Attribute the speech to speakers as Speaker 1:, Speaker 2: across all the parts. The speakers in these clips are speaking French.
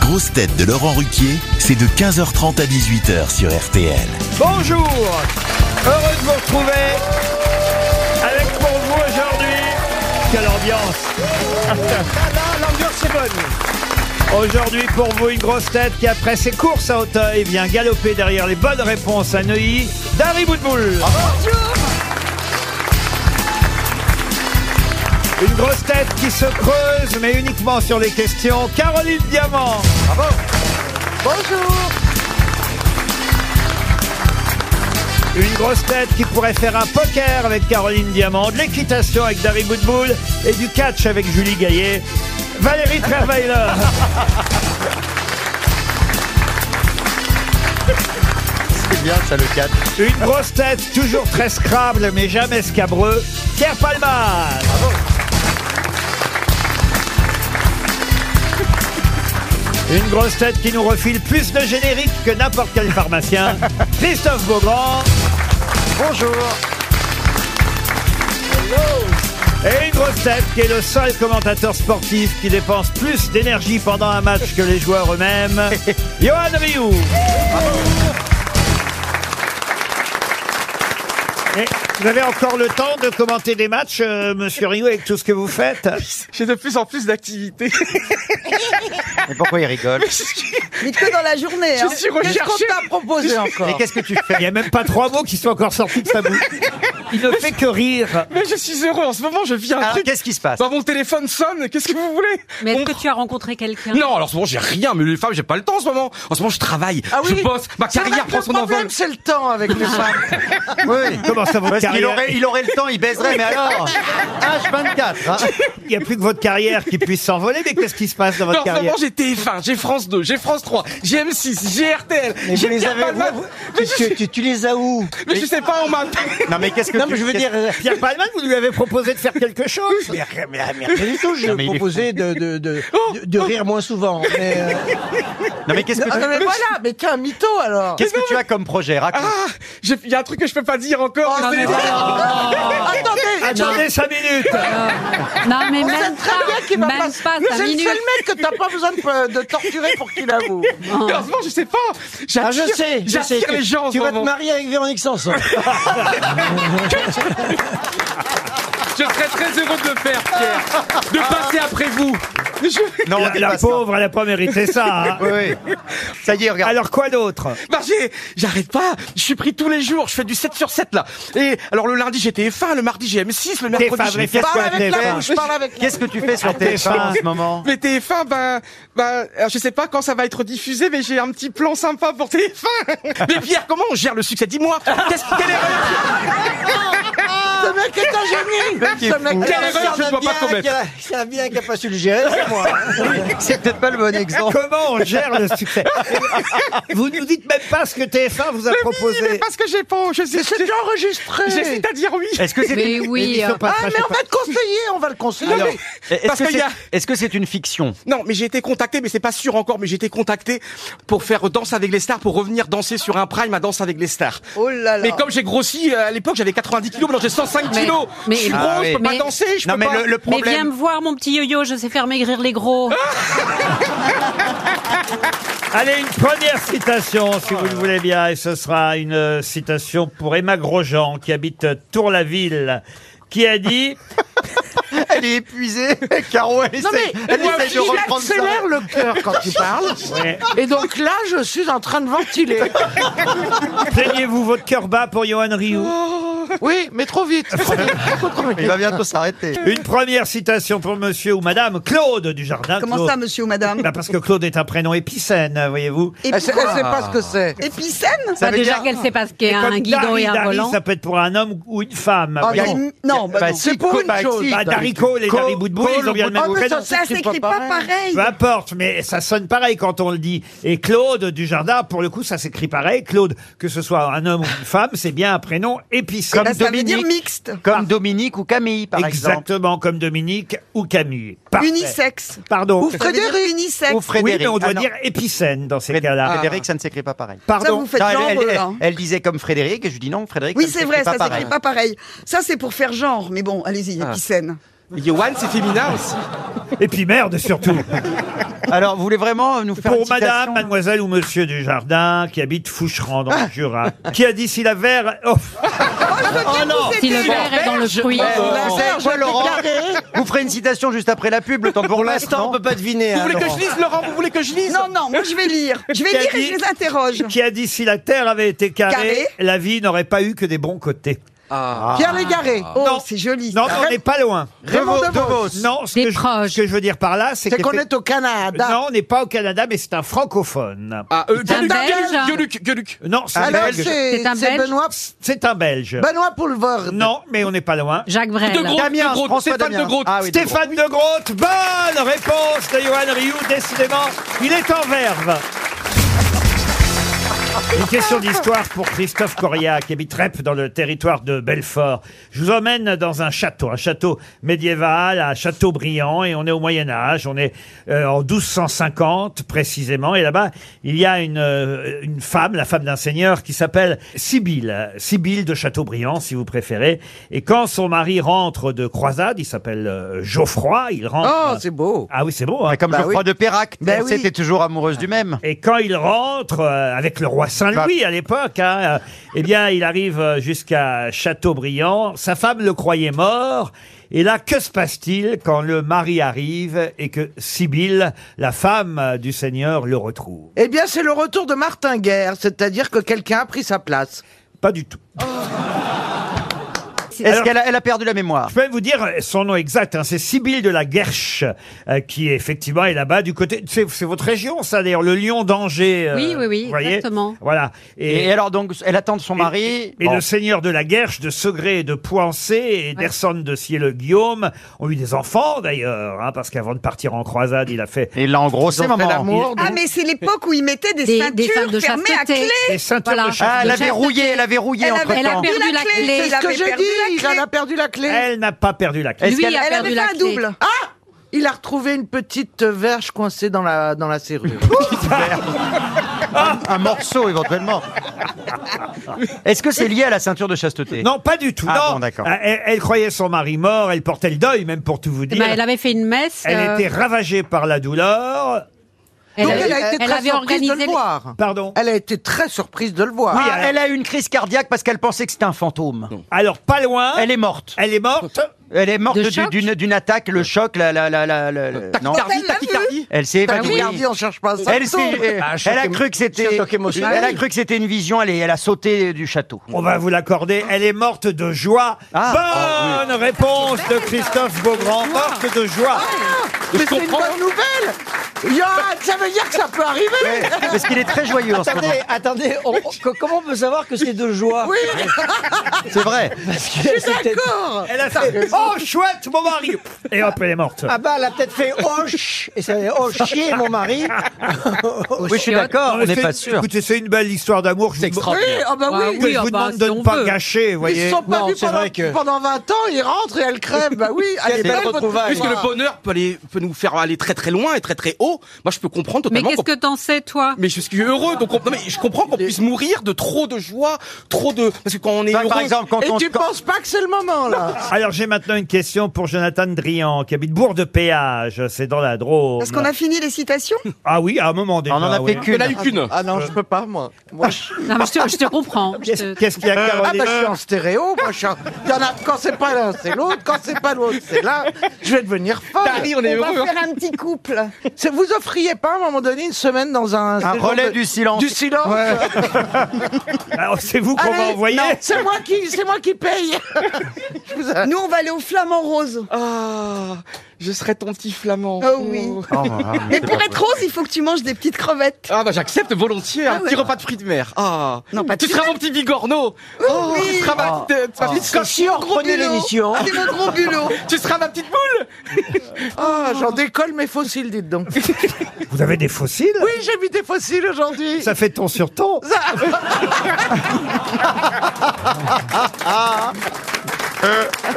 Speaker 1: grosses têtes de Laurent Ruquier, c'est de 15h30 à 18h sur RTL.
Speaker 2: Bonjour Heureux de vous retrouver avec pour vous aujourd'hui. Quelle ambiance L'ambiance c'est bonne Aujourd'hui pour vous une grosse tête qui après ses courses à Auteuil vient galoper derrière les bonnes réponses à Neuilly, Dari Boudboul Une grosse tête qui se creuse, mais uniquement sur les questions. Caroline Diamant. Bravo. Bonjour. Une grosse tête qui pourrait faire un poker avec Caroline Diamant, de l'équitation avec Dari Boudboul et du catch avec Julie Gaillet. Valérie Trierweiler. C'est bien ça le catch. Une grosse tête toujours très scrable mais jamais scabreux, Pierre Palmar. Une grosse tête qui nous refile plus de générique que n'importe quel pharmacien. Christophe Beaugrand. Bonjour. Et une grosse tête qui est le seul commentateur sportif qui dépense plus d'énergie pendant un match que les joueurs eux-mêmes. Johan Rioux. Et vous avez encore le temps de commenter des matchs, euh, monsieur Rioux, avec tout ce que vous faites J'ai de plus en plus d'activités.
Speaker 3: Mais pourquoi il rigole
Speaker 4: Dites que dans la journée. hein. Qu'est-ce qu'on t'a proposé hein encore
Speaker 3: Mais qu'est-ce que tu fais
Speaker 2: Il n'y a même pas trois mots qui sont encore sortis de sa bouche. Il ne fait que rire.
Speaker 5: Mais je suis heureux en ce moment, je vis un
Speaker 3: Alors,
Speaker 5: truc.
Speaker 3: qu'est-ce qui se passe
Speaker 5: Bah, mon téléphone sonne, qu'est-ce que vous voulez
Speaker 6: Mais est-ce que tu as rencontré quelqu'un
Speaker 5: Non, alors en ce moment j'ai rien, mais les femmes, j'ai pas le temps en ce moment. En ce moment je travaille,
Speaker 4: Ah oui.
Speaker 5: je bosse, ma
Speaker 4: C'est vrai
Speaker 5: carrière
Speaker 4: que
Speaker 5: prend
Speaker 4: le
Speaker 5: son envol.
Speaker 4: problème, c'est le temps avec les femmes.
Speaker 3: Oui.
Speaker 2: Comment ça, votre
Speaker 3: Parce qu'il
Speaker 2: carrière
Speaker 3: aurait, il aurait le temps, il baiserait, mais alors H24 hein.
Speaker 2: Il n'y a plus que votre carrière qui puisse s'envoler, mais qu'est-ce qui se passe dans
Speaker 5: Non,
Speaker 2: votre
Speaker 5: en ce
Speaker 2: carrière
Speaker 5: moment j'ai TF1, j'ai France 2, j'ai France 3, j'ai M6, j'ai RTL,
Speaker 7: Mais
Speaker 5: j'ai
Speaker 7: vous les
Speaker 5: Pierre
Speaker 7: avez-
Speaker 5: Palmade.
Speaker 7: vous- vous-
Speaker 5: Mais
Speaker 7: tu,
Speaker 5: je-
Speaker 7: tu- tu- tu les as où
Speaker 5: mais je sais pas, on m'a.
Speaker 3: Non, mais qu'est-ce que
Speaker 7: Non,
Speaker 3: tu-
Speaker 7: mais je veux
Speaker 3: qu'est-ce-
Speaker 7: dire. euh,
Speaker 2: Pierre Palman, vous lui avez proposé de faire quelque chose
Speaker 7: Mais, rien- mais, mais rien du tout, je
Speaker 3: Non, mais il est Oh
Speaker 7: proposais de, de, de, de- de rire moins souvent. Mais, euh,
Speaker 3: Non, mais qu'est-ce que
Speaker 4: Ah,
Speaker 3: tu-
Speaker 4: non, mais voilà, mais t'es un mytho alors.
Speaker 3: qu'est-ce que tu as comme projet Raconte.
Speaker 5: Ah, j'ai- il y a un truc que je peux pas dire encore. mais Oh, c'est- Ah,
Speaker 4: Attendez,
Speaker 8: Eh,
Speaker 2: Attendez 5 minutes
Speaker 6: Non, mais
Speaker 4: on sait
Speaker 6: même
Speaker 4: très bien qu'il
Speaker 6: pas,
Speaker 4: va
Speaker 6: même pas,
Speaker 4: Mais
Speaker 6: cinq
Speaker 4: c'est le
Speaker 6: minutes.
Speaker 4: seul mec que t'as pas besoin de, de torturer pour qu'il avoue.
Speaker 5: Mais en ce moment je sais pas. J'attire,
Speaker 7: ah, je sais, je sais.
Speaker 5: j'attire
Speaker 7: Tu,
Speaker 5: les gens en
Speaker 7: tu
Speaker 5: ce
Speaker 7: vas te
Speaker 5: moment.
Speaker 7: marier avec Véronique Sanson.
Speaker 5: Je serais très heureux de le faire, Pierre, de passer après vous. Je-
Speaker 2: La,
Speaker 3: Non, on
Speaker 2: la
Speaker 3: dépasse ça.
Speaker 2: pauvre, elle n'a pas mérité ça. hein.
Speaker 3: Oui, oui. Ça y est, regarde.
Speaker 2: Alors quoi d'autre
Speaker 5: Bah j'ai- j'arrête pas, je suis pris tous les jours, je fais du 7 sur 7 là. Et alors le lundi j'ai TF1, le mardi j'ai M6, le mercredi
Speaker 2: TF1,
Speaker 5: j'ai
Speaker 2: qu'est-ce
Speaker 5: Parle
Speaker 2: qu'on a
Speaker 5: avec
Speaker 2: fait
Speaker 5: la
Speaker 2: faire
Speaker 5: bouche.
Speaker 4: Je parle avec
Speaker 3: Qu'est-ce que tu fais sur
Speaker 2: Arrête,
Speaker 3: TF1 en
Speaker 2: Charles.
Speaker 3: ce moment
Speaker 5: Mais TF1, ben, ben, alors, je sais pas quand ça va être diffusé, mais j'ai un petit plan sympa pour TF1. Mais Pierre, comment on gère le succès Dis-moi, qu'est-ce- quelle erreur
Speaker 4: Ce mec est un génie. Ce mec
Speaker 5: Quelle
Speaker 4: est un
Speaker 5: erreur
Speaker 4: génie.
Speaker 5: je dois pas commettre.
Speaker 7: C'est un bien qui n'a pas su le gérer, c'est moi.
Speaker 3: C'est peut-être pas le bon exemple.
Speaker 2: Comment on gère le succès Vous nous dites même pas ce que TF1 vous a
Speaker 5: Oui, mais
Speaker 2: proposé.
Speaker 5: parce que j'ai pas, je sais,
Speaker 4: C'est déjà enregistré.
Speaker 5: j'hésite à dire oui.
Speaker 3: Est-ce que c'est
Speaker 6: Mais
Speaker 3: une...
Speaker 6: oui,
Speaker 2: Émission
Speaker 6: euh,
Speaker 2: pas-
Speaker 4: Ah,
Speaker 2: pas-
Speaker 4: mais on va te conseiller, on va le conseiller.
Speaker 3: Alors,
Speaker 4: Mais-
Speaker 3: est-ce
Speaker 5: parce
Speaker 3: que
Speaker 5: qu'il y
Speaker 3: c'est
Speaker 5: a-
Speaker 3: est-ce que c'est une fiction
Speaker 5: Non, mais j'ai été contacté, mais c'est pas sûr encore, mais j'ai été contacté pour faire Danse avec les stars, pour revenir danser sur un prime à Danse avec les stars.
Speaker 4: Oh là là.
Speaker 5: Mais comme j'ai grossi, euh, à l'époque j'avais 90 kilos, maintenant j'ai 105
Speaker 6: Mais-
Speaker 5: kilos.
Speaker 6: mais-
Speaker 5: je suis
Speaker 6: Ah
Speaker 5: gros,
Speaker 3: oui.
Speaker 5: je peux pas
Speaker 6: Mais-
Speaker 5: danser, je
Speaker 3: Non,
Speaker 5: peux
Speaker 3: mais
Speaker 5: pas.
Speaker 3: le, le
Speaker 6: Mais viens
Speaker 3: problème.
Speaker 6: me voir, mon petit yo-yo, je sais faire maigrir les gros.
Speaker 2: Allez, une première citation, si vous le voulez bien, et ce sera une euh, citation pour Emma Grosjean, qui habite euh, Tour-la-Ville, qui a dit
Speaker 3: Elle est épuisée. Caro, elle
Speaker 4: Non mais
Speaker 3: essaie, elle
Speaker 4: il,
Speaker 3: essaie de
Speaker 4: il
Speaker 3: reprendre ça.
Speaker 4: accélère le cœur quand il parle.
Speaker 2: Ouais.
Speaker 4: Et donc là, je suis en train de ventiler.
Speaker 2: Plaignez-vous votre cœur bas pour Johan Rioux.
Speaker 5: Oh.
Speaker 4: Oui, mais trop vite. Trop, trop vite.
Speaker 3: Il va bientôt s'arrêter.
Speaker 2: Une première citation pour monsieur ou madame Claude du Jardin.
Speaker 9: Comment ça, monsieur ou madame
Speaker 2: Bah, parce que Claude est un prénom épicène, voyez-vous.
Speaker 9: Et
Speaker 3: Ah,
Speaker 7: Ah,
Speaker 4: Elle sait, elle sait pas ce que c'est.
Speaker 9: Épicène
Speaker 3: Ça
Speaker 6: Bah,
Speaker 3: veut
Speaker 6: déjà
Speaker 3: dire-
Speaker 6: qu'elle sait pas ce qu'est
Speaker 2: Comme
Speaker 6: un guidon
Speaker 2: Dari,
Speaker 6: et un
Speaker 2: Dari,
Speaker 6: volant.
Speaker 2: Ça peut être pour un homme ou une femme.
Speaker 4: Ah, Dari-
Speaker 2: voyez-vous.
Speaker 9: Non, bah
Speaker 3: Bah,
Speaker 9: non.
Speaker 3: si,
Speaker 4: C'est pour
Speaker 3: co-
Speaker 4: une
Speaker 3: bah,
Speaker 4: chose.
Speaker 3: si,
Speaker 2: Bah, Dari Cole et
Speaker 3: Co-
Speaker 2: Dari Boudboul,
Speaker 3: Cole,
Speaker 2: ils ont bien le
Speaker 4: Ah,
Speaker 2: même
Speaker 4: mais
Speaker 2: prénom.
Speaker 9: ça
Speaker 4: c'est
Speaker 9: s'écrit pas pareil.
Speaker 2: Peu importe, mais ça sonne pareil quand on le dit. Et Claude du Jardin, pour le coup, ça s'écrit pareil. Claude, que ce soit un homme ou une femme, c'est bien un prénom épicène.
Speaker 3: Comme
Speaker 9: Bah, ça veut dire
Speaker 3: Dominique.
Speaker 9: mixte,
Speaker 3: Comme Dominique ou Camille, par exemple.
Speaker 2: Exactement comme Dominique ou Camille. Parfait.
Speaker 9: unisexe.
Speaker 2: Pardon.
Speaker 9: Ça veut dire unisexe.
Speaker 3: Ou
Speaker 2: Oui,
Speaker 3: Frédéric.
Speaker 2: mais on doit
Speaker 3: Ah, non.
Speaker 2: dire épicène dans ces
Speaker 3: Fréd-
Speaker 2: cas-là.
Speaker 3: Frédéric, ça ne s'écrit pas pareil.
Speaker 9: Ça,
Speaker 2: Pardon.
Speaker 9: vous faites
Speaker 3: Non,
Speaker 9: genre,
Speaker 3: elle, elle-
Speaker 9: là.
Speaker 3: elle disait comme Frédéric, et je lui dis non, Frédéric.
Speaker 9: Oui,
Speaker 3: ne
Speaker 9: c'est
Speaker 3: s'écrit
Speaker 9: vrai,
Speaker 3: pas
Speaker 9: ça
Speaker 3: pareil. Ah.
Speaker 9: s'écrit pas pareil. Ça, c'est pour faire genre, mais bon, allez-y, épicène.
Speaker 5: Yoann, c'est féminin aussi.
Speaker 2: Et puis merde surtout.
Speaker 3: Alors, vous voulez vraiment euh, nous faire une
Speaker 2: Pour
Speaker 3: citation
Speaker 2: madame, mademoiselle ou monsieur Dujardin, qui habite Foucheran dans
Speaker 3: Ah.
Speaker 2: le Jura, qui a dit si la verre. Oh,
Speaker 7: Oh non
Speaker 6: Si le verre est dans le fruit.
Speaker 9: Oh,
Speaker 3: Laurent.
Speaker 7: Vous savez quoi, Laurent
Speaker 3: Vous ferez une citation juste après la pub, le temps
Speaker 7: Pour l'instant, on peut pas deviner.
Speaker 5: Vous
Speaker 7: hein,
Speaker 5: voulez que je
Speaker 7: Laurent.
Speaker 5: lise, Laurent Vous voulez que je lise
Speaker 9: Non, non, moi je vais lire. Je vais lire et je les interroge.
Speaker 2: qui a dit si la terre avait été carrée,
Speaker 9: Carrée.
Speaker 2: la vie n'aurait pas eu que des bons côtés. Ah.
Speaker 9: Pierre Légaré.
Speaker 2: Non.
Speaker 9: Oh, c'est joli.
Speaker 2: Non, on n'est pas loin.
Speaker 9: Raymond
Speaker 3: Ah. De
Speaker 9: Devos.
Speaker 3: Vos.
Speaker 2: Non, ce
Speaker 6: Des
Speaker 2: que, je,
Speaker 6: proches.
Speaker 2: ce que je veux dire par là, c'est
Speaker 7: C'est
Speaker 2: que.
Speaker 7: qu'on est au Canada.
Speaker 2: Non, on n'est pas au Canada, mais c'est un francophone.
Speaker 5: Ah, euh,
Speaker 6: Un
Speaker 5: Gueuluc,
Speaker 6: Belge.
Speaker 5: Gueuluc, Gueuluc.
Speaker 2: Non, c'est un
Speaker 7: Alors,
Speaker 2: Belge.
Speaker 7: c'est
Speaker 6: C'est un
Speaker 7: c'est
Speaker 6: Belge.
Speaker 7: Benoît,
Speaker 2: C'est un Belge.
Speaker 7: Benoît Poulvord.
Speaker 2: Non, mais on n'est pas loin.
Speaker 6: Jacques Brel.
Speaker 5: De Gros,
Speaker 3: Damien,
Speaker 5: de Gros,
Speaker 3: François
Speaker 5: Stéphane
Speaker 3: Damien.
Speaker 5: de Gros.
Speaker 3: Ah oui, de Gros.
Speaker 2: Stéphane de Grotte, bonne réponse de Johan Rioux, décidément, il est en verve. Une question d'histoire pour Christophe Coria, qui habite Rep dans le territoire de Belfort. Je vous emmène dans un château, un château médiéval à Châteaubriand, et on est au Moyen-Âge, on est euh, en 1250 précisément, et là-bas, il y a une, euh, une femme, la femme d'un seigneur, qui s'appelle Sibylle, euh, Sibylle de Châteaubriand, si vous préférez, et quand son mari rentre de croisade, il s'appelle euh, Geoffroy, il rentre...
Speaker 7: Oh, c'est beau.
Speaker 2: ah oui, c'est beau, hein.
Speaker 3: Comme
Speaker 7: Bah
Speaker 3: Geoffroy
Speaker 7: oui.
Speaker 3: de Perrac,
Speaker 7: Bah oui.
Speaker 3: c'était toujours amoureuse du même. Bah.
Speaker 2: Et quand il rentre euh, avec le roi Saint-Louis à l'époque, hein, euh, eh bien, il arrive euh, jusqu'à Châteaubriand. Sa femme le croyait mort. Et là, que se passe-t-il quand le mari arrive et que Sibylle, la femme euh, du Seigneur, le retrouve
Speaker 7: Eh bien, c'est le retour de Martin Guerre, c'est-à-dire que quelqu'un a pris sa place.
Speaker 2: Pas du tout.
Speaker 3: Est-ce qu'elle a, elle a perdu la mémoire
Speaker 2: Je peux vous dire euh, son nom exact. hein, c'est Sibylle de la Guerche euh, qui, effectivement, est là-bas du côté. C'est c'est votre région, ça d'ailleurs, le Lion d'Angers. euh,
Speaker 6: Oui, oui, oui,
Speaker 2: vous voyez
Speaker 6: exactement.
Speaker 2: Voilà.
Speaker 3: et, alors donc, elle attend de son mari.
Speaker 2: Et
Speaker 3: Bon.
Speaker 2: le seigneur de la Guerche, de Segré et de Poincé, et d'Erson de Ciel-Guillaume, ont eu des enfants d'ailleurs, hein, parce qu'avant de partir en croisade, il a fait
Speaker 3: Et il l'a engrossé,
Speaker 7: Ils ont fait
Speaker 3: maman.
Speaker 7: l'amour.
Speaker 9: Ah, mais c'est l'époque où ils mettaient des,
Speaker 6: Des- des
Speaker 9: ceintures
Speaker 6: femmes de
Speaker 9: fermées à
Speaker 6: chasteté.
Speaker 9: clé.
Speaker 2: des ceintures
Speaker 6: Voilà.
Speaker 2: de
Speaker 3: Ah, elle
Speaker 2: chasteté.
Speaker 6: Le
Speaker 3: avait
Speaker 6: chef-
Speaker 3: rouillé, elle avait rouillé
Speaker 9: Elle
Speaker 3: entre
Speaker 9: avait-
Speaker 6: Elle a
Speaker 3: temps.
Speaker 6: perdu la
Speaker 7: C'est
Speaker 6: clé.
Speaker 7: ce
Speaker 9: Il
Speaker 7: que
Speaker 9: avait
Speaker 7: j'ai
Speaker 9: perdu
Speaker 7: dit,
Speaker 9: la
Speaker 7: il
Speaker 9: clé.
Speaker 7: a perdu la clé.
Speaker 2: Elle n'a pas perdu la clé.
Speaker 3: Est-ce
Speaker 6: Lui
Speaker 3: qu'elle-
Speaker 6: a
Speaker 9: Elle avait
Speaker 6: perdu
Speaker 9: fait
Speaker 6: la
Speaker 9: un
Speaker 6: clé.
Speaker 9: double.
Speaker 7: Ah Il a retrouvé une petite verge coincée dans la, dans la serrure. Ah,
Speaker 3: Un morceau éventuellement. Est-ce que c'est lié à la ceinture de chasteté
Speaker 2: Non, pas du tout.
Speaker 3: Ah,
Speaker 2: non.
Speaker 3: bon, d'accord.
Speaker 2: Euh, elle, elle croyait son mari mort, elle portait le deuil, même pour tout vous
Speaker 6: Eh
Speaker 2: dire.
Speaker 6: ben, elle avait fait une messe.
Speaker 2: Elle
Speaker 6: euh,
Speaker 2: était ravagée par la douleur.
Speaker 6: elle
Speaker 7: Donc
Speaker 6: avait-
Speaker 7: elle a été
Speaker 6: elle
Speaker 7: très
Speaker 6: avait
Speaker 7: surprise de
Speaker 6: organisé.
Speaker 7: le
Speaker 6: les-
Speaker 7: voir.
Speaker 2: Pardon.
Speaker 7: Elle a été très surprise de le voir.
Speaker 2: Oui,
Speaker 3: Ah,
Speaker 2: alors-
Speaker 3: elle a eu une crise cardiaque parce qu'elle pensait que c'était un fantôme.
Speaker 2: Alors, pas loin.
Speaker 3: Elle est morte.
Speaker 2: Elle est morte.
Speaker 3: Elle est morte
Speaker 6: De
Speaker 3: du-
Speaker 6: choc
Speaker 3: d'une d'une attaque, le choc, la la la la. la-
Speaker 2: Euh,
Speaker 3: la- non.
Speaker 9: elle l'a
Speaker 5: tachycardie.
Speaker 3: Elle s'est
Speaker 7: T'as
Speaker 3: évanouie.
Speaker 7: on cherche pas ça.
Speaker 3: Elle, s'est- euh,
Speaker 7: Ah, choc
Speaker 3: elle a
Speaker 7: émo-
Speaker 3: cru que c'était,
Speaker 7: choc émotionnel.
Speaker 3: elle a cru que c'était une vision. Elle, est- elle a sauté du château.
Speaker 2: On va vous l'accorder. Elle est morte de joie.
Speaker 3: Ah.
Speaker 2: Bonne réponse de Christophe Beaugrand. Morte de joie.
Speaker 7: Ah, Mais
Speaker 5: Je
Speaker 7: c'est une
Speaker 5: comprends.
Speaker 7: bonne nouvelle Johan, ça veut dire que ça peut arriver
Speaker 3: Parce qu'il est très joyeux en ce moment.
Speaker 10: Attendez, attendez, on- on- co- comment on peut savoir que c'est de joie
Speaker 7: Oui,
Speaker 3: C'est vrai.
Speaker 10: Je suis
Speaker 7: d'accord
Speaker 2: Elle a fait Oh chouette mon mari Et hop elle est morte.
Speaker 10: Ah bah elle a peut-être fait oh ch- et ça oh chier mon mari.
Speaker 3: Oui, je suis d'accord.
Speaker 2: Non, mais
Speaker 3: On n'est
Speaker 2: c'est-
Speaker 3: pas sûr.
Speaker 2: Écoutez, c'est une belle histoire d'amour. Je vous-
Speaker 7: Oui, ah bah
Speaker 6: Ah
Speaker 7: oui
Speaker 2: que je
Speaker 6: ah
Speaker 2: vous
Speaker 6: bah,
Speaker 2: demande
Speaker 6: si
Speaker 2: de
Speaker 6: on
Speaker 2: ne pas
Speaker 6: veut.
Speaker 2: gâcher, vous
Speaker 7: Ils
Speaker 2: voyez.
Speaker 7: se sont pas
Speaker 10: Non,
Speaker 7: vus
Speaker 10: c'est
Speaker 7: pendant,
Speaker 10: vrai que-
Speaker 7: pendant 20 ans, ils rentrent et elle crève. Bah oui, elle est
Speaker 10: belle
Speaker 7: belle votre
Speaker 10: retrouvaille.
Speaker 5: Puisque le bonheur peut, aller, peut nous faire aller très très loin et très très haut, moi je peux comprendre
Speaker 6: Mais
Speaker 5: totalement.
Speaker 6: qu'est-ce
Speaker 5: qu'on-
Speaker 6: que t'en sais, toi
Speaker 5: Mais je suis heureux, donc on- non, mais je comprends qu'on puisse mourir de trop de joie, trop de parce que quand on est
Speaker 3: Par-
Speaker 5: heureux,
Speaker 3: par exemple, quand
Speaker 7: Et
Speaker 3: on
Speaker 7: tu penses pas que c'est le moment, là
Speaker 2: Alors j'ai maintenant une question pour Jonathan Drian qui habite Bourg-de-Péage, c'est dans la Drôme.
Speaker 9: Parce qu'on a fini les citations
Speaker 2: Ah oui, à un moment déjà.
Speaker 3: on en a
Speaker 2: oui.
Speaker 3: fait
Speaker 5: il y en a
Speaker 3: qu'une.
Speaker 5: eu qu'une.
Speaker 10: Ah non, je peux pas moi. Moi je
Speaker 6: Non, mais je, te, je te comprends. Je
Speaker 2: Qu'est-ce
Speaker 6: te-
Speaker 2: qu'est-ce qu'il y a
Speaker 7: Ah
Speaker 2: Caroline
Speaker 7: bah je suis en stéréo, moi je suis en... Il y en a, quand c'est pas l'un, c'est l'autre, quand c'est pas l'autre, c'est l'un. Je vais devenir folle.
Speaker 5: Paris, on est
Speaker 9: On
Speaker 5: heureux.
Speaker 9: va
Speaker 5: hein.
Speaker 9: faire un petit couple.
Speaker 7: C'est- Vous offriez pas, à un moment donné, une semaine dans un...
Speaker 3: Un
Speaker 7: séjour
Speaker 3: relais
Speaker 7: de-
Speaker 3: du silence.
Speaker 7: Du silence
Speaker 2: Alors, C'est vous qu'on
Speaker 7: Allez,
Speaker 2: va envoyer.
Speaker 7: non, C'est moi qui, c'est moi qui paye
Speaker 9: Nous, on va aller au Flamand Rose.
Speaker 5: Ah, je serais ton petit flamand.
Speaker 9: Oh oui. Mais pour être rose, il faut que tu manges des petites crevettes.
Speaker 5: Ah bah j'accepte volontiers un
Speaker 9: Ah ouais.
Speaker 5: petit repas de fruits de mer. Ah,
Speaker 9: Non, pas de
Speaker 5: tu seras mon petit bigorneau. Oh, tu seras ma petite, euh, ma petite coche.
Speaker 10: si on reprenait
Speaker 9: Bulot.
Speaker 10: l'émission.
Speaker 9: C'est mon gros bulot.
Speaker 5: Tu seras ma petite boule.
Speaker 7: Ah, j'en décolle mes fossiles, dites donc.
Speaker 2: Vous avez des fossiles
Speaker 7: Oui, j'ai mis des fossiles aujourd'hui.
Speaker 2: Ça fait ton sur ton.
Speaker 3: Euh,
Speaker 8: Ah,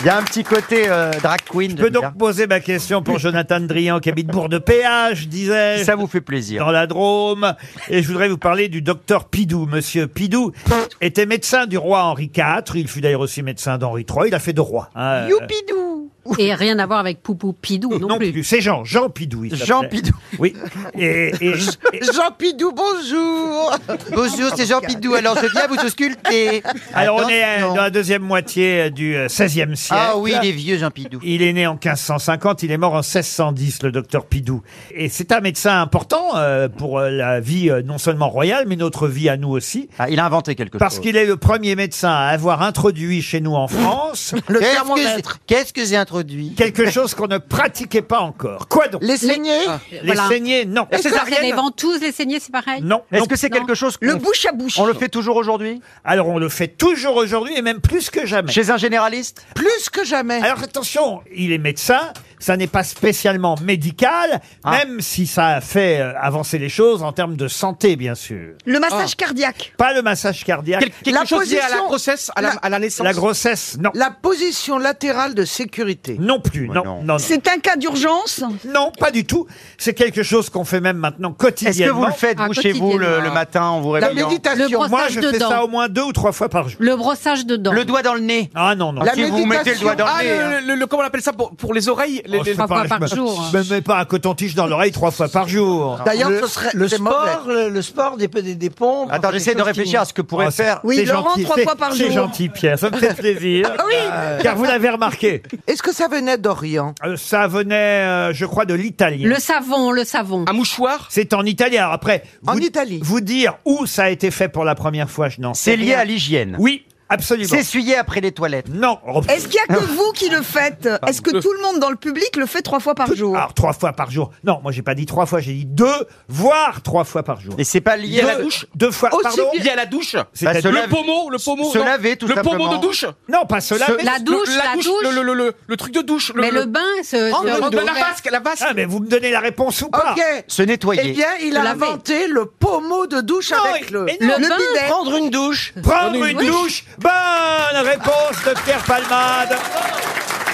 Speaker 3: Il y a un petit côté euh, drag queen.
Speaker 2: Je peux
Speaker 3: j'aime
Speaker 2: donc poser ma question pour Jonathan Drian qui habite Bourg-de-Péage,
Speaker 3: bien.
Speaker 2: disais-je.
Speaker 3: Ça vous fait plaisir.
Speaker 2: dans la Drôme. Et je voudrais vous parler du docteur Pidou. Monsieur Pidou était médecin du roi Henri IV. Il fut d'ailleurs aussi médecin d'Henri III. Il a fait de roi. hein.
Speaker 9: Youpidou.
Speaker 6: Et rien à voir avec Poupou Pidou non,
Speaker 2: Non
Speaker 6: plus.
Speaker 2: plus. C'est Jean, Jean Pidou. il s'appelait.
Speaker 3: Jean Pidou.
Speaker 2: Oui. Et, et- et-
Speaker 7: Jean Pidou, bonjour
Speaker 3: Bonjour, c'est Jean Pidou. Alors, je viens vous ausculter.
Speaker 2: alors on est euh,
Speaker 3: Attention.
Speaker 2: dans la deuxième moitié euh, du euh, 16e siècle.
Speaker 3: Ah oui, il est vieux, Jean Pidou.
Speaker 2: Il est né en 1550, il est mort en 1610, le docteur Pidou. Et c'est un médecin important euh, pour euh, la vie euh, non seulement royale, mais notre vie à nous aussi.
Speaker 3: Ah, il a inventé quelque
Speaker 2: Parce
Speaker 3: chose.
Speaker 2: qu'il est le premier médecin à avoir introduit chez nous en France
Speaker 7: Le
Speaker 3: Qu'est-ce que
Speaker 7: thermomètre
Speaker 3: j'ai- Qu'est-ce que j'ai introduit
Speaker 2: quelque chose qu'on ne pratiquait pas encore. Quoi donc
Speaker 7: Les saignées
Speaker 2: Les
Speaker 6: Voilà.
Speaker 2: saignées, non.
Speaker 6: Est-ce que c'est les ventouses, les saignées, c'est pareil
Speaker 2: Non.
Speaker 3: Est-ce
Speaker 2: non.
Speaker 3: que c'est
Speaker 6: Non.
Speaker 3: quelque chose
Speaker 9: Le
Speaker 3: qu'on-
Speaker 9: bouche à bouche.
Speaker 3: on le fait toujours aujourd'hui
Speaker 2: Alors on le fait toujours aujourd'hui et même plus que jamais.
Speaker 3: Chez un généraliste
Speaker 7: Plus que jamais
Speaker 2: Alors attention, il est médecin, ça n'est pas spécialement médical,
Speaker 3: Ah.
Speaker 2: même si ça a fait euh, avancer les choses en termes de santé, bien sûr.
Speaker 9: Le massage cardiaque.
Speaker 2: Pas le massage cardiaque.
Speaker 5: Quel- quelque
Speaker 7: La
Speaker 5: chose lié à la
Speaker 7: position-
Speaker 5: grossesse, à la, à la naissance.
Speaker 2: La grossesse, non.
Speaker 7: La position latérale de sécurité.
Speaker 2: Non plus, non, non,
Speaker 3: non.
Speaker 2: non,
Speaker 9: C'est un cas d'urgence.
Speaker 2: Non, pas du tout. C'est quelque chose qu'on fait même maintenant
Speaker 3: Est-ce que vous
Speaker 2: quotidiennement.
Speaker 3: le faites,
Speaker 6: Ah,
Speaker 3: vous, chez vous, le, le
Speaker 6: quotidiennement.
Speaker 3: matin, en vous
Speaker 7: La
Speaker 3: réveillant
Speaker 6: Le
Speaker 7: méditation.
Speaker 2: Moi, je
Speaker 6: brossage de
Speaker 2: fais ça
Speaker 6: dents.
Speaker 2: au moins deux ou trois fois par jour.
Speaker 6: Le brossage de dents.
Speaker 3: Le doigt dans le nez
Speaker 2: Ah non, non.
Speaker 7: La
Speaker 3: Si vous mettez le doigt dans
Speaker 5: Ah,
Speaker 3: le nez... hein.
Speaker 5: le, le- le- comment on appelle ça pour, pour les oreilles les-
Speaker 2: Oh,
Speaker 5: les-
Speaker 2: c'est pas
Speaker 6: fois
Speaker 2: je
Speaker 6: par
Speaker 2: me-
Speaker 6: jour.
Speaker 2: Je me mets pas un coton-tige dans l'oreille trois fois par jour.
Speaker 7: D'ailleurs,
Speaker 10: le,
Speaker 7: ce serait
Speaker 10: le
Speaker 7: c'est mauvais.
Speaker 10: sport, le, le sport des, des, des Ah, pompes.
Speaker 3: Attends, j'essaie de réfléchir à ce que pourrait
Speaker 2: Oh, c'est-
Speaker 3: faire...
Speaker 9: Oui,
Speaker 2: c'est
Speaker 9: Laurent,
Speaker 2: gentil,
Speaker 9: trois
Speaker 2: c'est-
Speaker 9: fois par
Speaker 2: C'est
Speaker 9: jour.
Speaker 2: gentil, Pierre. Ça me fait plaisir.
Speaker 9: Ah oui.
Speaker 2: Euh, Car vous l'avez remarqué,
Speaker 7: Euh, Est-ce que ça venait d'Orient
Speaker 2: euh, ça venait, euh, je crois, de l'Italie.
Speaker 6: Le savon, le savon.
Speaker 5: Un mouchoir
Speaker 2: C'est en italien. Alors Après,
Speaker 7: En
Speaker 2: vous,
Speaker 7: Italie.
Speaker 2: vous dire où ça a été fait pour la première fois, je n'en sais
Speaker 3: C'est lié
Speaker 2: rien.
Speaker 3: à l'hygiène.
Speaker 2: Oui, absolument.
Speaker 3: S'essuyer après les toilettes.
Speaker 2: Non.
Speaker 9: Est-ce qu'il y a que vous qui le faites
Speaker 5: Ah,
Speaker 9: Est-ce que tout le monde dans le public le fait trois fois par jour
Speaker 2: Alors, trois fois par jour. Non, moi, j'ai pas dit trois fois, j'ai dit deux, voire trois fois par jour.
Speaker 3: Et c'est pas lié
Speaker 5: Lié
Speaker 3: à
Speaker 5: à
Speaker 3: la
Speaker 5: la
Speaker 3: douche
Speaker 5: douche
Speaker 2: Deux fois,
Speaker 5: Aussi
Speaker 2: pardon
Speaker 5: lié à la douche
Speaker 2: C'est-à-
Speaker 3: Bah, se
Speaker 5: Le
Speaker 3: laver.
Speaker 5: pommeau, le pommeau.
Speaker 3: Se
Speaker 5: non.
Speaker 3: laver, tout
Speaker 5: Le pommeau
Speaker 3: simplement.
Speaker 5: de douche
Speaker 2: Non, pas cela,
Speaker 3: Ce-
Speaker 2: mais...
Speaker 6: La douche,
Speaker 5: Le-
Speaker 6: la douche.
Speaker 5: Le, le- le- le truc de douche.
Speaker 6: Mais le bain, ce.
Speaker 5: Oh, le-
Speaker 6: ce-
Speaker 5: la vasque, la vasque.
Speaker 2: Ah, mais vous me donnez la réponse ou pas
Speaker 7: Ok.
Speaker 3: Se nettoyer.
Speaker 7: Eh bien, il a
Speaker 6: Laver.
Speaker 7: inventé le pommeau de douche
Speaker 2: Non,
Speaker 7: avec le...
Speaker 2: mais non,
Speaker 6: Le bain,
Speaker 9: bidet.
Speaker 10: Prendre une douche.
Speaker 2: Prendre
Speaker 5: Prendre
Speaker 2: une
Speaker 5: une
Speaker 2: douche Bonne réponse de Pierre Palmade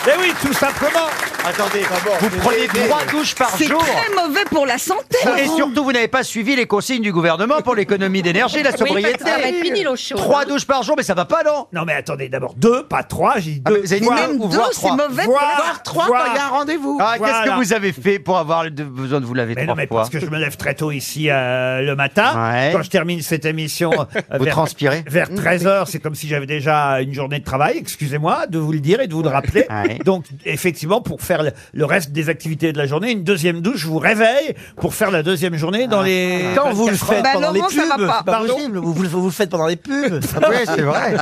Speaker 2: Eh oui, tout simplement
Speaker 3: Attendez, vous prenez trois douches
Speaker 2: Ah.
Speaker 3: par
Speaker 9: C'est
Speaker 3: jour
Speaker 9: très mauvais pour la santé.
Speaker 3: et surtout, vous n'avez pas suivi les consignes du gouvernement pour l'économie d'énergie et la
Speaker 6: Oui, parce
Speaker 3: sobriété.
Speaker 6: que ça va être fini l'eau chaude.
Speaker 3: Trois douches par jour, mais ça va pas, non
Speaker 2: Non, mais attendez, d'abord deux, pas trois, j'ai dit
Speaker 3: Ah, mais
Speaker 2: deux.
Speaker 3: vous avez dit
Speaker 2: voire-
Speaker 3: même
Speaker 9: Même
Speaker 3: ou
Speaker 9: deux,
Speaker 3: voir
Speaker 9: c'est
Speaker 3: trois.
Speaker 9: mauvais pour la
Speaker 2: Voir
Speaker 9: santé.
Speaker 7: Trois
Speaker 2: Voir.
Speaker 7: quand il y a un rendez-vous.
Speaker 3: Ah, qu'est-ce
Speaker 2: Voilà.
Speaker 3: que vous avez fait pour avoir le de- besoin de vous laver
Speaker 2: Mais non,
Speaker 3: trois
Speaker 2: mais
Speaker 3: fois
Speaker 2: parce que je me lève très tôt ici euh, le matin.
Speaker 3: Ouais.
Speaker 2: Quand je termine cette émission euh,
Speaker 3: Vous
Speaker 2: vers,
Speaker 3: transpirez
Speaker 2: vers
Speaker 10: Mmh.
Speaker 2: 13h, c'est comme si j'avais déjà une journée de travail, excusez-moi de vous le dire et de vous le rappeler.
Speaker 3: Ouais.
Speaker 2: Donc, effectivement, pour faire le, le reste des activités de la journée, une deuxième douche, je vous réveille pour faire la deuxième journée dans les...
Speaker 10: Ah. Quand vous le faites
Speaker 9: Bah,
Speaker 10: pendant
Speaker 9: Laurent,
Speaker 10: les pubs,
Speaker 9: ça va pas. Bah,
Speaker 10: c'est pas possible. Vous, vous, le- vous le faites pendant les pubs.
Speaker 3: Oui, Ah c'est vrai.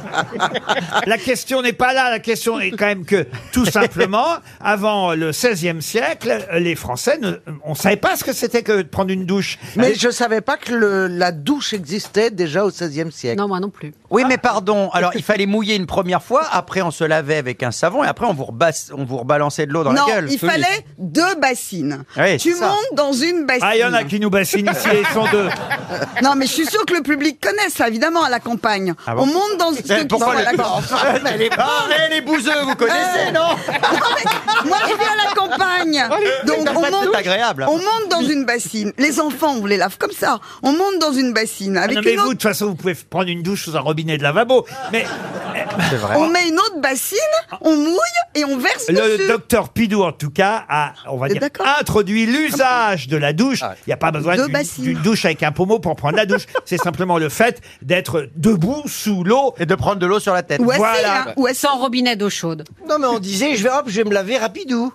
Speaker 2: La question n'est pas là, la question est quand même que, tout simplement, avant le 16e siècle, les Français, ne, on savait pas ce que c'était que de prendre une douche.
Speaker 7: Mais je savais pas que le- la douche existait déjà au XVIe siècle.
Speaker 6: Non, moi non plus.
Speaker 3: Oui, mais pardon. Alors, il fallait mouiller une première fois, après on se lavait avec un savon, et après on vous, rebasse- on vous rebalançait de l'eau dans
Speaker 9: non,
Speaker 3: la gueule.
Speaker 9: il fallait deux bassines.
Speaker 3: Ouais,
Speaker 9: tu
Speaker 3: c'est ça.
Speaker 9: montes dans une bassine.
Speaker 2: Ah, il y en a qui nous bassinent ici, ils sont deux.
Speaker 9: Non, mais je suis sûr que le public connaît ça, évidemment, à la campagne.
Speaker 3: Ah bon
Speaker 9: On monte dans ceux qui sont
Speaker 3: pourquoi
Speaker 9: à la
Speaker 3: le-
Speaker 9: campagne.
Speaker 3: mais les, ah, mais les bouseux, vous connaissez, non
Speaker 9: Euh, Ah, Moi, je vis à la campagne. Donc,
Speaker 3: t'as
Speaker 9: on
Speaker 3: pas de
Speaker 9: monte,
Speaker 3: doute agréable, hein.
Speaker 9: on monte dans une bassine. Les enfants, on les lave comme ça. On monte dans une bassine. Avec
Speaker 2: Ah non, mais
Speaker 9: une
Speaker 2: vous, de
Speaker 9: autre,
Speaker 2: toute façon, vous pouvez prendre une douche sous un robinet de lavabo. Mais
Speaker 3: C'est vrai.
Speaker 9: on met une autre bassine,
Speaker 2: Ah.
Speaker 9: on mouille et on verse
Speaker 2: le
Speaker 9: dessus. Eh,
Speaker 2: docteur Pidou, en tout cas, a, on va dire,
Speaker 9: D'accord.
Speaker 2: introduit l'usage de la douche.
Speaker 3: Ah
Speaker 2: Il n'y a pas besoin
Speaker 9: Deux
Speaker 2: d'une
Speaker 9: bassines.
Speaker 2: d'une douche avec un pommeau pour prendre la douche. C'est simplement le fait d'être debout sous l'eau.
Speaker 3: Et de prendre de l'eau sur la tête.
Speaker 9: Ou assis,
Speaker 2: Voilà.
Speaker 9: hein, ou assis.
Speaker 6: Sans robinet d'eau chaude.
Speaker 10: Non, mais on disait, je vais, hop, je vais me laver rapidou.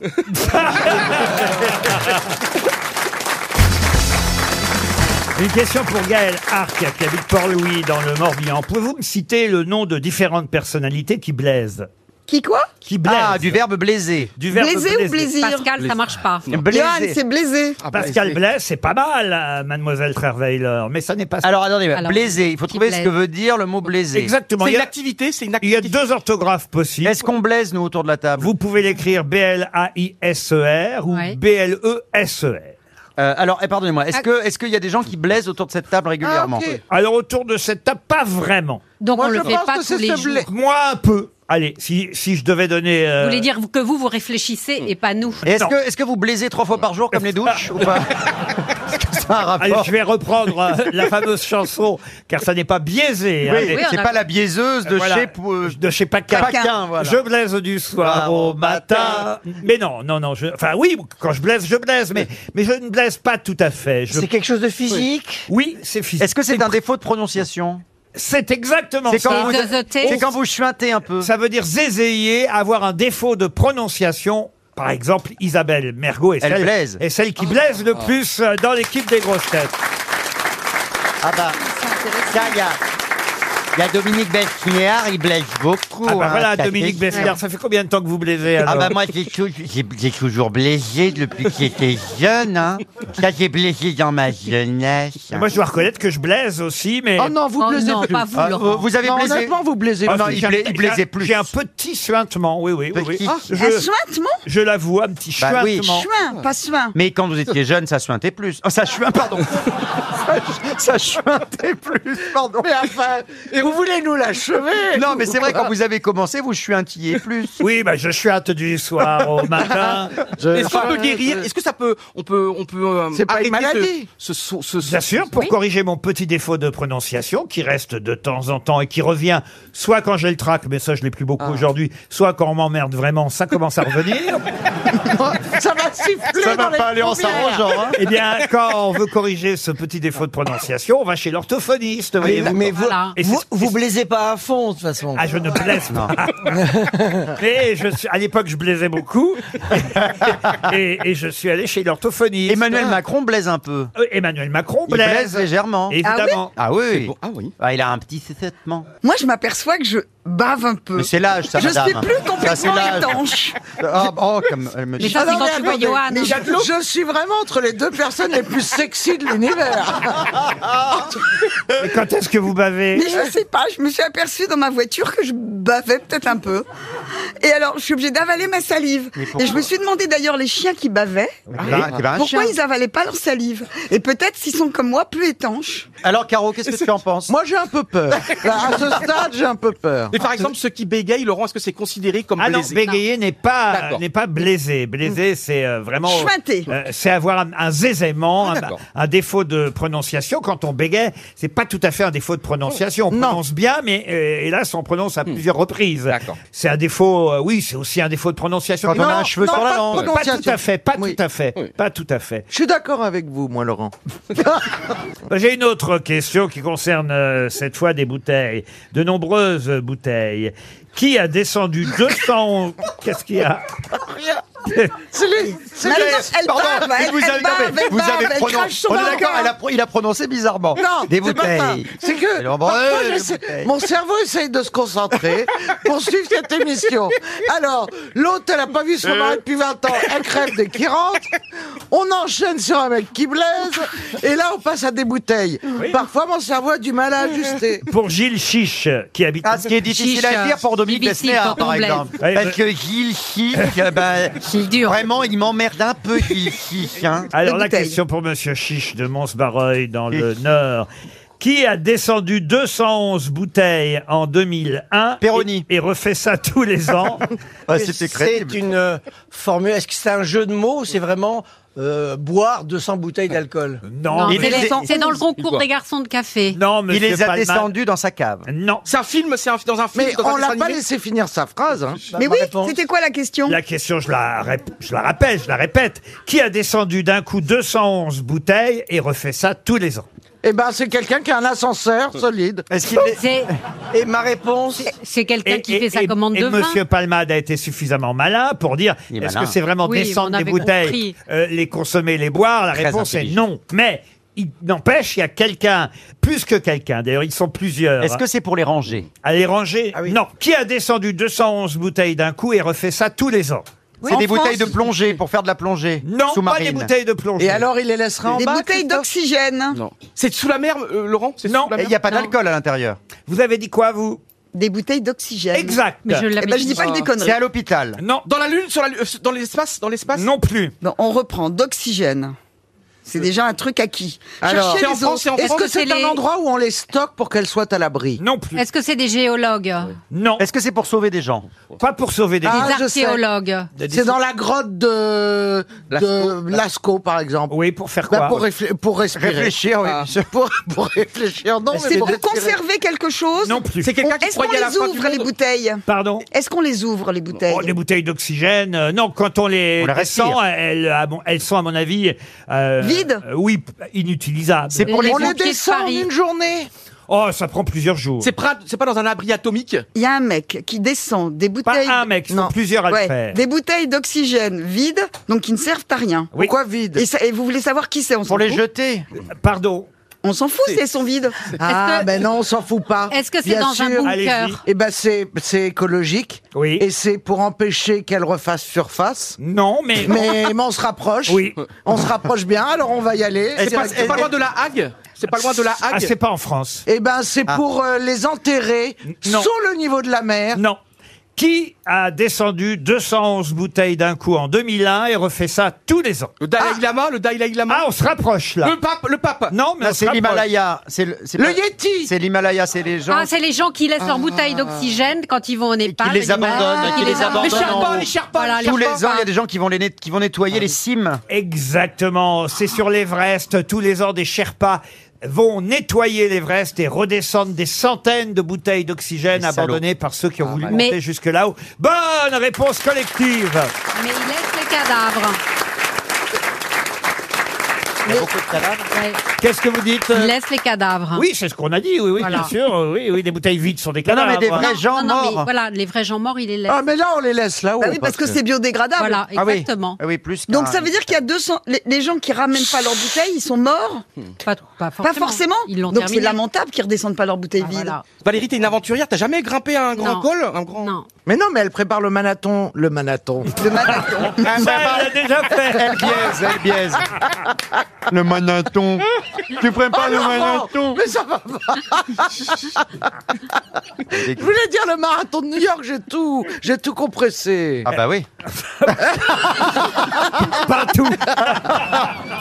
Speaker 2: Une question pour Gaël Arc, qui habite Port-Louis, dans le Morbihan. Pouvez-vous me citer le nom de différentes personnalités qui blaisent
Speaker 9: Qui quoi
Speaker 2: Qui blaisent
Speaker 3: Ah, du verbe blaiser.
Speaker 2: Du verbe
Speaker 9: Blaiser ou
Speaker 2: blaiser.
Speaker 9: plaisir
Speaker 6: Pascal, ça marche pas.
Speaker 9: Johan,
Speaker 3: Blaiser.
Speaker 9: c'est blaiser.
Speaker 5: Ah, bah,
Speaker 2: Pascal
Speaker 5: c'est-
Speaker 2: Blaise, c'est pas mal, euh, mademoiselle Trerweiler, mais ça n'est pas ça.
Speaker 3: Alors attendez,
Speaker 6: Alors,
Speaker 3: blaiser, il faut
Speaker 6: qui
Speaker 3: trouver
Speaker 6: blaise
Speaker 3: ce que veut dire le mot blaiser.
Speaker 2: Exactement.
Speaker 5: C'est
Speaker 2: Il y,
Speaker 5: une
Speaker 2: a,
Speaker 5: activité, c'est une
Speaker 2: il y a
Speaker 5: activité.
Speaker 2: deux orthographes possibles.
Speaker 3: Est-ce qu'on blaise nous autour de la table
Speaker 2: Vous pouvez l'écrire B-L-A-I-S-E-R E ou E
Speaker 6: Ouais.
Speaker 2: B-L-E-S-E-R.
Speaker 3: Euh, Alors, eh, pardonnez-moi, est-ce que est-ce qu'il y a des gens qui blaisent autour de cette table régulièrement
Speaker 7: Ah, ok.
Speaker 2: Alors autour de cette table, pas vraiment.
Speaker 6: Donc
Speaker 7: Moi,
Speaker 6: on
Speaker 7: je
Speaker 6: le fait
Speaker 7: pense
Speaker 6: pas
Speaker 7: que
Speaker 6: tous
Speaker 7: c'est
Speaker 6: les
Speaker 7: ce
Speaker 6: jours.
Speaker 7: blé.
Speaker 6: Vous
Speaker 2: Moi, un peu. Allez, si, si je devais donner... euh,
Speaker 6: voulez dire que vous, vous réfléchissez et pas nous.
Speaker 3: Et Est-ce
Speaker 2: Non.
Speaker 3: que, est que vous blaisez trois fois par jour comme les douches ou pas ça un rapport
Speaker 2: Allez, je vais reprendre euh, la fameuse chanson, car ça n'est pas biaisé. hein, les-
Speaker 3: Oui,
Speaker 6: Oui,
Speaker 3: c'est
Speaker 6: on a-
Speaker 3: pas la biaiseuse de
Speaker 2: Voilà.
Speaker 3: chez Pou- euh,
Speaker 2: de chez Paquin.
Speaker 3: Paquin, voilà.
Speaker 2: Je blaise du soir au matin. Mais non, non, non. Je... Enfin, oui, quand je blaise, je blaise, mais, mais je ne blaise pas tout à fait. Je-
Speaker 10: C'est quelque chose de physique
Speaker 2: Oui, c'est physique.
Speaker 3: Est-ce que c'est un défaut de prononciation
Speaker 2: C'est exactement
Speaker 3: C'est
Speaker 2: ça.
Speaker 3: quand, vous...
Speaker 6: Zozotez.
Speaker 3: c'est quand vous chuintez un peu.
Speaker 2: Ça veut dire zézayer, avoir un défaut de prononciation. Par exemple, Isabelle Mergot est,
Speaker 3: Elle
Speaker 2: celle,
Speaker 3: blaise.
Speaker 2: est celle qui blaise le plus euh, dans l'équipe des grosses têtes.
Speaker 3: Ah bah, ça, il y a... il y a Dominique Besniard, il blesse beaucoup.
Speaker 2: Ah bah
Speaker 3: hein,
Speaker 2: voilà,
Speaker 3: ça
Speaker 2: Dominique
Speaker 3: fait-
Speaker 2: Besniard, ça fait combien de temps que vous blaisez alors
Speaker 3: Ah bah moi j'ai tou- j'ai- j'ai toujours blessé depuis que j'étais jeune. Hein. Ça j'ai blessé dans ma jeunesse.
Speaker 2: Moi, je dois reconnaître que je blaise aussi, mais...
Speaker 7: Oh non, vous
Speaker 6: Oh
Speaker 7: plaisez
Speaker 6: non,
Speaker 7: plus.
Speaker 6: pas vous,
Speaker 3: Ah,
Speaker 6: Laurent.
Speaker 3: vous, vous avez
Speaker 7: Non,
Speaker 3: blessé
Speaker 7: honnêtement, vous plaisez
Speaker 3: Ah,
Speaker 7: plus.
Speaker 3: non, il, bla- il
Speaker 2: J'ai un-
Speaker 3: plaisait plus.
Speaker 2: J'ai un petit suintement, oui, oui, oui. oui.
Speaker 3: Petit.
Speaker 2: Ah,
Speaker 9: Un
Speaker 2: je
Speaker 9: suintement
Speaker 2: je l'avoue, un petit
Speaker 3: Bah oui.
Speaker 2: suintement.
Speaker 9: Chouin, pas suin.
Speaker 3: Mais quand vous étiez jeune, ça suintait plus. Oh, ça chuin, pardon. ça, ch- ça chuintait plus, pardon.
Speaker 7: Mais enfin, vous voulez nous l'achever
Speaker 3: Non, mais c'est vrai, quand vous avez commencé, vous chuintiez plus.
Speaker 2: Oui, bah, je suis hâte du soir au matin.
Speaker 5: Est-ce qu'on peut guérir Est-ce que ça peut On peut, on peut. euh,
Speaker 7: C'est pas
Speaker 5: arrêter
Speaker 7: une
Speaker 5: ce-
Speaker 7: maladie.
Speaker 5: Ce, ce- ce- ce-
Speaker 2: Bien sûr, pour
Speaker 6: Oui.
Speaker 2: corriger mon petit défaut de prononciation qui reste de temps en temps et qui revient soit quand j'ai le trac, mais ça je l'ai plus beaucoup aujourd'hui, soit quand on m'emmerde vraiment, ça commence à revenir.
Speaker 7: Ça va siffler dans les paupières.
Speaker 3: hein.
Speaker 2: Eh bien, quand on veut corriger ce petit défaut de prononciation, on va chez l'orthophoniste,
Speaker 10: Mais,
Speaker 2: voyez-vous.
Speaker 10: mais vous,
Speaker 6: Voilà.
Speaker 2: Et
Speaker 10: vous,
Speaker 2: c'est-
Speaker 10: vous blaisez pas à fond, de toute façon.
Speaker 2: Ah, je ne blaise pas. Et je suis, à l'époque, je blaisais beaucoup. et, et je suis allé chez l'orthophoniste.
Speaker 3: Emmanuel Macron blaise un peu.
Speaker 2: Euh, Emmanuel Macron
Speaker 3: Il
Speaker 2: blaise.
Speaker 3: blaise légèrement.
Speaker 2: Évidemment.
Speaker 3: Ah oui.
Speaker 5: Ah oui.
Speaker 3: Ah, il a un petit suintement.
Speaker 9: Moi, je m'aperçois que je bave un peu.
Speaker 3: Mais c'est l'âge, ça,
Speaker 9: Euh, je
Speaker 3: madame.
Speaker 9: suis plus
Speaker 3: Ça, c'est
Speaker 9: complètement
Speaker 3: l'âge.
Speaker 9: étanche.
Speaker 3: Ah, oh, comme elle me
Speaker 6: Mais ça, c'est quand tu vois Johan. hein.
Speaker 7: Mais je, je suis vraiment entre les deux personnes les plus sexy de l'univers.
Speaker 2: Et quand est-ce que vous bavez
Speaker 9: Mais je sais pas, je me suis aperçue dans ma voiture que je bavais peut-être un peu. Et alors, je suis obligée d'avaler ma salive. Et je me suis demandé d'ailleurs les chiens qui bavaient,
Speaker 3: Ah, c'est pas un
Speaker 9: pourquoi
Speaker 3: chien.
Speaker 9: ils avalaient pas leur salive Et peut-être s'ils sont comme moi, plus étanches.
Speaker 3: Alors, Caro, qu'est-ce que tu en penses
Speaker 7: Moi, j'ai un peu peur. Là, à ce stade, j'ai un peu peur.
Speaker 5: Mais par exemple, ceux qui bégayent, Laurent, est-ce que c'est considéré comme
Speaker 2: Ah non,
Speaker 5: blasé
Speaker 2: bégayer n'est pas
Speaker 5: D'accord.
Speaker 2: n'est pas blessé. Blessé,
Speaker 7: Mm.
Speaker 2: c'est euh, vraiment
Speaker 9: Chuinter.
Speaker 2: euh, c'est avoir un, un
Speaker 7: Ah,
Speaker 2: zézaiement, un,
Speaker 5: d'accord.
Speaker 2: un défaut de prononciation. Quand on bégaye, c'est pas tout à fait un défaut de prononciation. On prononce bien, mais euh, hélas, on prononce à
Speaker 7: Mm.
Speaker 2: plusieurs reprises.
Speaker 5: D'accord.
Speaker 2: C'est un défaut. euh, oui, c'est aussi un défaut de prononciation.
Speaker 3: Quand on a un cheveu
Speaker 7: non,
Speaker 3: sur la
Speaker 7: pas de
Speaker 3: langue.
Speaker 2: Pas tout à fait, pas
Speaker 7: Oui.
Speaker 2: tout à fait,
Speaker 5: Oui.
Speaker 2: pas tout à fait.
Speaker 7: Je suis d'accord avec vous, moi, Laurent.
Speaker 2: Bah, J'ai une autre question qui concerne euh, cette fois des bouteilles, de nombreuses euh, bouteilles. Qui a descendu 200 Qu'est-ce qu'il y a
Speaker 7: C'est les- c'est
Speaker 9: Maintenant,
Speaker 7: les-
Speaker 9: elle bave, elle,
Speaker 3: vous
Speaker 9: elle
Speaker 3: avez,
Speaker 9: bave, elle
Speaker 3: vous
Speaker 9: bave,
Speaker 3: avez
Speaker 9: elle
Speaker 3: prononcé.
Speaker 9: crache son
Speaker 3: On est
Speaker 9: alcool.
Speaker 3: d'accord, elle a pro- il a prononcé bizarrement.
Speaker 7: Non,
Speaker 3: Des
Speaker 7: c'est pas ça.
Speaker 3: bouteilles.
Speaker 7: C'est que
Speaker 3: Elle en
Speaker 7: parfois,
Speaker 3: brûle,
Speaker 7: j'essaie-
Speaker 3: les bouteilles.
Speaker 7: mon cerveau essaye de se concentrer pour suivre cette émission. Alors, l'autre, elle a pas vu son mari depuis 20 ans. Elle crève dès qu'il rentre. On enchaîne sur un mec qui blaise. Et là, on passe à des bouteilles. Parfois, mon cerveau a du mal à ajuster.
Speaker 2: Pour Gilles Chiche, qui habite. Eh ben,
Speaker 3: Ah, ce qui est difficile
Speaker 6: Chiche,
Speaker 3: à dire pour Dominique
Speaker 6: difficile
Speaker 3: Besnéard,
Speaker 6: quand on
Speaker 3: par
Speaker 6: blesse.
Speaker 3: exemple.
Speaker 2: Allez,
Speaker 3: Parce que Gilles Chic, ben,
Speaker 6: Il dure.
Speaker 3: vraiment, il m'emmerde un peu, Gilles Chic. Hein.
Speaker 2: Alors
Speaker 9: Des
Speaker 2: la
Speaker 9: bouteilles.
Speaker 2: question pour Monsieur Chiche de Mons-Barreuil dans le Nord. Qui a descendu 211 bouteilles en 2001
Speaker 3: Péroni.
Speaker 2: et, et refait ça tous les ans
Speaker 3: Ah,
Speaker 10: C'est
Speaker 3: C'était crédible.
Speaker 10: une euh, formule. Est-ce que c'est un jeu de mots ou c'est vraiment euh, boire 200 bouteilles d'alcool
Speaker 2: Non,
Speaker 6: Non,
Speaker 2: mais-
Speaker 6: c'est
Speaker 3: les-
Speaker 6: dans- c'est dans le concours
Speaker 5: boit.
Speaker 6: des garçons de café.
Speaker 2: non, Monsieur
Speaker 3: Il les a
Speaker 2: Palman.
Speaker 3: descendus dans sa cave.
Speaker 2: Non.
Speaker 5: C'est un film, c'est un- dans un film.
Speaker 7: Mais
Speaker 5: dans un
Speaker 7: on l'a
Speaker 5: dessin
Speaker 7: pas
Speaker 5: animé
Speaker 7: laissé finir sa phrase. hein.
Speaker 9: Mais
Speaker 10: Ma
Speaker 9: oui,
Speaker 10: réponse.
Speaker 9: c'était quoi la question
Speaker 2: Bah, La question, je la, rép- je la rappelle, je la répète. Qui a descendu d'un coup 211 bouteilles et refait ça tous les ans
Speaker 7: Eh ben, c'est quelqu'un qui a un ascenseur solide.
Speaker 10: Est-ce qu'il est-
Speaker 6: C'est
Speaker 10: Et ma réponse
Speaker 6: c'est quelqu'un qui fait sa
Speaker 2: et-
Speaker 6: commande
Speaker 2: et
Speaker 6: de vin.
Speaker 2: Monsieur Palmade a été suffisamment malin pour dire
Speaker 3: Il est
Speaker 2: est-ce que
Speaker 3: malin.
Speaker 2: c'est vraiment
Speaker 6: Oui, on
Speaker 2: descendre des
Speaker 6: avait
Speaker 2: bouteilles,
Speaker 6: compris.
Speaker 2: euh, les consommer, les boire La
Speaker 3: Très
Speaker 2: réponse est
Speaker 3: intelligent.
Speaker 2: non. Mais il n'empêche, il y a quelqu'un, plus que quelqu'un. D'ailleurs, ils sont plusieurs.
Speaker 3: Est-ce que c'est pour les ranger
Speaker 2: à les ranger
Speaker 10: Ah oui.
Speaker 2: Non. Qui a descendu 211 bouteilles d'un coup et refait ça tous les ans
Speaker 3: C'est
Speaker 9: En
Speaker 3: des bouteilles de
Speaker 9: France-
Speaker 3: plongée pour faire de la plongée
Speaker 2: Non, pas
Speaker 3: sous-marine.
Speaker 2: des bouteilles de plongée.
Speaker 7: Et alors, il les laissera en
Speaker 9: Des
Speaker 7: bas.
Speaker 9: bouteilles
Speaker 7: Christophe
Speaker 9: d'oxygène,
Speaker 5: Non. C'est sous la mer, euh, Laurent C'est
Speaker 2: Non.
Speaker 5: sous la
Speaker 3: Et
Speaker 5: mer
Speaker 3: Il n'y a pas
Speaker 6: Non.
Speaker 3: d'alcool à l'intérieur.
Speaker 2: Vous avez dit quoi, vous
Speaker 9: des bouteilles d'oxygène.
Speaker 2: Exact.
Speaker 6: Mais je
Speaker 9: Eh
Speaker 6: l'avais
Speaker 9: ben, je dis
Speaker 6: dit.
Speaker 9: pas que des
Speaker 3: C'est
Speaker 9: conneries.
Speaker 3: à l'hôpital.
Speaker 2: Non,
Speaker 5: Dans la lune, sur la, lu- euh, dans l'espace, dans l'espace.
Speaker 2: non plus.
Speaker 9: Bon, on reprend d'oxygène. C'est déjà un truc acquis.
Speaker 7: Alors,
Speaker 9: Chercher les autres.
Speaker 5: c'est en
Speaker 7: Est-ce
Speaker 6: France.
Speaker 7: que c'est
Speaker 6: C'est
Speaker 7: un
Speaker 6: les-
Speaker 7: endroit où on les stocke pour qu'elles soient à l'abri
Speaker 2: Non plus.
Speaker 6: Est-ce que c'est des géologues
Speaker 2: Non.
Speaker 3: Est-ce que c'est pour sauver des gens
Speaker 2: Pas pour sauver des
Speaker 7: Ah,
Speaker 6: Des
Speaker 2: vies.
Speaker 7: je sais.
Speaker 6: archéologues
Speaker 7: C'est dans la grotte de de Lascaux, par exemple.
Speaker 2: Oui, pour faire
Speaker 7: Bah,
Speaker 2: quoi
Speaker 7: pour, réfl- pour respirer.
Speaker 3: Réfléchir, oui.
Speaker 7: Ah. Pour, pour réfléchir, non. mais
Speaker 9: C'est pour
Speaker 7: respirer.
Speaker 9: conserver quelque chose
Speaker 2: Non plus.
Speaker 5: C'est quelqu'un qui
Speaker 9: Est-ce qu'on
Speaker 5: croyait à la
Speaker 9: les
Speaker 5: fin du
Speaker 9: ouvre, les
Speaker 5: monde.
Speaker 9: bouteilles
Speaker 2: Pardon
Speaker 9: Est-ce qu'on les ouvre, les bouteilles
Speaker 2: Oh, des bouteilles d'oxygène. euh, non, quand on les
Speaker 3: On la
Speaker 2: descend, elles, à mon- elles sont, à mon avis. euh,
Speaker 9: Vides
Speaker 2: euh, Oui, p- inutilisables.
Speaker 3: C'est pour les
Speaker 7: On les
Speaker 6: banquiers de
Speaker 7: descend en
Speaker 6: Paris.
Speaker 7: une journée.
Speaker 2: Oh, ça prend plusieurs jours.
Speaker 5: C'est pas, c'est pas dans un abri atomique
Speaker 9: Il y a un mec qui descend des
Speaker 2: Pas
Speaker 9: bouteilles.
Speaker 2: un mec, ils sont
Speaker 9: Non.
Speaker 2: plusieurs à le
Speaker 9: Ouais,
Speaker 2: faire.
Speaker 9: Des bouteilles d'oxygène vides, donc qui ne servent à rien.
Speaker 2: Oui.
Speaker 7: Pourquoi vide
Speaker 9: Et, ça- et vous voulez savoir qui c'est on s'en
Speaker 3: Pour les
Speaker 9: fout.
Speaker 3: jeter
Speaker 2: Pardon.
Speaker 9: On s'en fout si elles sont vides.
Speaker 7: Ah,
Speaker 6: que-
Speaker 7: ben non, on s'en fout pas.
Speaker 6: Est-ce que c'est
Speaker 7: Bien
Speaker 6: dans un
Speaker 7: sûr.
Speaker 2: allez-y.
Speaker 6: bunker
Speaker 7: Eh ben c'est c'est écologique.
Speaker 2: Oui.
Speaker 7: Et c'est pour empêcher qu'elle refasse surface.
Speaker 2: Non, mais.
Speaker 7: Mais, mais on se rapproche.
Speaker 2: Oui.
Speaker 7: On se rapproche bien. Alors on va y aller.
Speaker 5: Eh, C'est pas, c'est pas loin de la Hague C'est pas loin de la
Speaker 2: Ah, c'est
Speaker 5: Hague
Speaker 2: pas en France.
Speaker 7: Eh ben c'est pour euh, les enterrer
Speaker 2: Non.
Speaker 7: sous le niveau de la mer.
Speaker 2: Non. Qui a descendu 211 bouteilles d'un coup en 2001 et refait ça tous les ans
Speaker 5: Le Dalai Lama, le Dalai Lama.
Speaker 2: Ah, on se rapproche là.
Speaker 5: Le pape, le pape.
Speaker 2: Non, mais
Speaker 3: Non,
Speaker 2: on se
Speaker 3: c'est
Speaker 2: rapproche.
Speaker 3: l'Himalaya. C'est le, c'est
Speaker 7: Le
Speaker 3: pas-
Speaker 7: Yeti.
Speaker 3: C'est l'Himalaya, c'est les gens.
Speaker 6: Ah, c'est les gens qui laissent leurs bouteilles d'oxygène quand ils vont au Népal.
Speaker 3: les abandonnent,
Speaker 6: Ah,
Speaker 3: qui les
Speaker 5: Les
Speaker 3: abandonnent
Speaker 6: Mais Sherpa,
Speaker 5: Sherpas,
Speaker 3: en haut.
Speaker 5: les Sherpas,
Speaker 6: Voilà,
Speaker 5: les
Speaker 3: Tous les
Speaker 5: Sherpas.
Speaker 3: ans, il y
Speaker 2: Ah.
Speaker 3: a des gens qui vont, les net- qui vont nettoyer les cimes.
Speaker 2: Exactement, c'est sur l'Everest. Tous les ans, des Sherpas vont nettoyer l'Everest et redescendre des centaines de bouteilles d'oxygène
Speaker 3: Les salauds. Ah,
Speaker 2: abandonnées par ceux qui ont voulu
Speaker 6: ouais.
Speaker 2: monter
Speaker 6: Mais-
Speaker 2: jusque là-haut. Bonne réponse collective
Speaker 6: Mais ils laissent les cadavres.
Speaker 3: Il y a beaucoup de cadavres.
Speaker 6: Ouais.
Speaker 2: Qu'est-ce que vous dites euh
Speaker 6: Ils laissent les cadavres.
Speaker 2: Oui, c'est ce qu'on a dit, oui, oui,
Speaker 6: Voilà.
Speaker 2: bien sûr. Oui, oui, des bouteilles vides sont des
Speaker 3: Non, non,
Speaker 2: cadavres.
Speaker 3: mais des vrais gens
Speaker 6: non, non, mais
Speaker 3: morts.
Speaker 6: voilà, les vrais gens morts, ils les laissent.
Speaker 7: Ah mais là on les laisse là-haut.
Speaker 9: Bah oui, parce que c'est biodégradable.
Speaker 6: Voilà,
Speaker 3: Ah oui.
Speaker 6: exactement.
Speaker 3: Ah oui, plus.
Speaker 9: Donc
Speaker 3: qu'un-
Speaker 9: ça veut dire qu'il y a 200 les, les gens qui ramènent pas leurs bouteilles, ils sont morts
Speaker 6: Pas, pas forcément.
Speaker 9: Pas forcément.
Speaker 6: Ils l'ont
Speaker 9: Donc c'est
Speaker 6: terminé.
Speaker 9: lamentable qu'ils redescendent pas leurs bouteilles
Speaker 6: Ah,
Speaker 9: vides.
Speaker 6: voilà.
Speaker 5: Valérie, t'es une aventurière, t'as jamais grimpé à un grand
Speaker 6: Non.
Speaker 5: col un grand...
Speaker 6: Non.
Speaker 7: Mais non mais elle prépare le marathon. Le marathon.
Speaker 9: Le marathon.
Speaker 7: Ah,
Speaker 2: Ça, elle l'a déjà fait.
Speaker 3: Elle biaise, elle biaise. Le manaton. Tu
Speaker 7: Oh,
Speaker 3: prépares le manaton.
Speaker 7: mais ça va pas. Je voulais dire le marathon de New York. J'ai tout j'ai tout compressé.
Speaker 3: Ah bah oui.
Speaker 2: Pas tout.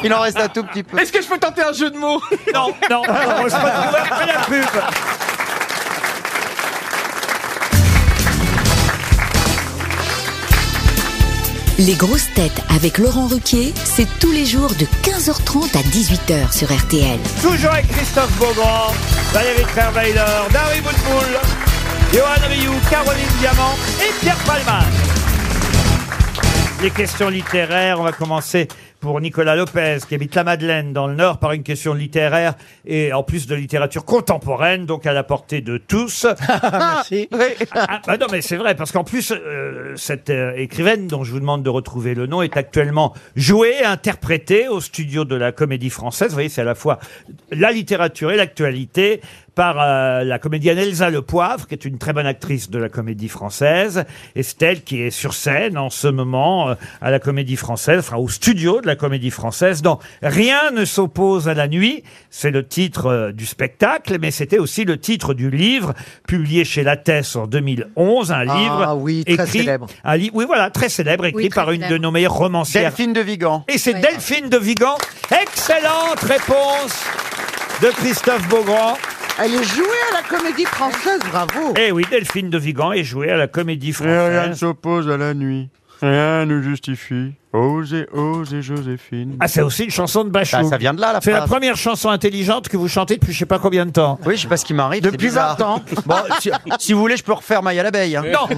Speaker 3: Il en reste un tout petit peu.
Speaker 5: Est-ce que je peux tenter un jeu de mots
Speaker 2: Non, non, Ah, on se retrouve après la pub.
Speaker 11: Les grosses têtes avec Laurent Ruquier, c'est tous les jours de 15h30 à 18h sur RTL.
Speaker 2: Toujours avec Christophe Beaugrand, Valérie Trierweiler, Dari Boutboul, Johan Rioux, Caroline Diamant et Pierre Palman. Les questions littéraires, on va commencer pour Nicolas Lopez, qui habite la Madeleine dans le Nord, par une question littéraire et en plus de littérature contemporaine, donc à la portée de tous.
Speaker 10: Merci.
Speaker 2: Ah, bah non, mais c'est vrai, parce qu'en plus, euh, cette euh, écrivaine dont je vous demande de retrouver le nom est actuellement jouée, interprétée au studio de la Comédie Française. Vous voyez, c'est à la fois la littérature et l'actualité par euh, la comédienne Elsa Le Poivre, qui est une très bonne actrice de la Comédie Française. Et c'est elle qui est sur scène en ce moment euh, à la Comédie Française, enfin au studio de la Comédie Française, dans Rien ne s'oppose à la nuit. C'est le titre euh, du spectacle, mais c'était aussi le titre du livre publié chez Lattès en 2011, un
Speaker 7: Ah
Speaker 2: livre
Speaker 7: oui, très
Speaker 2: écrit-
Speaker 7: célèbre.
Speaker 2: un li- oui, voilà, très célèbre, écrit
Speaker 6: Oui, très
Speaker 2: par une de
Speaker 6: célèbre.
Speaker 2: nos meilleures romancières.
Speaker 3: Delphine de Vigan.
Speaker 2: Et c'est
Speaker 6: Ouais.
Speaker 2: Delphine de Vigan. Excellente réponse de Christophe Beaugrand.
Speaker 7: Elle est jouée à la Comédie Française. Bravo.
Speaker 2: Eh oui, Delphine de Vigan est jouée à la Comédie Française.
Speaker 3: s'oppose à la nuit. Rien ne justifie. Osez, osez, Joséphine.
Speaker 2: Ah, c'est aussi une chanson de Bachou.
Speaker 3: Bah, ça vient de là, la
Speaker 2: c'est la
Speaker 3: phrase.
Speaker 2: première chanson intelligente que vous chantez depuis je sais pas combien de temps.
Speaker 3: Oui, je sais pas ce qui m'arrive. c'est
Speaker 7: Depuis
Speaker 3: bizarre.
Speaker 7: 20 ans.
Speaker 3: Bon, si, si vous voulez, je peux refaire Maille à l'abeille. hein.
Speaker 2: Non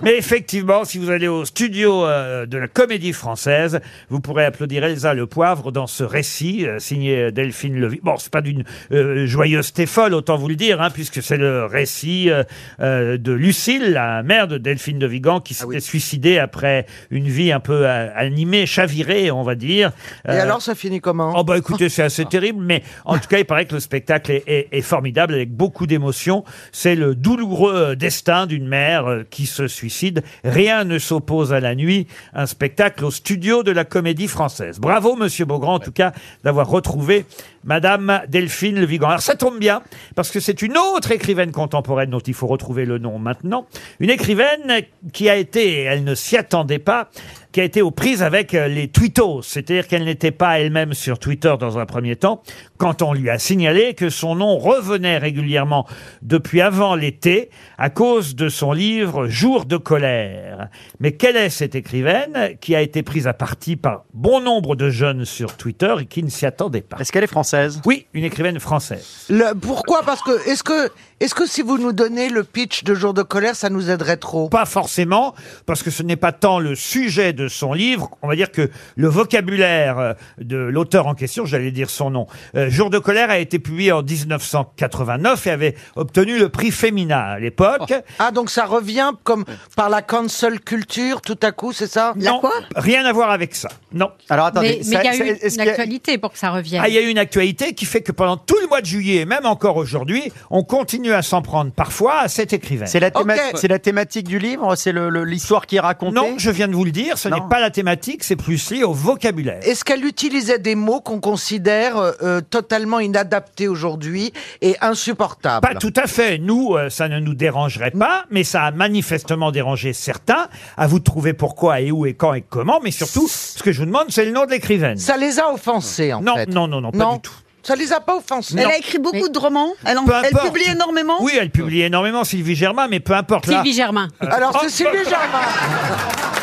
Speaker 2: Mais effectivement, si vous allez au studio euh, de la Comédie Française, vous pourrez applaudir Elsa Le Poivre dans ce récit euh, signé Delphine Levy. Bon, c'est pas d'une euh, joyeuseté folle, autant vous le dire, hein, puisque c'est le récit euh, euh, de Lucille, la mère de Delphine de Vigan,
Speaker 3: Ah
Speaker 2: qui s'était suicidée après une vie un peu euh, animée, chavirée, on va dire.
Speaker 7: Et
Speaker 2: Euh,
Speaker 7: alors ça finit comment
Speaker 2: Oh bah écoutez, c'est
Speaker 3: Ah.
Speaker 2: assez terrible, mais en tout cas, il paraît que le spectacle est, est- est formidable, avec beaucoup d'émotions. C'est le douloureux euh, destin d'une mère euh, qui se suicide. Rien ne s'oppose à la nuit. Un spectacle au studio de la Comédie Française. Bravo, Monsieur Beaugrand, en tout cas, d'avoir retrouvé Madame Delphine Le Vigan. Alors ça tombe bien, parce que c'est une autre écrivaine contemporaine dont il faut retrouver le nom maintenant. Une écrivaine qui a été, et elle ne s'y attendait pas, qui a été aux prises avec euh, les twittos. C'est-à-dire qu'elle n'était pas elle-même sur Twitter dans un premier temps, quand on lui a signalé que son nom revenait régulièrement depuis avant l'été à cause de son livre Jour de colère. Mais quelle est cette écrivaine qui a été prise à partie par bon nombre de jeunes sur Twitter et qui ne s'y attendait pas Est-ce qu'elle est française Oui, une écrivaine française.
Speaker 7: Le- pourquoi Parce que est-ce que est-ce que si vous nous donnez le pitch de Jour de colère, ça nous aiderait trop
Speaker 2: Pas forcément, parce que ce n'est pas tant le sujet de son livre, on va dire que le vocabulaire euh, de l'auteur en question, j'allais dire son nom, euh, Jour de colère a été publié en 1989 et avait obtenu le prix Femina à l'époque.
Speaker 7: Ah donc ça revient comme par la cancel culture tout à coup, c'est ça
Speaker 2: Non, Rien à voir avec ça. Non. Alors
Speaker 6: mais mais il y a eu une actualité pour que ça revienne.
Speaker 2: Ah, il y a eu une actualité qui fait que pendant tout le mois de juillet, et même encore aujourd'hui, on continue à s'en prendre parfois à cet écrivain.
Speaker 3: C'est la, théma- c'est la thématique du livre C'est le- le- l'histoire qui est racontée
Speaker 2: Non, je viens de vous le dire, ce n'est pas la thématique, c'est plus lié au vocabulaire.
Speaker 7: Est-ce qu'elle utilisait des mots qu'on considère euh, euh, totalement inadaptés aujourd'hui et insupportables
Speaker 2: Pas tout à fait. Nous, euh, ça ne nous dérangerait pas, mais ça a manifestement dérangé certains. À vous de trouver pourquoi et où et quand et comment, mais surtout, ce que je vous demande, c'est le nom de l'écrivaine.
Speaker 7: Ça les a offensés, en
Speaker 2: fait. Non, non, non, pas du tout.
Speaker 7: Ça les a pas offensés.
Speaker 2: Non.
Speaker 9: Elle a écrit beaucoup de romans. Elle, en-
Speaker 2: Peu
Speaker 9: elle
Speaker 2: importe.
Speaker 9: publie énormément.
Speaker 2: Oui, elle publie énormément, Sylvie Germain, mais peu importe. là-
Speaker 6: Sylvie Germain.
Speaker 2: Euh, Alors, c'est oh, Sylvie oh,
Speaker 7: Germain.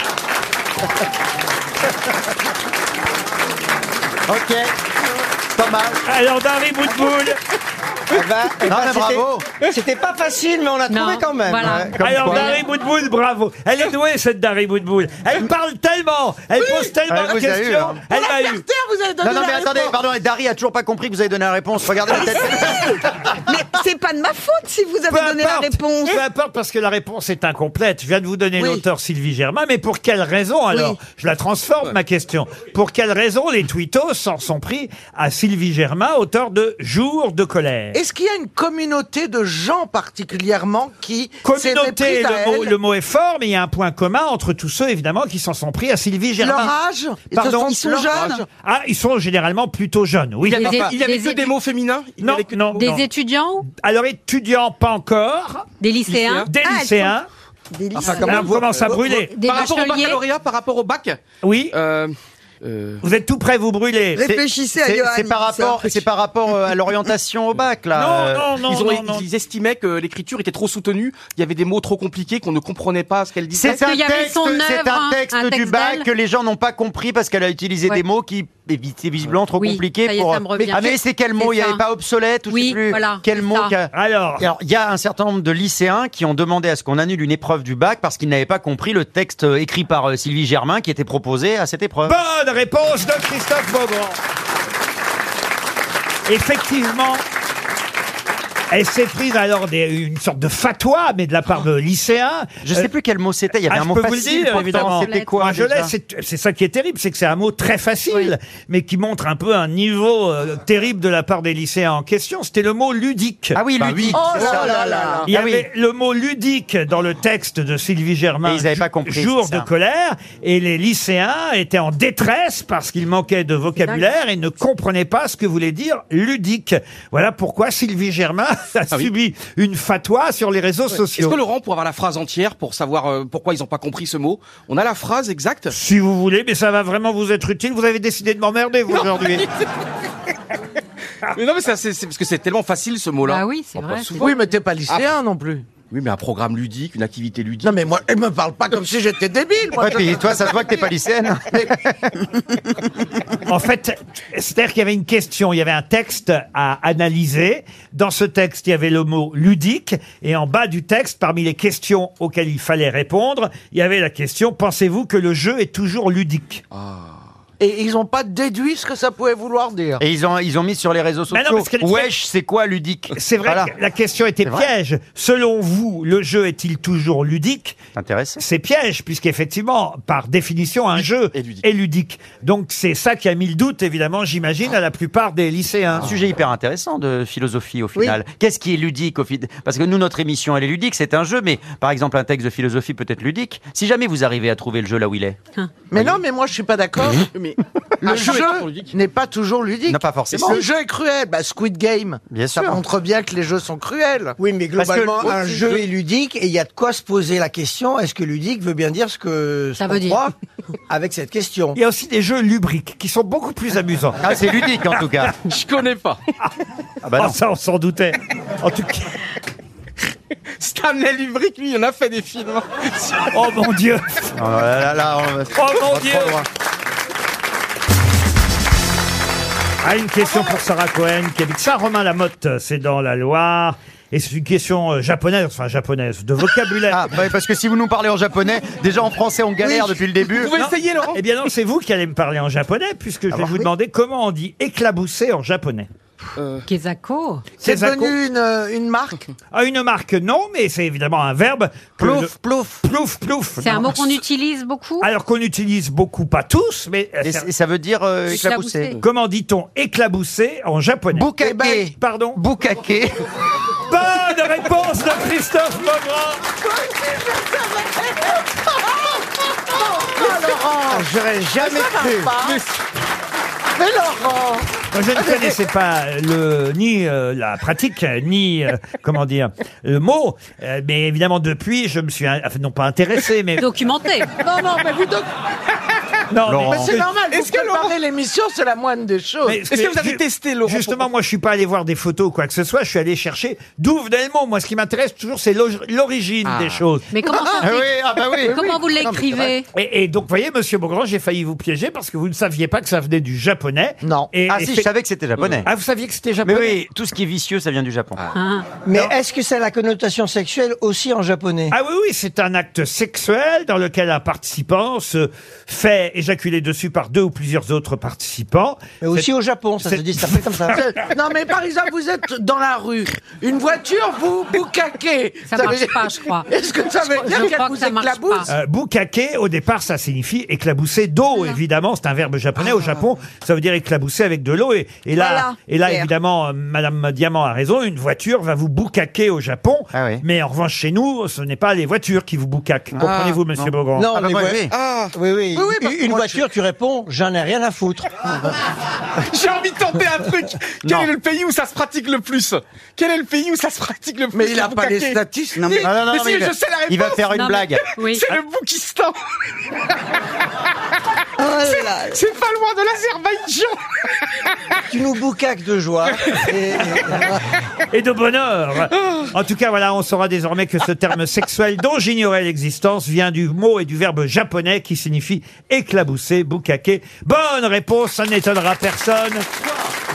Speaker 3: Ok. Pas mal.
Speaker 2: Alors, Dari
Speaker 7: Ah,
Speaker 2: Boutboul.
Speaker 10: eh
Speaker 3: Non,
Speaker 10: ben,
Speaker 3: mais
Speaker 10: c'était-
Speaker 3: bravo.
Speaker 10: C'était pas facile, mais on a trouvé quand même. Ouais, comme
Speaker 2: Alors,
Speaker 10: quoi.
Speaker 2: Dari Boudboul, bravo. Elle est douée, cette Dari Boudboul. Elle parle tellement, elle pose tellement de questions. Elle m'a eu.
Speaker 7: vous avez
Speaker 3: donné hein. Non, non, mais attendez, pardon, et Dari a toujours pas compris que vous avez donné la réponse. Regardez la tête.
Speaker 9: Mais c'est pas de ma faute si vous
Speaker 2: Bah,
Speaker 9: avez donné la réponse.
Speaker 2: Peu importe, parce que la réponse est incomplète. Je viens de vous donner l'auteur Sylvie Germain, mais pour quelle raison alors Je la transforme, ma question. Pour quelle raison les twittos s'en sont pris à Sylvie Germain, auteur de Jour de colère
Speaker 7: Est-ce qu'il y a une communauté de gens particulièrement qui s'est
Speaker 2: Communauté,
Speaker 7: méprise à
Speaker 2: le mot,
Speaker 7: elle
Speaker 2: le mot est fort, mais il y a un point commun entre tous ceux, évidemment, qui s'en sont pris à Sylvie Germain.
Speaker 7: Leur âge Ils
Speaker 2: Pardon
Speaker 7: sont- ils sont
Speaker 2: Leur
Speaker 7: jeunes
Speaker 2: âge. Ah, ils sont généralement plutôt jeunes, oui.
Speaker 5: Il n'y avait, pas- il y avait
Speaker 6: des-
Speaker 5: que des mots féminins Il y
Speaker 2: Non,
Speaker 5: avait que
Speaker 2: non,
Speaker 6: Des
Speaker 2: non.
Speaker 6: étudiants
Speaker 2: Alors, étudiants, pas encore.
Speaker 6: Des lycéens
Speaker 2: Des
Speaker 6: Ah, elles
Speaker 2: lycéens.
Speaker 9: Des
Speaker 5: Enfin,
Speaker 2: Là, on commence à
Speaker 5: euh,
Speaker 2: brûler.
Speaker 5: euh,
Speaker 6: Des
Speaker 5: Par rapport au
Speaker 6: bacheliers.
Speaker 5: baccalauréat, par rapport au bac
Speaker 2: Oui.
Speaker 5: euh,
Speaker 2: Vous êtes tout prêt, vous brûlez.
Speaker 3: C'est-
Speaker 9: Réfléchissez à
Speaker 3: c'est-
Speaker 9: Johan,
Speaker 3: C'est par
Speaker 9: ça.
Speaker 3: rapport, c'est par rapport euh, à l'orientation au bac, là.
Speaker 2: Non, non,
Speaker 5: ils, ont-
Speaker 2: non, non.
Speaker 5: ils estimaient que l'écriture était trop soutenue, il y avait des mots trop compliqués qu'on ne comprenait pas ce qu'elle disait.
Speaker 3: C'est
Speaker 6: Parce
Speaker 3: un,
Speaker 6: qu'il y avait
Speaker 3: texte,
Speaker 6: son
Speaker 3: c'est
Speaker 6: œuvre,
Speaker 3: un
Speaker 6: hein,
Speaker 3: texte
Speaker 6: un
Speaker 3: du
Speaker 6: texte
Speaker 3: bac
Speaker 6: d'elle.
Speaker 3: que les gens n'ont pas compris parce qu'elle a utilisé
Speaker 6: Ouais.
Speaker 3: des mots qui étaient visiblement trop
Speaker 6: Oui,
Speaker 3: compliqués
Speaker 6: ça y est,
Speaker 3: pour.
Speaker 6: ça me revient.
Speaker 3: ah mais c'est quel mot Il
Speaker 6: C'est
Speaker 3: n'y avait
Speaker 6: ça.
Speaker 3: pas obsolète ou je
Speaker 6: Oui,
Speaker 3: sais plus.
Speaker 6: voilà,
Speaker 3: Quel
Speaker 6: c'est
Speaker 3: mot
Speaker 6: ça.
Speaker 3: qu'a-
Speaker 2: Alors,
Speaker 3: Alors, il y a un certain nombre de lycéens qui ont demandé à ce qu'on annule une épreuve du bac parce qu'ils n'avaient pas compris le texte euh, écrit par euh, Sylvie Germain qui était proposé à cette épreuve.
Speaker 2: Bonne réponse de Christophe Beaugrand. Effectivement. Elle s'est prise alors des- une sorte de fatwa, mais de la part de lycéens.
Speaker 3: Je sais
Speaker 2: Euh,
Speaker 3: plus quel mot c'était, il y avait
Speaker 2: ah,
Speaker 3: un
Speaker 2: je
Speaker 3: mot
Speaker 2: peux vous le
Speaker 3: facile
Speaker 2: dire,
Speaker 3: pourtant,
Speaker 2: évidemment.
Speaker 3: c'était quoi
Speaker 2: Moi, je
Speaker 3: déjà
Speaker 2: l'ai, c'est- c'est ça qui est terrible, c'est que c'est un mot très facile, mais qui montre un peu un niveau euh, terrible de la part des lycéens en question. C'était le mot ludique.
Speaker 3: Ah oui, ludique.
Speaker 7: Oh
Speaker 3: c'est ça.
Speaker 7: là là là là
Speaker 2: Il y
Speaker 3: Ah oui.
Speaker 2: avait le mot ludique dans le texte de Sylvie Germain.
Speaker 3: Et ils avaient
Speaker 2: Jou-
Speaker 3: pas compris,
Speaker 2: Jour
Speaker 3: c'est ça.
Speaker 2: de colère. Et les lycéens étaient en détresse parce qu'ils manquaient de vocabulaire et ne comprenaient pas ce que voulait dire ludique. Voilà pourquoi Sylvie Germain a
Speaker 5: Ah oui.
Speaker 2: subi une fatwa sur les réseaux
Speaker 5: Est-ce
Speaker 2: sociaux.
Speaker 5: que Laurent, pour avoir la phrase entière, pour savoir euh, pourquoi ils n'ont pas compris ce mot, on a la phrase exacte
Speaker 2: Si vous voulez, mais ça va vraiment vous être utile. Vous avez décidé de m'emmerder, vous, aujourd'hui.
Speaker 5: Mais non, mais ça, c'est c'est parce que c'est tellement facile ce mot-là.
Speaker 6: Bah oui, c'est
Speaker 5: On
Speaker 6: vrai,
Speaker 5: pense
Speaker 6: c'est
Speaker 5: souvent. Ah,
Speaker 7: Oui, mais t'es pas lycéen non plus.
Speaker 5: Oui, mais un programme ludique, une activité ludique.
Speaker 7: Non mais moi, elle me parle pas comme si j'étais débile. Moi,
Speaker 3: Ouais, puis toi, ça se voit que t'es pas
Speaker 5: hein.
Speaker 3: lycéenne.
Speaker 2: En fait, c'est-à-dire qu'il y avait une question, il y avait un texte à analyser. Dans ce texte, il y avait le mot ludique. Et en bas du texte, parmi les questions auxquelles il fallait répondre, il y avait la question Pensez-vous que le jeu est toujours ludique
Speaker 5: Ah.
Speaker 7: Et ils ont pas déduit ce que ça pouvait vouloir dire.
Speaker 3: Et ils ont, ils ont mis sur les réseaux
Speaker 2: Mais Bah Ben non,
Speaker 3: sociaux.
Speaker 2: parce que-
Speaker 3: Wesh, c'est quoi ludique
Speaker 2: C'est vrai
Speaker 3: Voilà.
Speaker 2: que la question était
Speaker 3: C'est vrai.
Speaker 2: piège. Selon vous, le jeu est-il toujours ludique
Speaker 3: T'intéresses
Speaker 2: C'est piège, puisqu'effectivement, par définition, un jeu
Speaker 5: et ludique.
Speaker 2: est ludique. Donc c'est ça qui a mis le doute, évidemment, j'imagine, à la plupart des lycéens.
Speaker 3: Un sujet hyper intéressant de philosophie au final. Qu'est-ce qui est ludique au final Parce que nous, notre émission, elle est ludique, c'est un jeu, mais par exemple, un
Speaker 6: Hein.
Speaker 3: texte de philosophie peut être ludique. Si jamais vous arrivez à trouver le jeu là où il est.
Speaker 7: Mais non, mais moi je suis pas d'accord.
Speaker 9: oui.
Speaker 7: Le jeu n'est pas toujours ludique.
Speaker 3: Non, pas forcément.
Speaker 7: Le jeu est cruel. Bah, Squid Game,
Speaker 3: Bien
Speaker 7: ça
Speaker 3: sûr.
Speaker 7: montre bien que les jeux sont cruels.
Speaker 10: Oui, mais
Speaker 7: Parce que-
Speaker 10: globalement, un
Speaker 7: Aussi,
Speaker 10: jeu est ludique et il y a de quoi se poser la question est-ce que ludique veut bien dire ce que
Speaker 6: Ça
Speaker 10: ce qu'on
Speaker 6: veut dire.
Speaker 10: croit avec cette question
Speaker 2: Il y a aussi des jeux lubriques qui sont beaucoup plus amusants.
Speaker 3: Ah, c'est ludique en tout cas.
Speaker 5: Je connais pas.
Speaker 3: Ah bah
Speaker 2: Ah,
Speaker 3: non.
Speaker 2: ça, on s'en doutait. En tout cas,
Speaker 5: Stanley Lubrick, lui, il en a fait des films.
Speaker 2: oh mon Dieu
Speaker 3: Oh là là, là, on va-
Speaker 2: Oh
Speaker 3: on
Speaker 2: mon
Speaker 3: va
Speaker 2: Dieu
Speaker 3: trop loin.
Speaker 2: Ah, une question pour Sarah Cohen qui habite Saint-Romain la Motte, c'est dans la Loire. Et c'est une question euh, japonaise, enfin japonaise, de vocabulaire.
Speaker 3: Ah, bah, parce que si vous nous parlez en japonais, déjà en français on galère depuis le début.
Speaker 5: Vous pouvez essayer, Laurent
Speaker 2: Eh bien non, c'est vous qui allez me parler en japonais, puisque je vais
Speaker 3: bon
Speaker 2: vous demander comment on dit éclabousser en japonais.
Speaker 6: Kezako.
Speaker 7: C'est
Speaker 2: Sezako.
Speaker 7: devenu une, euh, une marque.
Speaker 2: Ah, une marque, non, mais c'est évidemment un verbe. que
Speaker 10: Plouf, plouf.
Speaker 2: le- Plouf, plouf.
Speaker 6: C'est un
Speaker 2: Non.
Speaker 6: mot qu'on utilise beaucoup.
Speaker 2: Alors qu'on utilise beaucoup, pas tous, mais... euh,
Speaker 3: Et,
Speaker 2: c'est-
Speaker 3: et ça veut dire euh,
Speaker 6: Éclabousser.
Speaker 3: éclabousser.
Speaker 2: Comment dit-on éclabousser en japonais
Speaker 3: Bukake.
Speaker 7: Eh ben,
Speaker 2: Pardon
Speaker 3: Bukake.
Speaker 2: Bonne réponse de Christophe Beaugrand
Speaker 7: Oh, Laurent
Speaker 10: J'aurais jamais cru.
Speaker 7: Mais Laurent
Speaker 2: Moi,
Speaker 3: Ah,
Speaker 2: je ne connaissais pas le, ni euh, la pratique, ni, euh, comment dire, le mot. Euh, mais évidemment, depuis, je me suis, in- enfin, non pas intéressé, mais...
Speaker 6: Documenté.
Speaker 7: Non, non, mais vous donc.
Speaker 2: non, mais-
Speaker 3: Laurent.
Speaker 7: Mais c'est normal, vous
Speaker 5: Est-ce que
Speaker 7: préparez l'émission, c'est la moindre des choses.
Speaker 2: Mais
Speaker 5: Est-ce que vous avez
Speaker 2: ju-
Speaker 5: testé, Laurent
Speaker 2: Justement, moi, je suis pas allé voir des photos ou quoi que ce soit. Je suis allé chercher d'où venait le mot. Moi, ce qui m'intéresse toujours, c'est l'o- l'origine des choses.
Speaker 6: Mais comment, ça-
Speaker 3: Ah oui, ah bah oui.
Speaker 6: comment vous l'écrivez
Speaker 2: Et, et donc, vous voyez, Monsieur Beaugrand, j'ai failli vous piéger parce que vous ne saviez pas que ça venait du japonais.
Speaker 7: Non.
Speaker 2: Et,
Speaker 3: Ah
Speaker 2: et
Speaker 3: si,
Speaker 2: c'est-
Speaker 3: je savais que c'était japonais.
Speaker 2: Ah, vous saviez que c'était
Speaker 3: Mais
Speaker 2: japonais Ah.
Speaker 3: oui, tout ce qui est vicieux, ça vient du Japon.
Speaker 6: Hein.
Speaker 10: Mais est-ce que ça a la connotation sexuelle aussi en japonais
Speaker 2: Ah oui, oui, c'est un acte sexuel dans lequel un participant se fait éjaculer dessus par deux ou plusieurs autres participants.
Speaker 10: Mais aussi
Speaker 2: C'est-
Speaker 10: au Japon, ça se
Speaker 2: c'est-
Speaker 10: dit, ça fait comme ça.
Speaker 7: C'est- Non, mais par exemple, vous êtes dans la rue, une voiture, vous vous caquez.
Speaker 6: Ça
Speaker 7: veut
Speaker 6: marche
Speaker 7: dire-
Speaker 6: pas, je crois.
Speaker 7: Est-ce que ça veut
Speaker 6: Je
Speaker 7: dire
Speaker 6: crois
Speaker 7: qu'elle
Speaker 6: que
Speaker 7: vous
Speaker 6: ça marche
Speaker 7: éclabousse
Speaker 6: pas.
Speaker 2: Euh, bukake, au départ, ça signifie éclabousser d'eau, évidemment. C'est un verbe japonais. Au
Speaker 7: Ah.
Speaker 2: Japon, ça veut dire éclabousser avec de l'eau. Et, et là,
Speaker 9: Voilà.
Speaker 2: et là
Speaker 9: Claire.
Speaker 2: évidemment, euh, Madame Diamant a raison. Une voiture va vous boucaquer au Japon.
Speaker 3: Ah oui.
Speaker 2: Mais en revanche, chez nous, ce n'est pas les voitures qui vous boucaquent. Comprenez-vous, monsieur Beaugrand
Speaker 10: Non,
Speaker 3: Ah bah
Speaker 10: mais
Speaker 3: oui,
Speaker 10: ouais.
Speaker 3: oui.
Speaker 5: Ah,
Speaker 10: Oui, oui.
Speaker 7: Oui, oui, parce que
Speaker 10: une
Speaker 7: moi,
Speaker 10: voiture, tu réponds, j'en ai rien à foutre.
Speaker 5: j'ai envie de tenter un truc. Quel
Speaker 3: Non.
Speaker 5: est le pays où ça se pratique le plus Quel est le pays où ça se pratique le plus
Speaker 7: Mais il
Speaker 5: le
Speaker 7: a pas les
Speaker 5: boucaquet
Speaker 7: statistiques.
Speaker 5: Non, mais,
Speaker 3: Non, non, non,
Speaker 5: mais
Speaker 3: mais
Speaker 5: si,
Speaker 3: il
Speaker 5: je
Speaker 3: va-
Speaker 5: sais la réponse.
Speaker 3: Il va faire une
Speaker 6: Non, mais-
Speaker 3: blague.
Speaker 6: Oui.
Speaker 5: C'est le Boukistan.
Speaker 9: Oh là là.
Speaker 5: C'est pas loin de l'Azerbaïdjan.
Speaker 7: Ah.
Speaker 10: tu nous boucaques de joie. Et-
Speaker 2: et de bonheur. En tout cas, voilà, on saura désormais que ce terme sexuel dont j'ignorais l'existence vient du mot et du verbe japonais qui signifie éclabousser, bukake. Bonne réponse, ça n'étonnera personne.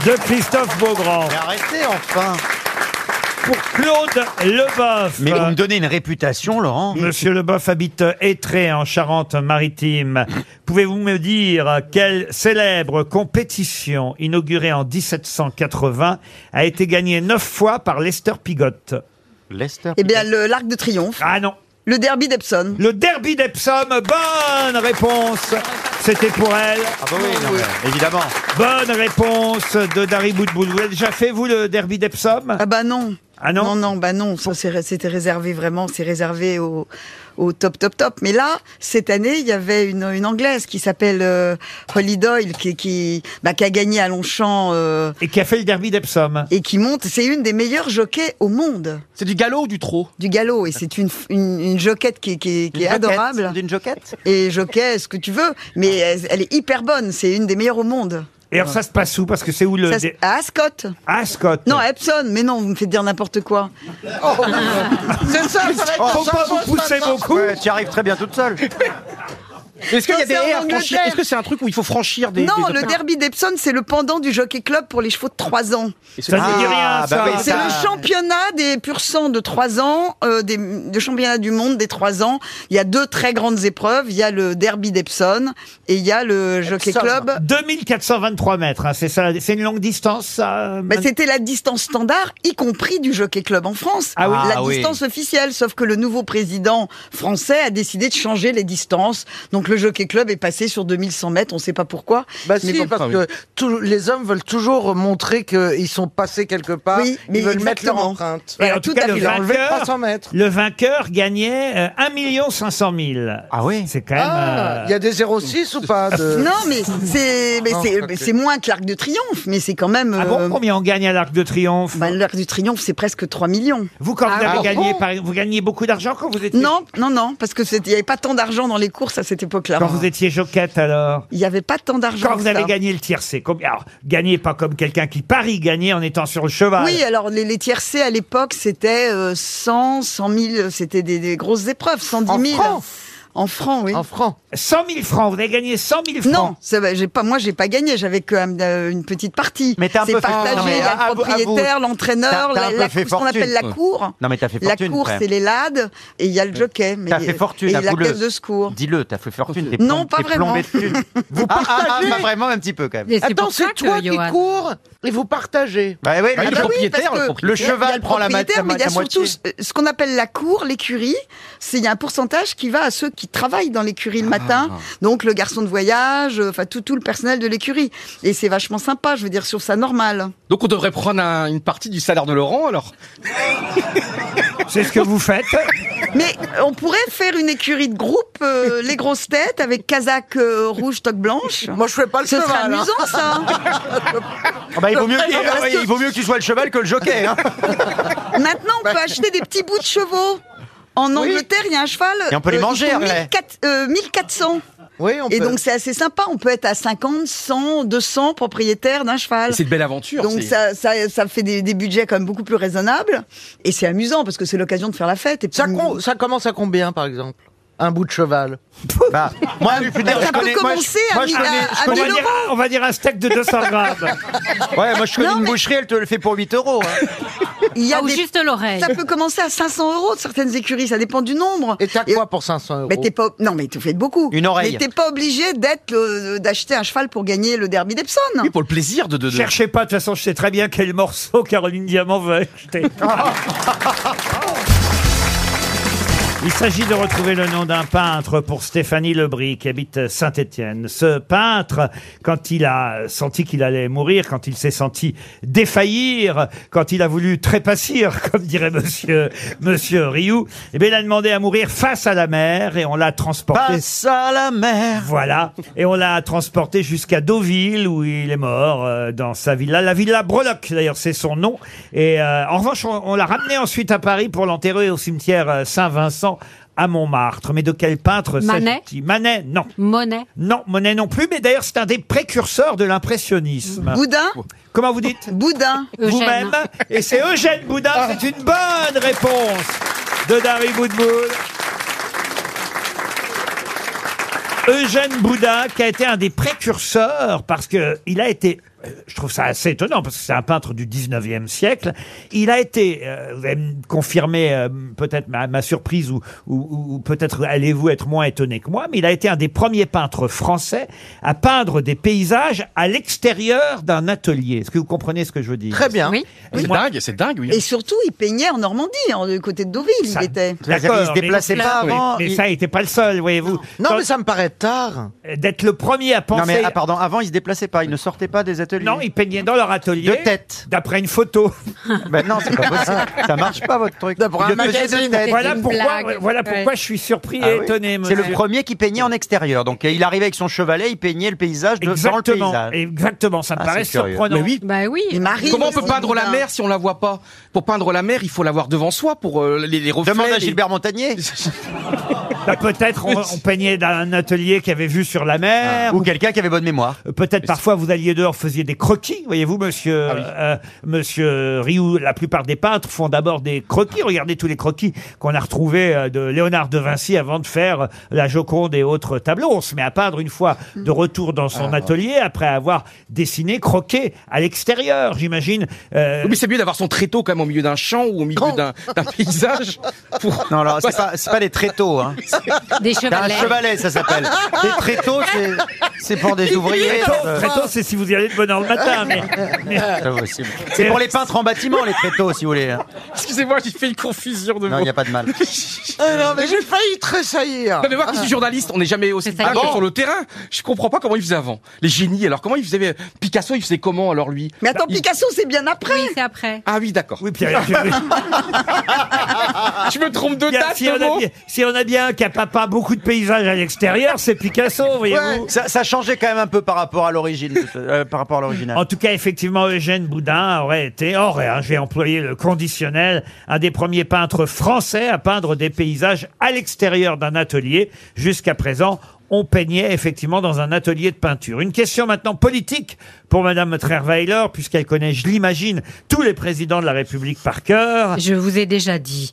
Speaker 2: De Christophe Beaugrand.
Speaker 3: Mais arrêtez enfin.
Speaker 2: Pour Claude Leboeuf.
Speaker 3: Mais vous me donnez une réputation, Laurent.
Speaker 2: Monsieur Leboeuf habite Étré en Charente-Maritime. Pouvez-vous me dire quelle célèbre compétition inaugurée en 1780 a été gagnée neuf fois par Lester Pigotte
Speaker 3: Lester.
Speaker 9: Eh bien, le- l'Arc de Triomphe,
Speaker 2: Ah non,
Speaker 9: le derby d'Epsom.
Speaker 2: Le derby d'Epsom, bonne réponse. C'était pour elle.
Speaker 3: Ah bah oui, non, mais évidemment.
Speaker 2: Bonne réponse de Dari Boudboul. Vous l'avez déjà fait, vous, le derby d'Epsom
Speaker 9: Ah bah non.
Speaker 2: Ah non
Speaker 9: Non, non, bah non. Ça, c'est- c'était réservé vraiment, c'est réservé au, au top, top, top. Mais là, cette année, il y avait une, une Anglaise qui s'appelle euh, Holly Doyle, qui, qui, bah, qui a gagné à Longchamp euh,
Speaker 2: Et qui a fait le derby d'Epsom
Speaker 9: et qui monte. C'est une des meilleures jockeys au monde
Speaker 5: C'est du galop ou du trot
Speaker 9: du galop. Et c'est une, une, une jockette qui, qui, qui est adorable.
Speaker 3: D'une joquette
Speaker 9: Et jockey, ce que tu veux. Mais elle, elle est hyper bonne. C'est une des meilleures au monde.
Speaker 2: Et alors, ça se passe où Parce que c'est où le.
Speaker 9: Ça, c'est à Ascot.
Speaker 2: Ascot.
Speaker 9: Non, à Epson. Mais non, vous me faites dire n'importe quoi.
Speaker 7: Oh. C'est ça, ça va être
Speaker 2: Faut
Speaker 7: ça,
Speaker 2: pas
Speaker 7: ça,
Speaker 2: vous
Speaker 7: ça,
Speaker 2: pousser
Speaker 7: ça.
Speaker 2: beaucoup.
Speaker 3: Ouais, tu arrives très bien toute seule.
Speaker 5: Est-ce qu'il y a
Speaker 9: Non,
Speaker 5: des
Speaker 9: c'est en
Speaker 5: haies
Speaker 2: Oh,
Speaker 5: à franchir
Speaker 9: Angleterre.
Speaker 5: Est-ce que c'est un truc où il faut franchir des.
Speaker 9: non,
Speaker 5: des-
Speaker 9: le derby d'Epsom, c'est le pendant du jockey club pour les chevaux de 3 ans.
Speaker 2: Ça ne dit rien,
Speaker 3: Ah, bah
Speaker 2: ça.
Speaker 3: oui,
Speaker 9: C'est
Speaker 3: ça-
Speaker 9: le championnat des pur sang de 3 ans, euh, des, des championnats du monde des 3 ans. Il y a deux très grandes épreuves. Il y a le derby d'Epsom et il y a le jockey
Speaker 7: Epsom.
Speaker 9: club.
Speaker 2: 2423 mètres, hein, c'est ça. C'est une longue distance, ça
Speaker 9: Bah, c'était la distance standard, y compris du Jockey Club en France.
Speaker 2: Ah oui.
Speaker 9: La
Speaker 3: Ah oui.
Speaker 9: distance officielle, sauf que le nouveau président français a décidé de changer les distances. Donc Donc le Jockey Club est passé sur 2100 mètres, on ne sait pas pourquoi.
Speaker 7: Bah si, parce
Speaker 2: Ah
Speaker 7: que tous les hommes veulent toujours montrer qu'ils sont passés quelque part.
Speaker 9: Oui, mais
Speaker 7: ils veulent mettre leur
Speaker 9: exactement.
Speaker 7: empreinte.
Speaker 2: Et en tout, cas, le
Speaker 7: il a enlevé
Speaker 2: vainqueur,
Speaker 7: 300 mètres.
Speaker 2: le vainqueur gagnait euh, 1 500 000. Ah oui C'est quand même...
Speaker 7: Ah,
Speaker 2: euh,
Speaker 7: Il y a des 0,6 ou pas de...
Speaker 9: Non, mais c'est mais
Speaker 7: Non,
Speaker 9: c'est-
Speaker 7: ok.
Speaker 9: mais c'est moins que l'Arc de Triomphe, mais c'est quand même.
Speaker 2: Ah bon
Speaker 9: euh,
Speaker 2: Combien on gagne à l'Arc de Triomphe
Speaker 9: bah, L'Arc du Triomphe, c'est presque 3 millions.
Speaker 2: Vous, quand vous
Speaker 9: Ah
Speaker 2: avez
Speaker 9: bon
Speaker 2: gagné, par exemple, vous gagnez beaucoup d'argent quand vous étiez...
Speaker 9: Non, non, non, parce que c'était- il n'y avait pas tant d'argent dans les courses à cette époque-là.
Speaker 2: Quand vous étiez joquette, alors
Speaker 9: Il n'y avait pas tant d'argent.
Speaker 2: Quand vous
Speaker 9: que
Speaker 2: avez
Speaker 9: ça.
Speaker 2: gagné le tiercé, combien Alors, gagner pas comme quelqu'un qui parie, gagner en étant sur le cheval.
Speaker 9: Oui, alors les, les tiercés à l'époque, c'était euh, 100, 100 000, c'était des, des grosses épreuves, 110
Speaker 7: En
Speaker 9: 000.
Speaker 7: francs
Speaker 9: En francs, oui.
Speaker 7: En francs.
Speaker 2: 100 000 francs, vous avez gagné 100 000 francs.
Speaker 9: Non, ça va, j'ai pas, moi j'ai pas gagné, j'avais que euh, une petite partie.
Speaker 3: Mais t'as un peu
Speaker 9: C'est
Speaker 3: fait- non, mais
Speaker 9: partagé, il y a
Speaker 3: à- à
Speaker 9: le
Speaker 3: vous- à
Speaker 9: propriétaire,
Speaker 3: vous.
Speaker 9: l'entraîneur,
Speaker 3: T'as- t'as
Speaker 9: la,
Speaker 3: un peu
Speaker 9: la-
Speaker 3: fait
Speaker 9: ce qu'on appelle la
Speaker 3: fortune.
Speaker 9: cour.
Speaker 3: Non, mais t'as fait
Speaker 9: La
Speaker 3: fortune.
Speaker 9: cour,
Speaker 3: frère.
Speaker 9: c'est les LAD et il y a le jockey. mais-
Speaker 3: T'as fait fortune,
Speaker 9: Et
Speaker 3: à
Speaker 9: la
Speaker 3: Bouleuse.
Speaker 9: caisse de secours.
Speaker 3: Dis-le, t'as fait fortune. t'es
Speaker 9: Non,
Speaker 3: plom-
Speaker 9: pas
Speaker 3: t'es plombé de thunes.
Speaker 7: Vous
Speaker 3: Ah, ah, ah,
Speaker 7: partagez
Speaker 3: pas vraiment, un petit peu quand même.
Speaker 6: Mais c'est
Speaker 7: Attends,
Speaker 6: pour ça
Speaker 7: c'est
Speaker 6: que,
Speaker 7: toi qui
Speaker 6: Johan-
Speaker 7: cours et vous partagez.
Speaker 3: Bah oui, le
Speaker 7: bah oui,
Speaker 3: propriétaire,
Speaker 9: parce
Speaker 3: le
Speaker 9: que
Speaker 3: propriétaire. Le
Speaker 9: il y a- il y a
Speaker 3: cheval prend la, ma-
Speaker 9: propriétaire,
Speaker 3: la
Speaker 9: mais il y a
Speaker 3: la moitié.
Speaker 9: surtout ce- ce qu'on appelle la cour, l'écurie. C'est il y a un pourcentage qui va à ceux qui travaillent dans l'écurie
Speaker 3: Ah.
Speaker 9: le matin, donc le garçon de voyage, euh, enfin tout tout le personnel de l'écurie. Et c'est vachement sympa, je veux dire sur ça normal.
Speaker 5: Donc on devrait prendre un- une partie du salaire de Laurent alors.
Speaker 2: C'est ce que vous faites.
Speaker 9: Mais on pourrait faire une écurie de groupe, euh, les grosses têtes avec casaque euh, rouge, toque blanche.
Speaker 7: Moi, je fais pas le
Speaker 9: Ce serait
Speaker 7: cheval. hein.
Speaker 9: amusant ça.
Speaker 3: Ah bah, il vaut mieux qu'il
Speaker 7: Ah, parce
Speaker 3: ah,
Speaker 7: que-
Speaker 3: il vaut mieux qu'il soit le cheval que le jockey. hein.
Speaker 9: Maintenant, on
Speaker 3: Bah.
Speaker 9: peut acheter des petits bouts de chevaux. En Angleterre, il y a un cheval. euh,
Speaker 3: Et on peut les
Speaker 9: ils
Speaker 3: manger,
Speaker 9: font
Speaker 3: après.
Speaker 9: 1400, euh, 1400.
Speaker 7: Oui, on
Speaker 9: Et
Speaker 7: peut-
Speaker 9: donc c'est assez sympa, on peut être à 50, 100, 200 propriétaires d'un cheval.
Speaker 5: C'est une belle aventure.
Speaker 9: Donc
Speaker 5: c'est-
Speaker 9: ça, ça, ça fait des, des budgets quand même beaucoup plus raisonnables. Et c'est amusant parce que c'est l'occasion de faire la fête. Et puis-
Speaker 7: ça, com- ça commence à combien, par exemple Un bout de cheval
Speaker 3: Bah, moi, je veux dire,
Speaker 9: Ça
Speaker 3: je
Speaker 9: peut
Speaker 3: connais- moi, je-
Speaker 9: commencer à
Speaker 3: moi, je
Speaker 9: mille-
Speaker 3: connais-
Speaker 9: à-
Speaker 3: je
Speaker 9: à
Speaker 2: On
Speaker 3: connais-
Speaker 2: va,
Speaker 9: mille
Speaker 2: dire, on va dire un steak de 200 grammes.
Speaker 3: Ouais, moi je connais
Speaker 9: Non,
Speaker 3: une
Speaker 9: mais-
Speaker 3: boucherie, elle te le fait pour 8 euros. hein.
Speaker 9: Il y a
Speaker 6: Ah, ou
Speaker 9: des-
Speaker 6: juste l'oreille.
Speaker 9: Ça peut commencer à 500 euros de certaines écuries, ça dépend du nombre.
Speaker 7: Et t'as
Speaker 9: Et-
Speaker 7: quoi pour 500 euros
Speaker 9: Mais t'es pas, non mais tu fais beaucoup.
Speaker 3: Une oreille.
Speaker 9: Mais t'es pas obligé d'être, le- d'acheter un cheval pour gagner le derby d'Epsom.
Speaker 5: Oui, pour le plaisir de. de, de-
Speaker 2: Cherchez pas, de toute façon, je sais très bien quel morceau Caroline Diamant veut acheter. Il s'agit de retrouver le nom d'un peintre pour Stéphanie Lebris, qui habite Saint-Étienne. Ce peintre, quand il a senti qu'il allait mourir, quand il s'est senti défaillir, quand il a voulu trépassir, comme dirait monsieur, monsieur Rioux, eh bien, il a demandé à mourir face à la mer et on l'a transporté
Speaker 3: Passe à la mer.
Speaker 2: voilà. Et on l'a transporté jusqu'à Deauville, où il est mort, euh, dans sa villa. La villa Breloc, d'ailleurs, c'est son nom. Et euh, en revanche, on, on l'a ramené ensuite à Paris pour l'enterrer au cimetière euh, Saint-Vincent à Montmartre. Mais de quel peintre
Speaker 6: Manet
Speaker 2: s'agit-il Manet, non.
Speaker 6: Monet.
Speaker 2: Non, Monet non plus. Mais d'ailleurs, c'est un des précurseurs de l'impressionnisme.
Speaker 9: Boudin,
Speaker 2: Comment vous dites
Speaker 9: Boudin.
Speaker 6: Eugène.
Speaker 2: Vous-même. Et c'est Eugène Boudin. C'est une bonne réponse de Dari Boudboul. Eugène Boudin, qui a été un des précurseurs, parce que il a été, euh, je trouve ça assez étonnant, parce que c'est un peintre du 19e siècle, il a été, euh, vous allez me confirmer euh, peut-être ma, ma surprise, ou, ou- ou- ou peut-être allez-vous être moins étonné que moi, mais il a été un des premiers peintres français à peindre des paysages à l'extérieur d'un atelier. Est-ce que vous comprenez ce que je veux dire
Speaker 7: Très bien.
Speaker 6: Oui.
Speaker 5: C'est
Speaker 2: Moi-
Speaker 5: dingue, c'est dingue, oui.
Speaker 9: Et surtout, il peignait en Normandie, en- du côté de Deauville,
Speaker 2: hein. Ça-
Speaker 9: il était.
Speaker 3: Il
Speaker 2: D'accord,
Speaker 3: se
Speaker 2: mais-
Speaker 3: déplaçait pas
Speaker 2: mais,
Speaker 3: avant.
Speaker 2: mais
Speaker 3: il-
Speaker 2: ça n'était pas le seul, voyez-vous.
Speaker 7: Non,
Speaker 2: Dans-
Speaker 7: mais ça me paraît tard.
Speaker 2: D'être le premier à penser...
Speaker 3: Non mais ah, pardon, avant il se déplaçait pas, il ne sortait pas des ateliers.
Speaker 2: Non, ils peignaient dans leur atelier.
Speaker 3: De tête.
Speaker 2: D'après une photo.
Speaker 3: Bah non, c'est pas possible. Ça marche pas votre truc.
Speaker 7: D'abord, un
Speaker 3: Il le faisait
Speaker 7: magazine.
Speaker 3: de tête.
Speaker 2: Voilà
Speaker 6: une
Speaker 2: pourquoi, euh,
Speaker 6: blague.
Speaker 2: voilà pourquoi
Speaker 6: Ouais.
Speaker 2: je suis surpris
Speaker 3: Ah
Speaker 2: et
Speaker 3: oui.
Speaker 2: étonné,
Speaker 3: C'est
Speaker 2: monsieur.
Speaker 3: le premier qui peignait en extérieur. Donc euh, il arrivait avec son chevalet, il peignait le paysage de, dans le
Speaker 2: Exactement,
Speaker 3: paysage.
Speaker 2: exactement. Ça me
Speaker 3: Ah,
Speaker 2: paraît
Speaker 3: c'est curieux.
Speaker 2: surprenant.
Speaker 5: Mais oui.
Speaker 6: Bah oui.
Speaker 9: Et Marie
Speaker 5: Comment on peut
Speaker 9: aussi,
Speaker 5: peindre la
Speaker 9: Boudin.
Speaker 5: mer si on la voit pas Pour peindre la mer, il faut l'avoir devant soi pour euh, les, les reflets.
Speaker 3: Demande à
Speaker 5: les-
Speaker 3: Gilbert Montagnier
Speaker 2: Bah, peut-être on, on peignait dans un atelier qui avait vu sur la mer.
Speaker 3: Ah. ou quelqu'un qui avait bonne mémoire.
Speaker 2: Euh, Peut-être parfois vous alliez dehors, faisiez des croquis, voyez-vous,
Speaker 3: Ah
Speaker 2: monsieur, euh, monsieur Rioux. La plupart des peintres font d'abord des croquis. Regardez tous les croquis qu'on a retrouvés euh, de Léonard de Vinci avant de faire euh, la Joconde et autres tableaux. On se met à peindre une fois de retour dans son
Speaker 3: Ah.
Speaker 2: atelier après avoir dessiné, croqué à l'extérieur, j'imagine. euh,
Speaker 5: Oui, mais c'est mieux d'avoir son tréteau quand même au milieu d'un champ ou au milieu d'un d'un paysage. Pour...
Speaker 3: Non alors c'est pas c'est pas les tréteaux hein.
Speaker 6: Des chevalets.
Speaker 3: Un chevalet, ça s'appelle. Et très tôt, c'est- c'est pour des ouvriers. euh.
Speaker 2: Très tôt, très tôt, c'est si vous y allez de bonne heure le matin. mais- mais-
Speaker 3: C'est possible. C'est pour les peintres en bâtiment, les tréteaux, si vous voulez. hein.
Speaker 5: Excusez-moi, j'ai fait une confusion de
Speaker 3: Non, il n'y a pas de mal.
Speaker 7: Ah non, mais j'ai failli tressaillir.
Speaker 5: Non, mais moi qui suis journaliste, on n'est jamais aussi
Speaker 7: ça y
Speaker 5: ah
Speaker 7: est.
Speaker 5: bon sur le terrain. Je comprends pas comment il faisait avant. Les génies, alors comment il faisait Picasso, il faisait comment alors lui
Speaker 9: Mais attends,
Speaker 5: Il-
Speaker 9: Picasso, c'est bien après.
Speaker 6: Oui, c'est après.
Speaker 5: Ah oui, d'accord.
Speaker 2: Bah, Oui, Pierre,
Speaker 5: Ah, Je me trompe de
Speaker 2: Bien,
Speaker 5: date,
Speaker 2: si, on a
Speaker 5: Thomas.
Speaker 2: bien, si on a bien un qui a pas, pas beaucoup de paysages à l'extérieur, c'est Picasso, voyez-vous.
Speaker 3: Ça, ça changeait quand même un peu par rapport à l'origine, euh, par rapport à l'original.
Speaker 2: En tout cas, effectivement, Eugène Boudin aurait été, aurait, hein, j'ai employé le conditionnel, un des premiers peintres français à peindre des paysages à l'extérieur d'un atelier. Jusqu'à présent, on peignait effectivement dans un atelier de peinture. Une question maintenant politique pour Madame Trerweiler, puisqu'elle connaît, je l'imagine, tous les présidents de la République par cœur.
Speaker 6: Je vous ai déjà dit,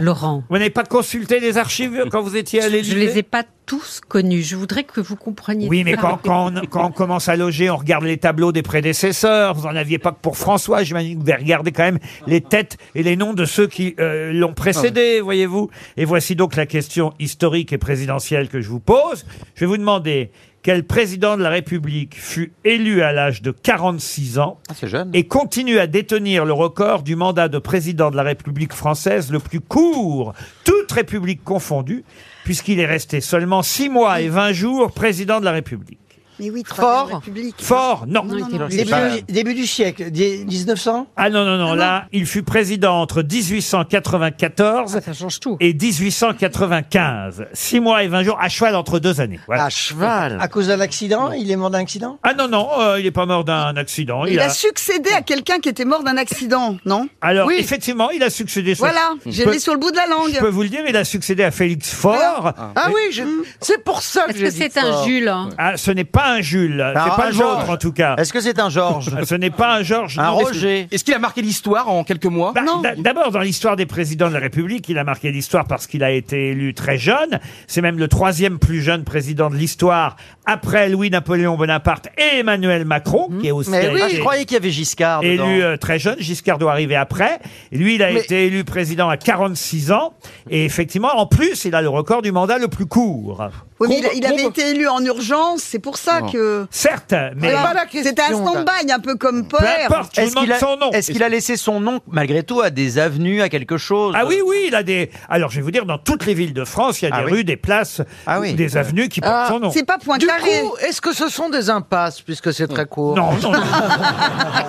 Speaker 6: Laurent.
Speaker 2: Vous n'avez pas consulté les archives quand vous étiez à l'Élysée
Speaker 6: Je les ai pas tous connus. Je voudrais que vous compreniez.
Speaker 2: Oui, mais
Speaker 6: ça.
Speaker 2: quand, quand, on, quand on commence à loger, on regarde les tableaux des prédécesseurs. Vous n'en aviez pas que pour François, j'imagine. que Vous avez regardé quand même les têtes et les noms de ceux qui euh, l'ont
Speaker 3: Ah
Speaker 2: précédé, voyez-vous. Et voici donc la question historique et présidentielle que je vous pose. Je vais vous demander quel président de la République fut élu à l'âge de 46 ans
Speaker 3: Ah, c'est jeune.
Speaker 2: et continue à détenir le record du mandat de président de la République française le plus court, toute République confondue, puisqu'il est resté seulement 6 mois et 20 jours président de la République.
Speaker 9: Mais oui, travail
Speaker 10: Fort.
Speaker 9: de la République.
Speaker 2: Fort, non.
Speaker 6: Non, il était plus-
Speaker 10: Début, début du siècle, dix- 1900
Speaker 2: Ah non, non, non, là, il fut président entre 1894
Speaker 6: Ah, ça change tout.
Speaker 2: et 1895. 6 mois et 20 jours, à cheval entre deux années. Voilà.
Speaker 3: À cheval.
Speaker 9: Ah,
Speaker 10: À cause d'un accident Il est mort d'un accident
Speaker 2: Ah non, non, euh, il n'est pas mort d'un accident.
Speaker 9: Il a succédé à quelqu'un qui était mort d'un accident, non
Speaker 2: Alors,
Speaker 9: Oui.
Speaker 2: effectivement, il a succédé. sur-
Speaker 9: Voilà, j'ai
Speaker 2: Peu-
Speaker 9: mis sur le bout de la
Speaker 2: Je peux
Speaker 9: langue.
Speaker 2: vous le dire, il a succédé à Félix Faure.
Speaker 7: Ah oui, je- c'est pour ça que
Speaker 6: Est-ce
Speaker 7: j'ai
Speaker 6: que
Speaker 7: dit
Speaker 6: c'est un
Speaker 7: fort.
Speaker 6: Jules hein
Speaker 2: Ah, ce n'est pas un Jules.
Speaker 3: un
Speaker 2: C'est pas
Speaker 3: Georges.
Speaker 2: l'autre, en tout cas.
Speaker 3: Est-ce que c'est un Georges
Speaker 2: Ah, Ce n'est pas un Georges.
Speaker 3: Un
Speaker 2: non.
Speaker 3: Roger
Speaker 5: Est-ce qu'il a marqué l'histoire en quelques mois
Speaker 2: Bah, d'a- D'abord, dans l'histoire des présidents de la République, il a marqué l'histoire parce qu'il a été élu très jeune. C'est même le troisième plus jeune président de l'histoire après Louis-Napoléon Bonaparte et Emmanuel Macron, qui est aussi
Speaker 3: Mmh. Mais
Speaker 2: a
Speaker 3: oui,
Speaker 2: été
Speaker 3: je croyais qu'il y avait Giscard dedans.
Speaker 2: élu euh, très jeune. Giscard doit arriver après. Et Lui, il a
Speaker 7: Mais-
Speaker 2: été élu président à 46 ans. Et effectivement, en plus, il a le record du mandat le plus court.
Speaker 9: Oui, mais il, a- il avait
Speaker 5: Combe-
Speaker 9: été élu en urgence, c'est pour ça que.
Speaker 2: Certes, mais
Speaker 9: Voilà.
Speaker 7: pas la question,
Speaker 9: C'était un stand-by, un peu comme Paul.
Speaker 2: peu importe, je vous
Speaker 3: Est-ce
Speaker 2: demande
Speaker 3: qu'il a,
Speaker 2: son nom.
Speaker 3: est-ce qu'il a laissé son nom, malgré tout, à des avenues, à quelque chose
Speaker 2: Ah oui, oui, il a des. Alors, je vais vous dire, dans toutes les villes de France, il y a
Speaker 3: Ah
Speaker 2: des
Speaker 3: oui.
Speaker 2: rues, des places,
Speaker 3: Ah oui.
Speaker 2: des avenues qui portent son nom.
Speaker 9: C'est pas
Speaker 7: Du
Speaker 9: Poincaré.
Speaker 7: coup, est-ce que ce sont des impasses, puisque c'est très court
Speaker 2: Non, non, non.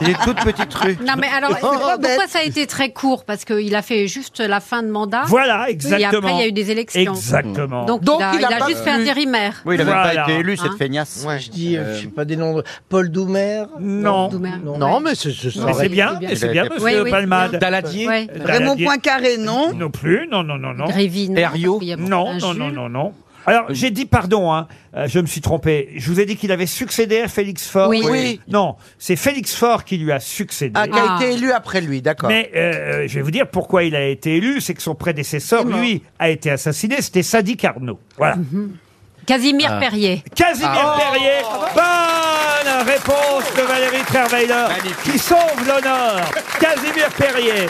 Speaker 3: Des toutes petites rues.
Speaker 6: Non, mais
Speaker 7: Oh,
Speaker 6: alors, pourquoi,
Speaker 9: bête.
Speaker 6: pourquoi ça a été très court Parce qu'il a fait juste la fin de mandat.
Speaker 2: Voilà,
Speaker 6: Et
Speaker 2: exactement.
Speaker 6: après, il y a eu des élections.
Speaker 2: Exactement.
Speaker 6: Donc,
Speaker 7: Donc,
Speaker 6: il a,
Speaker 7: il a
Speaker 6: il a
Speaker 7: pas
Speaker 6: juste
Speaker 7: pu-
Speaker 6: fait intérimaire.
Speaker 3: Oui, il n'a même
Speaker 2: Voilà.
Speaker 3: pas été élu, cette
Speaker 6: Hein
Speaker 3: feignasse.
Speaker 10: Je dis, euh, je sais pas des noms. de- Paul Doumer
Speaker 2: Non.
Speaker 6: Doumer.
Speaker 7: Non, mais c'est c'est ça.
Speaker 2: Mais c'est
Speaker 6: oui,
Speaker 2: bien,
Speaker 6: c'est bien.
Speaker 2: mais c'est bien,
Speaker 3: Oui,
Speaker 2: monsieur
Speaker 6: oui, c'est
Speaker 2: Palmade.
Speaker 5: Daladier
Speaker 6: Ouais.
Speaker 2: Euh,
Speaker 9: Raymond
Speaker 2: Daladier,
Speaker 9: Poincaré, non.
Speaker 2: Non plus, non, non, non, non.
Speaker 6: Grévy, non,
Speaker 5: Herriot.
Speaker 6: parce qu'il y a beaucoup
Speaker 2: Non,
Speaker 6: d'un
Speaker 2: non,
Speaker 6: Jules.
Speaker 2: non, non, non. Alors, j'ai dit pardon, hein, euh, je me suis trompé. Je vous ai dit qu'il avait succédé à Félix Faure.
Speaker 6: Oui.
Speaker 7: Oui.
Speaker 2: Non, c'est Félix Faure qui lui a succédé.
Speaker 7: Ah, qui a
Speaker 6: Ah.
Speaker 7: été élu après lui, d'accord.
Speaker 2: Mais euh, je vais vous dire pourquoi il a été élu, c'est que son prédécesseur, lui, a été assassiné, c'était Sadi Carnot. Voilà.
Speaker 6: Casimir Perrier.
Speaker 2: Casimir Perrier, bonne réponse de Valérie Trierweiler, qui sauve l'honneur. Casimir Perrier.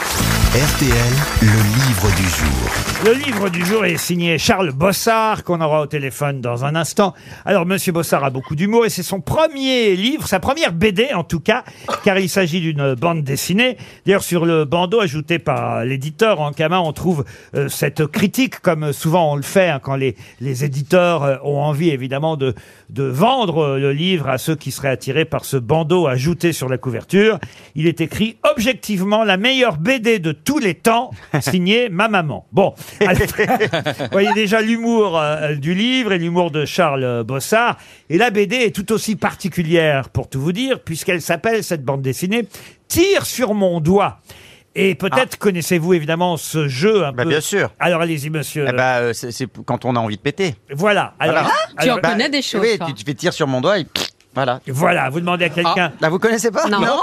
Speaker 1: RTL, le livre du jour.
Speaker 2: Le livre du jour est signé Charles Bossard, qu'on aura au téléphone dans un instant. Alors, Monsieur Bossard a beaucoup d'humour et c'est son premier livre, sa première BD en tout cas, car il s'agit d'une bande dessinée. D'ailleurs, sur le bandeau ajouté par l'éditeur en Camin, on trouve euh, cette critique, comme souvent on le fait, hein, quand les, les éditeurs euh, ont envie évidemment de, de vendre euh, le livre à ceux qui seraient attirés par ce bandeau ajouté sur la couverture. Il est écrit objectivement la meilleure BD de tous les temps, signée ma maman. Bon, alors, vous voyez déjà l'humour euh, du livre et l'humour de Charles Bossard. Et la BD est tout aussi particulière, pour tout vous dire, puisqu'elle s'appelle, cette bande dessinée, Tire sur mon doigt. Et peut-être connaissez-vous évidemment ce jeu un
Speaker 3: Ah. Bah,
Speaker 2: peu.
Speaker 3: bien sûr.
Speaker 2: Alors allez-y, monsieur.
Speaker 3: Eh ben, euh, c'est, c'est quand on a envie de péter.
Speaker 2: Voilà. Alors,
Speaker 3: Voilà.
Speaker 6: Tu en
Speaker 2: alors,
Speaker 6: connais des choses.
Speaker 3: oui,
Speaker 6: toi.
Speaker 3: tu tu fais tir sur mon doigt et pff, voilà.
Speaker 2: voilà, vous demandez à quelqu'un.
Speaker 3: Là, vous connaissez pas
Speaker 6: Non. Non.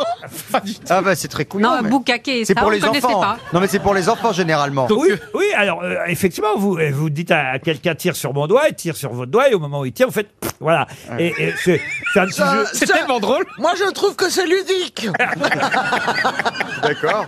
Speaker 3: Ah bah c'est très cool.
Speaker 6: Non,
Speaker 3: mais-
Speaker 6: Boukaké,
Speaker 3: C'est
Speaker 6: ça,
Speaker 3: pour
Speaker 6: on
Speaker 3: les
Speaker 6: connaissait
Speaker 3: enfants.
Speaker 6: pas.
Speaker 3: Non mais c'est pour les enfants généralement.
Speaker 2: Oui, oui, alors euh, effectivement, vous euh, vous dites à, à quelqu'un tire sur mon doigt, il tire sur votre doigt, et au moment où il tire, vous faites pff, voilà. Et, et c'est c'est un petit
Speaker 7: Ça-
Speaker 2: jeu.
Speaker 5: C'est
Speaker 7: Ça-
Speaker 5: tellement drôle.
Speaker 7: Moi, je trouve que c'est ludique.
Speaker 3: D'accord.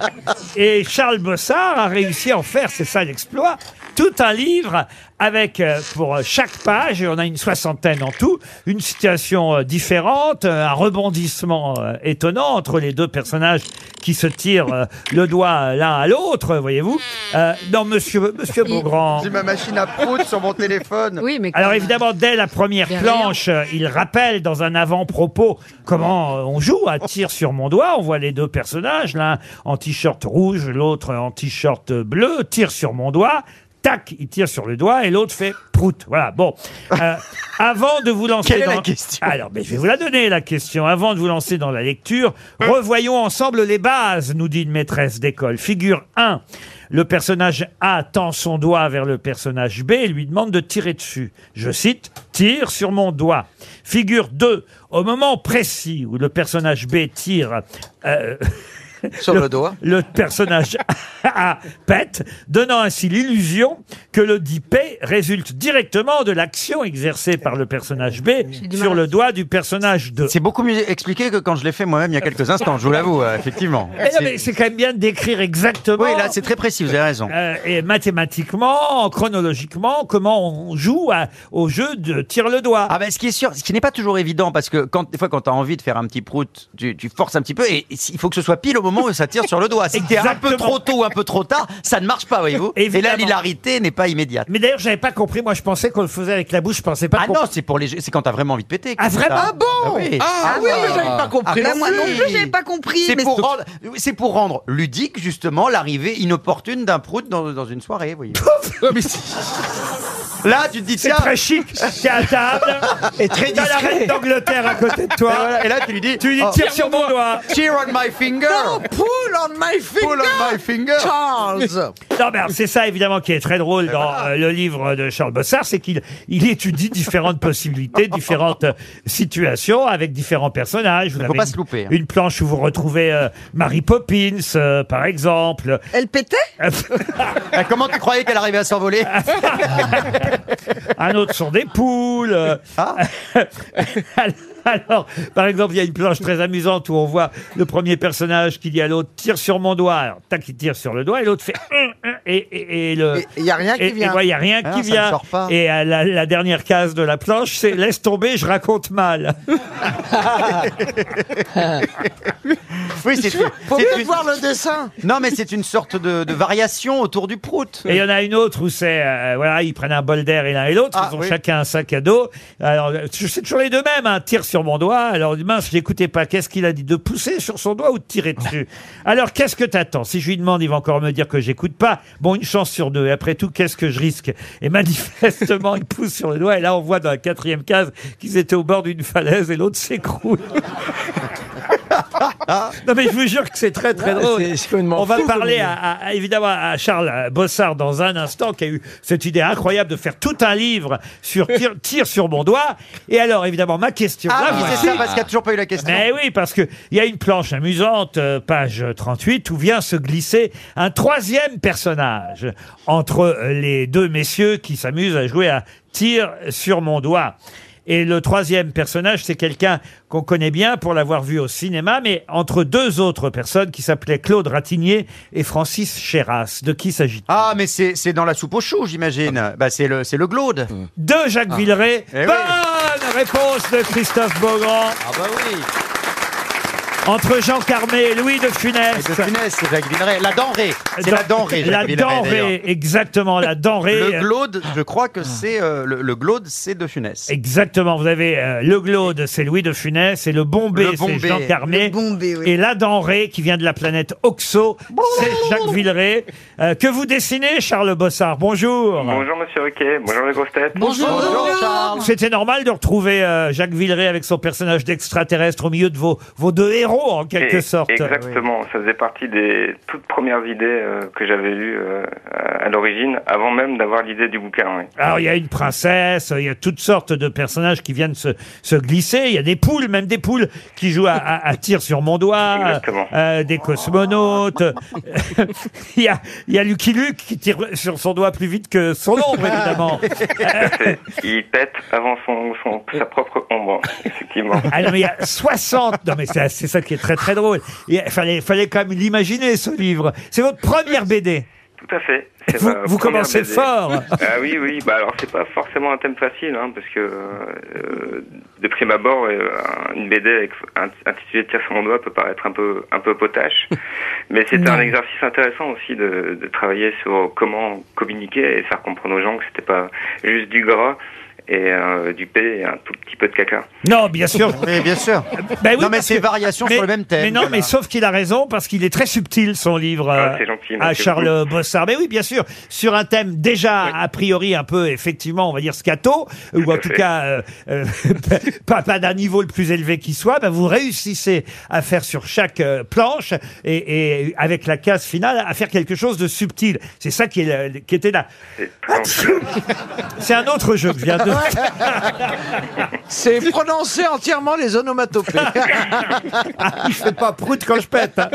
Speaker 2: Et Charles Bossard a réussi à en faire, c'est ça l'exploit, tout un livre avec euh, pour euh, chaque page, et on a une soixantaine en tout, une situation euh, différente, euh, un rebondissement euh, étonnant entre les deux personnages qui se tirent euh, le doigt euh, l'un à l'autre, voyez-vous. Euh, non, monsieur, monsieur Beaugrand.
Speaker 8: J'ai ma machine à prout sur mon téléphone.
Speaker 6: Oui, mais
Speaker 2: Alors évidemment, dès la première
Speaker 8: Derrière.
Speaker 2: planche, euh, il rappelle dans un avant-propos comment euh, on joue à tir sur mon doigt. On voit les deux personnages, l'un en t-shirt rouge, l'autre en t-shirt bleu, tire sur mon doigt. Tac, il tire sur le doigt et l'autre fait prout. Voilà, bon. Euh, avant de vous lancer
Speaker 3: Quelle est
Speaker 2: dans...
Speaker 3: la question
Speaker 2: Alors, mais je vais vous la donner, la question. Avant de vous lancer dans la lecture,
Speaker 3: Hein
Speaker 2: revoyons ensemble les bases, nous dit une maîtresse d'école. Figure 1. Le personnage A tend son doigt vers le personnage B et lui demande de tirer dessus. Je cite, tire sur mon doigt. Figure 2. Au moment précis où le personnage B tire, euh,
Speaker 7: Sur le doigt.
Speaker 2: Le personnage A pète, donnant ainsi l'illusion que le dit P résulte directement de l'action exercée par le personnage B
Speaker 3: du mal
Speaker 2: sur
Speaker 3: à-
Speaker 2: le doigt du personnage 2.
Speaker 3: C'est beaucoup mieux expliqué que quand je l'ai fait moi-même il y a quelques instants, je vous l'avoue, euh, effectivement.
Speaker 2: Mais Eh non, mais c'est quand même bien de décrire exactement.
Speaker 3: Oui, là, c'est très précis, vous avez raison.
Speaker 2: Euh, et mathématiquement, chronologiquement, comment on joue à- au jeu de tire le doigt.
Speaker 3: Ah ben, ce qui est sûr, ce qui n'est pas toujours évident, parce que quand, des fois, quand t'as envie de faire un petit prout, tu, tu forces un petit peu, et il faut que ce soit pile au moment où ça tire sur le doigt. Si t'es un peu trop tôt ou un peu trop tard, ça ne marche pas, voyez-vous. Et là,
Speaker 2: Évidemment.
Speaker 3: l'hilarité n'est pas immédiate.
Speaker 2: Mais d'ailleurs, j'avais pas compris. Moi, je pensais qu'on le faisait avec la bouche. Je pensais pas.
Speaker 3: Ah non, c'est pour les, jeux- c'est quand t'as vraiment envie de péter.
Speaker 2: Ah, vraiment
Speaker 3: Ah
Speaker 2: bon
Speaker 3: oui.
Speaker 2: Ah
Speaker 3: Ah
Speaker 2: oui,
Speaker 3: bah.
Speaker 2: mais j'avais pas compris
Speaker 3: Ah
Speaker 2: non
Speaker 3: bah
Speaker 2: moi
Speaker 3: si.
Speaker 2: non plus,
Speaker 9: j'avais pas compris,
Speaker 3: C'est
Speaker 9: mais
Speaker 3: pour,
Speaker 9: c'est-
Speaker 3: rendre, c'est pour rendre ludique justement l'arrivée inopportune d'un prout dans, dans une soirée, voyez. Là, tu te dis
Speaker 2: C'est
Speaker 3: tiens,
Speaker 2: très chic. T'es à table.
Speaker 3: Et très
Speaker 2: T'as la
Speaker 3: discret.
Speaker 2: reine d'Angleterre à côté de toi.
Speaker 3: Et, voilà, et là, tu lui dis,
Speaker 2: Tu lui dis,
Speaker 3: oh,
Speaker 2: tire sur mon doigt.
Speaker 3: Cheer on my finger.
Speaker 7: Non, pull on my finger.
Speaker 3: Pull on my finger.
Speaker 7: Charles.
Speaker 2: Non, mais alors, c'est ça évidemment qui est très drôle dans euh, le livre de Charles Bossard, c'est qu'il il étudie différentes possibilités, différentes euh, situations avec différents personnages. Vous
Speaker 3: faut pas
Speaker 2: une,
Speaker 3: se louper, hein.
Speaker 2: Une planche où vous retrouvez euh, Mary Poppins, euh, par exemple.
Speaker 9: Elle pétait
Speaker 3: Ah, Comment tu croyais qu'elle arrivait à s'envoler
Speaker 2: Un autre sont des poules. euh, Alors, par exemple, il y a une planche très amusante où on voit le premier personnage qui dit à l'autre tire sur mon doigt. Alors, tac, il tire sur le doigt et l'autre fait Hum, hum et, et- et le.
Speaker 7: Il n'y a rien
Speaker 2: Et
Speaker 7: qui
Speaker 2: et
Speaker 7: vient.
Speaker 2: voilà, il n'y a rien
Speaker 3: Ah,
Speaker 2: qui
Speaker 3: ça ne
Speaker 2: vient.
Speaker 3: sort pas.
Speaker 2: Et à la, la dernière case de la planche, c'est laisse tomber, je raconte mal.
Speaker 3: Oui, c'est une-
Speaker 7: Faut
Speaker 3: c'est
Speaker 7: peut-être
Speaker 3: une-
Speaker 7: voir le dessin.
Speaker 3: Non, mais c'est une sorte de, de variation autour du prout.
Speaker 2: Et il y en a une autre où c'est, euh, voilà, ils prennent un bol d'air et l'un et l'autre,
Speaker 3: Ah,
Speaker 2: ils ont
Speaker 3: oui.
Speaker 2: chacun un sac à dos. Alors, euh, c'est toujours les deux mêmes, hein, tire sur mon doigt. Alors, mince, je l'écoutais pas. Qu'est-ce qu'il a dit De pousser sur son doigt ou de tirer dessus Alors, qu'est-ce que t'attends Si je lui demande, il va encore me dire que j'écoute pas. Bon, une chance sur deux. Et après tout, qu'est-ce que je risque Et manifestement, il pousse sur le doigt. Et là, on voit dans la quatrième case qu'ils étaient au bord d'une falaise et l'autre s'écroule. non, mais je vous jure que c'est très, très
Speaker 10: Ah,
Speaker 2: drôle.
Speaker 10: c'est- c'est complètement
Speaker 2: On va
Speaker 10: fou comme
Speaker 2: parler
Speaker 10: idée.
Speaker 2: à, à- à- évidemment à Charles Bossard dans un instant qui a eu cette idée incroyable de faire tout un livre sur tire, Tire sur mon doigt. Et alors évidemment ma question.
Speaker 3: Ah
Speaker 2: là,
Speaker 3: oui,
Speaker 2: voici-
Speaker 3: c'est ça, parce qu'il n'y a toujours pas eu la question.
Speaker 2: mais oui, parce que il y a une planche amusante, euh, page 38, où vient se glisser un troisième personnage entre euh, les deux messieurs qui s'amusent à jouer à tir sur mon doigt. Et le troisième personnage, c'est quelqu'un qu'on connaît bien pour l'avoir vu au cinéma, mais entre deux autres personnes qui s'appelaient Claude Ratignier et Francis Chéras. De qui s'agit-il
Speaker 3: Ah, mais c'est c'est dans la soupe au chou, j'imagine. Bah, c'est le, c'est le glaude.
Speaker 2: De Jacques Villeray.
Speaker 3: Eh oui.
Speaker 2: Bonne Ah, réponse de Christophe Beaugrand.
Speaker 3: Ah, bah oui.
Speaker 2: Entre Jean Carmé et Louis de
Speaker 3: Et
Speaker 2: Funès.
Speaker 3: de finesse, c'est Jacques Villeray. La denrée. C'est
Speaker 2: Dans-
Speaker 3: la denrée, Jacques
Speaker 2: La
Speaker 3: Villeray, d'ailleurs.
Speaker 2: denrée, exactement, la denrée.
Speaker 3: Le glaude, je crois que c'est euh, le, le glaude, c'est de funès.
Speaker 2: Exactement, vous avez euh, le Glaude, c'est Louis de Funès, et le Bombé,
Speaker 3: Le
Speaker 2: c'est
Speaker 3: Bombay.
Speaker 2: Jean Carmé.
Speaker 9: Bombé, oui.
Speaker 2: Et la denrée qui vient de la planète Oxo, c'est Jacques Villeray, euh, que vous dessinez, Charles Bossard. Bonjour.
Speaker 12: Bonjour Monsieur Riquet, bonjour les grosses têtes.
Speaker 3: Bonjour, Charles.
Speaker 2: C'était normal de retrouver euh, Jacques Villeray avec son personnage d'extraterrestre au milieu de vos, vos deux héros, en quelque
Speaker 12: Et-
Speaker 5: euh,
Speaker 2: sorte.
Speaker 12: Exactement, ça faisait partie des toutes premières idées euh, que j'avais eues euh, à à l'origine, avant même d'avoir l'idée du bouquin. oui.
Speaker 5: Ah
Speaker 2: Alors, il y a une princesse, il y a toutes sortes de personnages qui viennent se, se glisser. Il y a des poules, même des poules qui jouent à, à, à tir sur mon doigt.
Speaker 12: Exactement.
Speaker 2: Euh, des cosmonautes. il, y a, il y a Lucky Luke qui tire sur son doigt plus vite que son ombre, évidemment.
Speaker 12: C'est- Il pète avant son, son- sa propre ombre, effectivement.
Speaker 2: Alors, Ah il y a 60. Non, mais c'est c'est ça qui est très, très drôle. Il y a- fallait, fallait quand même l'imaginer, ce livre. C'est votre première BD.
Speaker 12: Tout à fait. C'est
Speaker 2: Vous-
Speaker 12: ma
Speaker 2: vous
Speaker 12: première
Speaker 2: commencez
Speaker 12: BD.
Speaker 2: fort.
Speaker 12: Ah oui, oui. Bah alors c'est pas forcément un thème facile, hein, parce que euh, de prime abord, euh, une BD avec un- intitulée Tire sur mon doigt peut paraître un peu un peu potache, mais c'est un exercice intéressant aussi de, de travailler sur comment communiquer et faire comprendre aux gens que c'était pas juste du gras et euh, du P et un tout petit peu de caca.
Speaker 2: Non, bien sûr.
Speaker 3: Mais bien sûr.
Speaker 2: Ben oui,
Speaker 3: non, mais
Speaker 2: parce
Speaker 3: c'est
Speaker 2: que-
Speaker 3: variation
Speaker 2: mais-
Speaker 3: sur le même thème.
Speaker 2: Mais non, mais sauf qu'il a raison parce qu'il est très subtil son livre
Speaker 12: Ah,
Speaker 2: euh,
Speaker 12: c'est gentil,
Speaker 2: à
Speaker 12: merci
Speaker 2: Charles
Speaker 12: beaucoup.
Speaker 2: Bossard. Mais oui, bien sûr, sur un thème déjà a priori un peu effectivement, on va dire scato ou en tout
Speaker 12: fait.
Speaker 2: cas euh, euh, pas, pas d'un niveau le plus élevé qui soit, ben vous réussissez à faire sur chaque euh, planche et, et avec la case finale à faire quelque chose de subtil. C'est ça qui, est la- qui était là. C'est un autre jeu que je viens de.
Speaker 7: C'est prononcer entièrement les onomatopées.
Speaker 2: Il fait pas prout quand je pète. hein.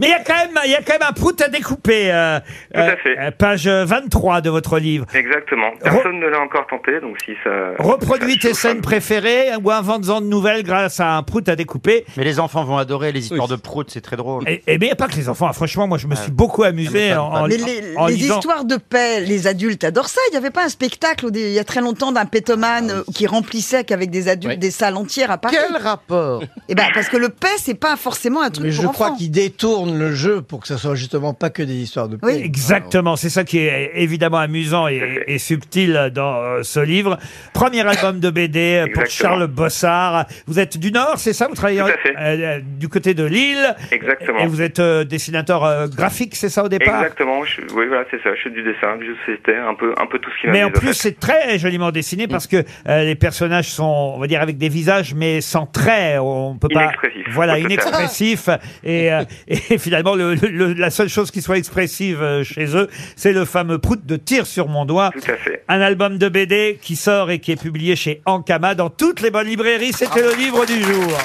Speaker 2: Mais il y, a quand même- il y a quand même un prout à découper. euh, euh, euh, Page 23 de votre livre.
Speaker 12: Exactement. Personne ne l'a encore tenté, donc si ça.
Speaker 2: Reproduis tes scènes préférées ou invente-en de nouvelles grâce à un prout à découper.
Speaker 3: Mais les enfants vont adorer les histoires de prout, c'est très drôle. Ah.
Speaker 2: Et, et bien, pas que les enfants. hein. Franchement, moi, je me suis beaucoup amusé en, en-
Speaker 9: Mais les,
Speaker 2: en
Speaker 9: les
Speaker 2: lisant.
Speaker 9: histoires de paix, les adultes adorent ça. Il n'y avait pas un spectacle au dé- il y a très longtemps d'un pétomane euh, qui remplissait qu'avec des adultes des salles entières à Paris.
Speaker 7: Quel rapport
Speaker 9: Eh ben parce que le paix, c'est pas forcément un truc
Speaker 10: Mais
Speaker 9: pour
Speaker 10: je crois
Speaker 9: enfants.
Speaker 10: qu'ils détournent le jeu pour que ça soit justement pas que des histoires de paix.
Speaker 2: Exactement, c'est ça qui est évidemment amusant et, et subtil dans euh, ce livre. Premier album de BD pour
Speaker 12: Exactement.
Speaker 2: Charles Bossard. Vous êtes du Nord, c'est ça Vous travaillez
Speaker 12: Tout à
Speaker 2: euh, euh, du côté de Lille.
Speaker 12: Exactement.
Speaker 2: Et vous êtes euh, dessinateur euh, graphique, c'est ça au départ
Speaker 12: Exactement. je- oui, voilà, c'est ça. Je fais du dessin, du c'était un peu, un peu tout ce qui
Speaker 2: Mais en
Speaker 12: m'amuse,
Speaker 2: plus,
Speaker 12: fait.
Speaker 2: c'est très joliment dessiné parce que euh, les personnages sont, on va dire, avec des visages, mais sans traits. On peut pas.
Speaker 12: Inexpressifs.
Speaker 2: Voilà,
Speaker 12: Oui, tout à fait.
Speaker 2: inexpressif. Et, euh, et finalement, le- le- le- la seule chose qui soit expressive euh, chez eux, c'est le fameux prout de tir sur mon doigt.
Speaker 12: Tout à fait.
Speaker 2: Un album de BD qui sort et qui est publié chez Ankama dans toutes les bonnes librairies. C'était le livre du jour.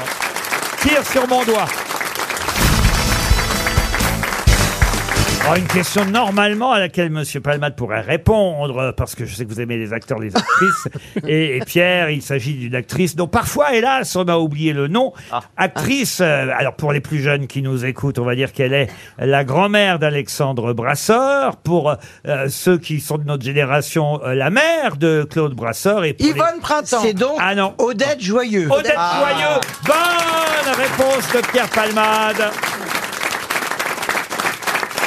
Speaker 2: Tire sur mon doigt. Oh, une question normalement à laquelle Monsieur Palmade pourrait répondre, euh, parce que je sais que vous aimez les acteurs, les actrices. et, et Pierre, il s'agit d'une actrice dont parfois, hélas, on a oublié le nom. Actrice, euh, alors pour les plus jeunes qui nous écoutent, on va dire qu'elle est la grand-mère d'Alexandre Brasseur. Pour euh, ceux qui sont de notre génération, euh, la mère de Claude Brasseur. Et pour les-
Speaker 10: Yvonne Printemps. C'est donc
Speaker 2: ah non.
Speaker 10: Odette Joyeux.
Speaker 2: Odette Ah. Joyeux. Bonne réponse de Pierre Palmade.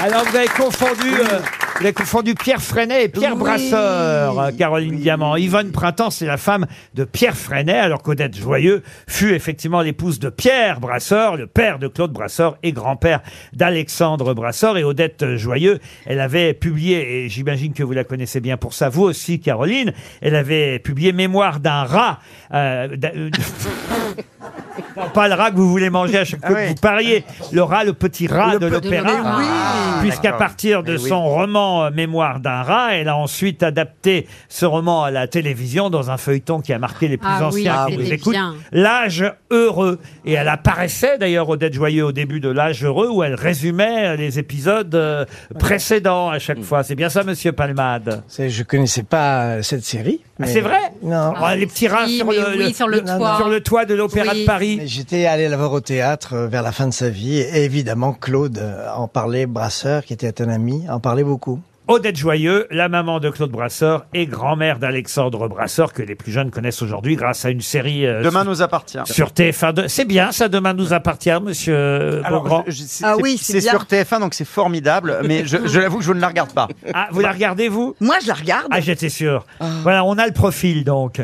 Speaker 2: Alors vous avez confondu, euh, vous avez confondu Pierre Freinet et Pierre Brasseur, euh, Caroline Diamant. Yvonne Printemps, c'est la femme de Pierre Freinet, alors qu'Odette Joyeux fut effectivement l'épouse de Pierre Brasseur, le père de Claude Brasseur et grand-père d'Alexandre Brasseur. Et Odette Joyeux, elle avait publié, et j'imagine que vous la connaissez bien pour ça, vous aussi Caroline, elle avait publié Mémoire d'un rat. euh, d'un- euh, non, pas le rat que vous voulez manger à chaque
Speaker 3: Ah
Speaker 2: fois que vous pariez, le rat, le petit rat
Speaker 7: Le
Speaker 2: de
Speaker 7: petit-
Speaker 2: l'opéra.
Speaker 7: Mais oui. Ah,
Speaker 2: Puisqu'à
Speaker 7: d'accord.
Speaker 2: partir de
Speaker 3: Eh
Speaker 7: Mais oui.
Speaker 2: son roman euh, Mémoire d'un rat, elle a ensuite adapté ce roman à la télévision dans un feuilleton qui a marqué les plus
Speaker 6: Ah oui,
Speaker 2: anciens qui
Speaker 6: c'était
Speaker 2: nous écoutent.
Speaker 6: bien.
Speaker 2: L'âge heureux. Et elle apparaissait d'ailleurs Odette Joyeux au début de L'âge heureux où elle résumait les épisodes euh, précédents à chaque fois. C'est bien ça, monsieur Palmade
Speaker 10: C'est- Je connaissais pas euh, cette série.
Speaker 2: Ah,
Speaker 10: mais-
Speaker 2: c'est vrai
Speaker 10: Non.
Speaker 2: Ah, les petits rats
Speaker 6: si,
Speaker 2: sur,
Speaker 6: mais
Speaker 2: le,
Speaker 6: oui, sur le toit.
Speaker 2: sur le toit de l'Opéra de Paris.
Speaker 10: Mais J'étais allé la voir au théâtre euh, vers la fin de sa vie et évidemment Claude euh, en parlait, Brasseur qui était un ami, en parlait beaucoup.
Speaker 2: Odette Joyeux, la maman de Claude Brasseur et grand-mère d'Alexandre Brasseur, que les plus jeunes connaissent aujourd'hui grâce à une série euh,
Speaker 3: Demain
Speaker 2: sur,
Speaker 3: nous appartient.
Speaker 2: sur TF1. C'est bien ça, Demain nous appartient, monsieur euh, Beaugrand.
Speaker 3: je- je- c'est-
Speaker 9: Ah
Speaker 3: c'est-
Speaker 9: oui, c'est
Speaker 3: c'est
Speaker 9: bien.
Speaker 3: sur TF1, donc c'est formidable, mais je, je l'avoue que je ne la regarde pas.
Speaker 2: Ah, vous la regardez, vous
Speaker 9: Moi, je la regarde.
Speaker 2: Ah, j'étais sûr. Voilà, on a le profil, donc.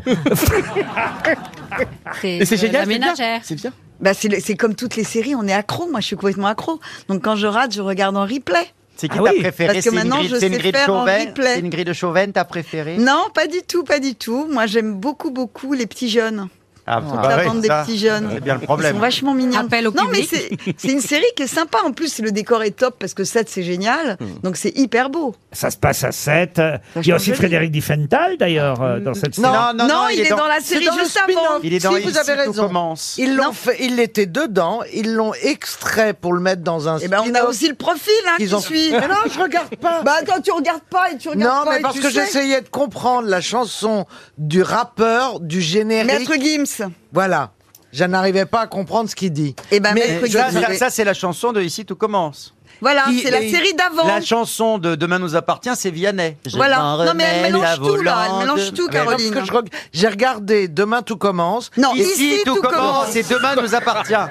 Speaker 5: Et c'est
Speaker 9: euh,
Speaker 5: génial,
Speaker 9: la
Speaker 5: c'est bien,
Speaker 9: ménagère.
Speaker 5: C'est bien.
Speaker 9: Bah, c'est le- c'est comme toutes les séries, on est accro. Moi, je suis complètement accro. Donc quand je rate, je regarde en replay.
Speaker 3: C'est qui
Speaker 2: Ah
Speaker 3: ta
Speaker 2: oui.
Speaker 3: préférée
Speaker 9: Parce que
Speaker 3: C'est
Speaker 9: maintenant,
Speaker 3: Ingrid,
Speaker 9: je
Speaker 3: c'est
Speaker 9: sais
Speaker 3: Ingrid
Speaker 9: faire en
Speaker 3: Chauvin
Speaker 9: replay.
Speaker 3: C'est Ingrid de Chauvin, ta préférée
Speaker 9: Non, pas du tout, pas du tout. Moi, j'aime beaucoup, beaucoup les petits jeunes.
Speaker 3: Ah,
Speaker 9: Toute
Speaker 3: bah
Speaker 9: la
Speaker 3: ouais,
Speaker 9: bande des
Speaker 3: ça,
Speaker 9: petits jeunes.
Speaker 3: C'est bien le
Speaker 9: Ils
Speaker 3: problème.
Speaker 9: sont vachement mignons.
Speaker 6: Appel au
Speaker 9: non, mais
Speaker 6: public.
Speaker 9: c'est c'est une série qui est sympa. En plus, le décor est top parce que 7, c'est génial.
Speaker 3: Hmm.
Speaker 9: Donc c'est hyper beau.
Speaker 2: ça se passe à 7. Il y a aussi
Speaker 9: joli.
Speaker 2: Frédéric Diffenthal, d'ailleurs, euh, dans cette série.
Speaker 9: non, il est dans la série
Speaker 7: C'est dans le
Speaker 9: juste avant.
Speaker 7: spin-off.
Speaker 3: Il est dans
Speaker 7: si vous
Speaker 3: Ici,
Speaker 7: avez
Speaker 3: tout
Speaker 7: raison.
Speaker 3: commence.
Speaker 7: Ils l'ont fait, il était dedans, ils l'ont extrait pour le mettre dans un
Speaker 9: Et ben on a
Speaker 7: spin-off.
Speaker 9: aussi le profil hein,
Speaker 7: Ils
Speaker 9: qui
Speaker 7: ont-
Speaker 9: suit.
Speaker 7: Mais non, je regarde pas.
Speaker 9: Bah quand tu regardes pas et tu regardes
Speaker 7: Non,
Speaker 9: pas
Speaker 7: mais
Speaker 9: et
Speaker 7: parce
Speaker 9: tu
Speaker 7: que
Speaker 9: sais.
Speaker 7: j'essayais de comprendre la chanson du rappeur, du générique.
Speaker 9: Maître Gims.
Speaker 7: Voilà. Je n'arrivais pas à comprendre ce qu'il dit.
Speaker 9: Et ben
Speaker 7: Bah, Mais
Speaker 9: Maître
Speaker 3: Ça,
Speaker 9: Gims.
Speaker 3: ça- ça, c'est la chanson de Ici tout commence.
Speaker 9: Voilà,
Speaker 3: qui
Speaker 9: c'est la
Speaker 3: est-
Speaker 9: série d'avant.
Speaker 3: La chanson de Demain nous appartient, c'est Vianney. Je
Speaker 9: Voilà.
Speaker 3: m'en
Speaker 9: Non, mais elle
Speaker 3: remets
Speaker 9: mélange
Speaker 3: la
Speaker 9: tout, là. Elle
Speaker 3: volante. Ah,
Speaker 9: mélange tout,
Speaker 3: Mais non,
Speaker 9: Caroline.
Speaker 3: parce que je
Speaker 7: Rock. J'ai regardé Demain tout commence.
Speaker 3: Non, Ici, Ici, tout tout commence. commence et Demain nous appartient.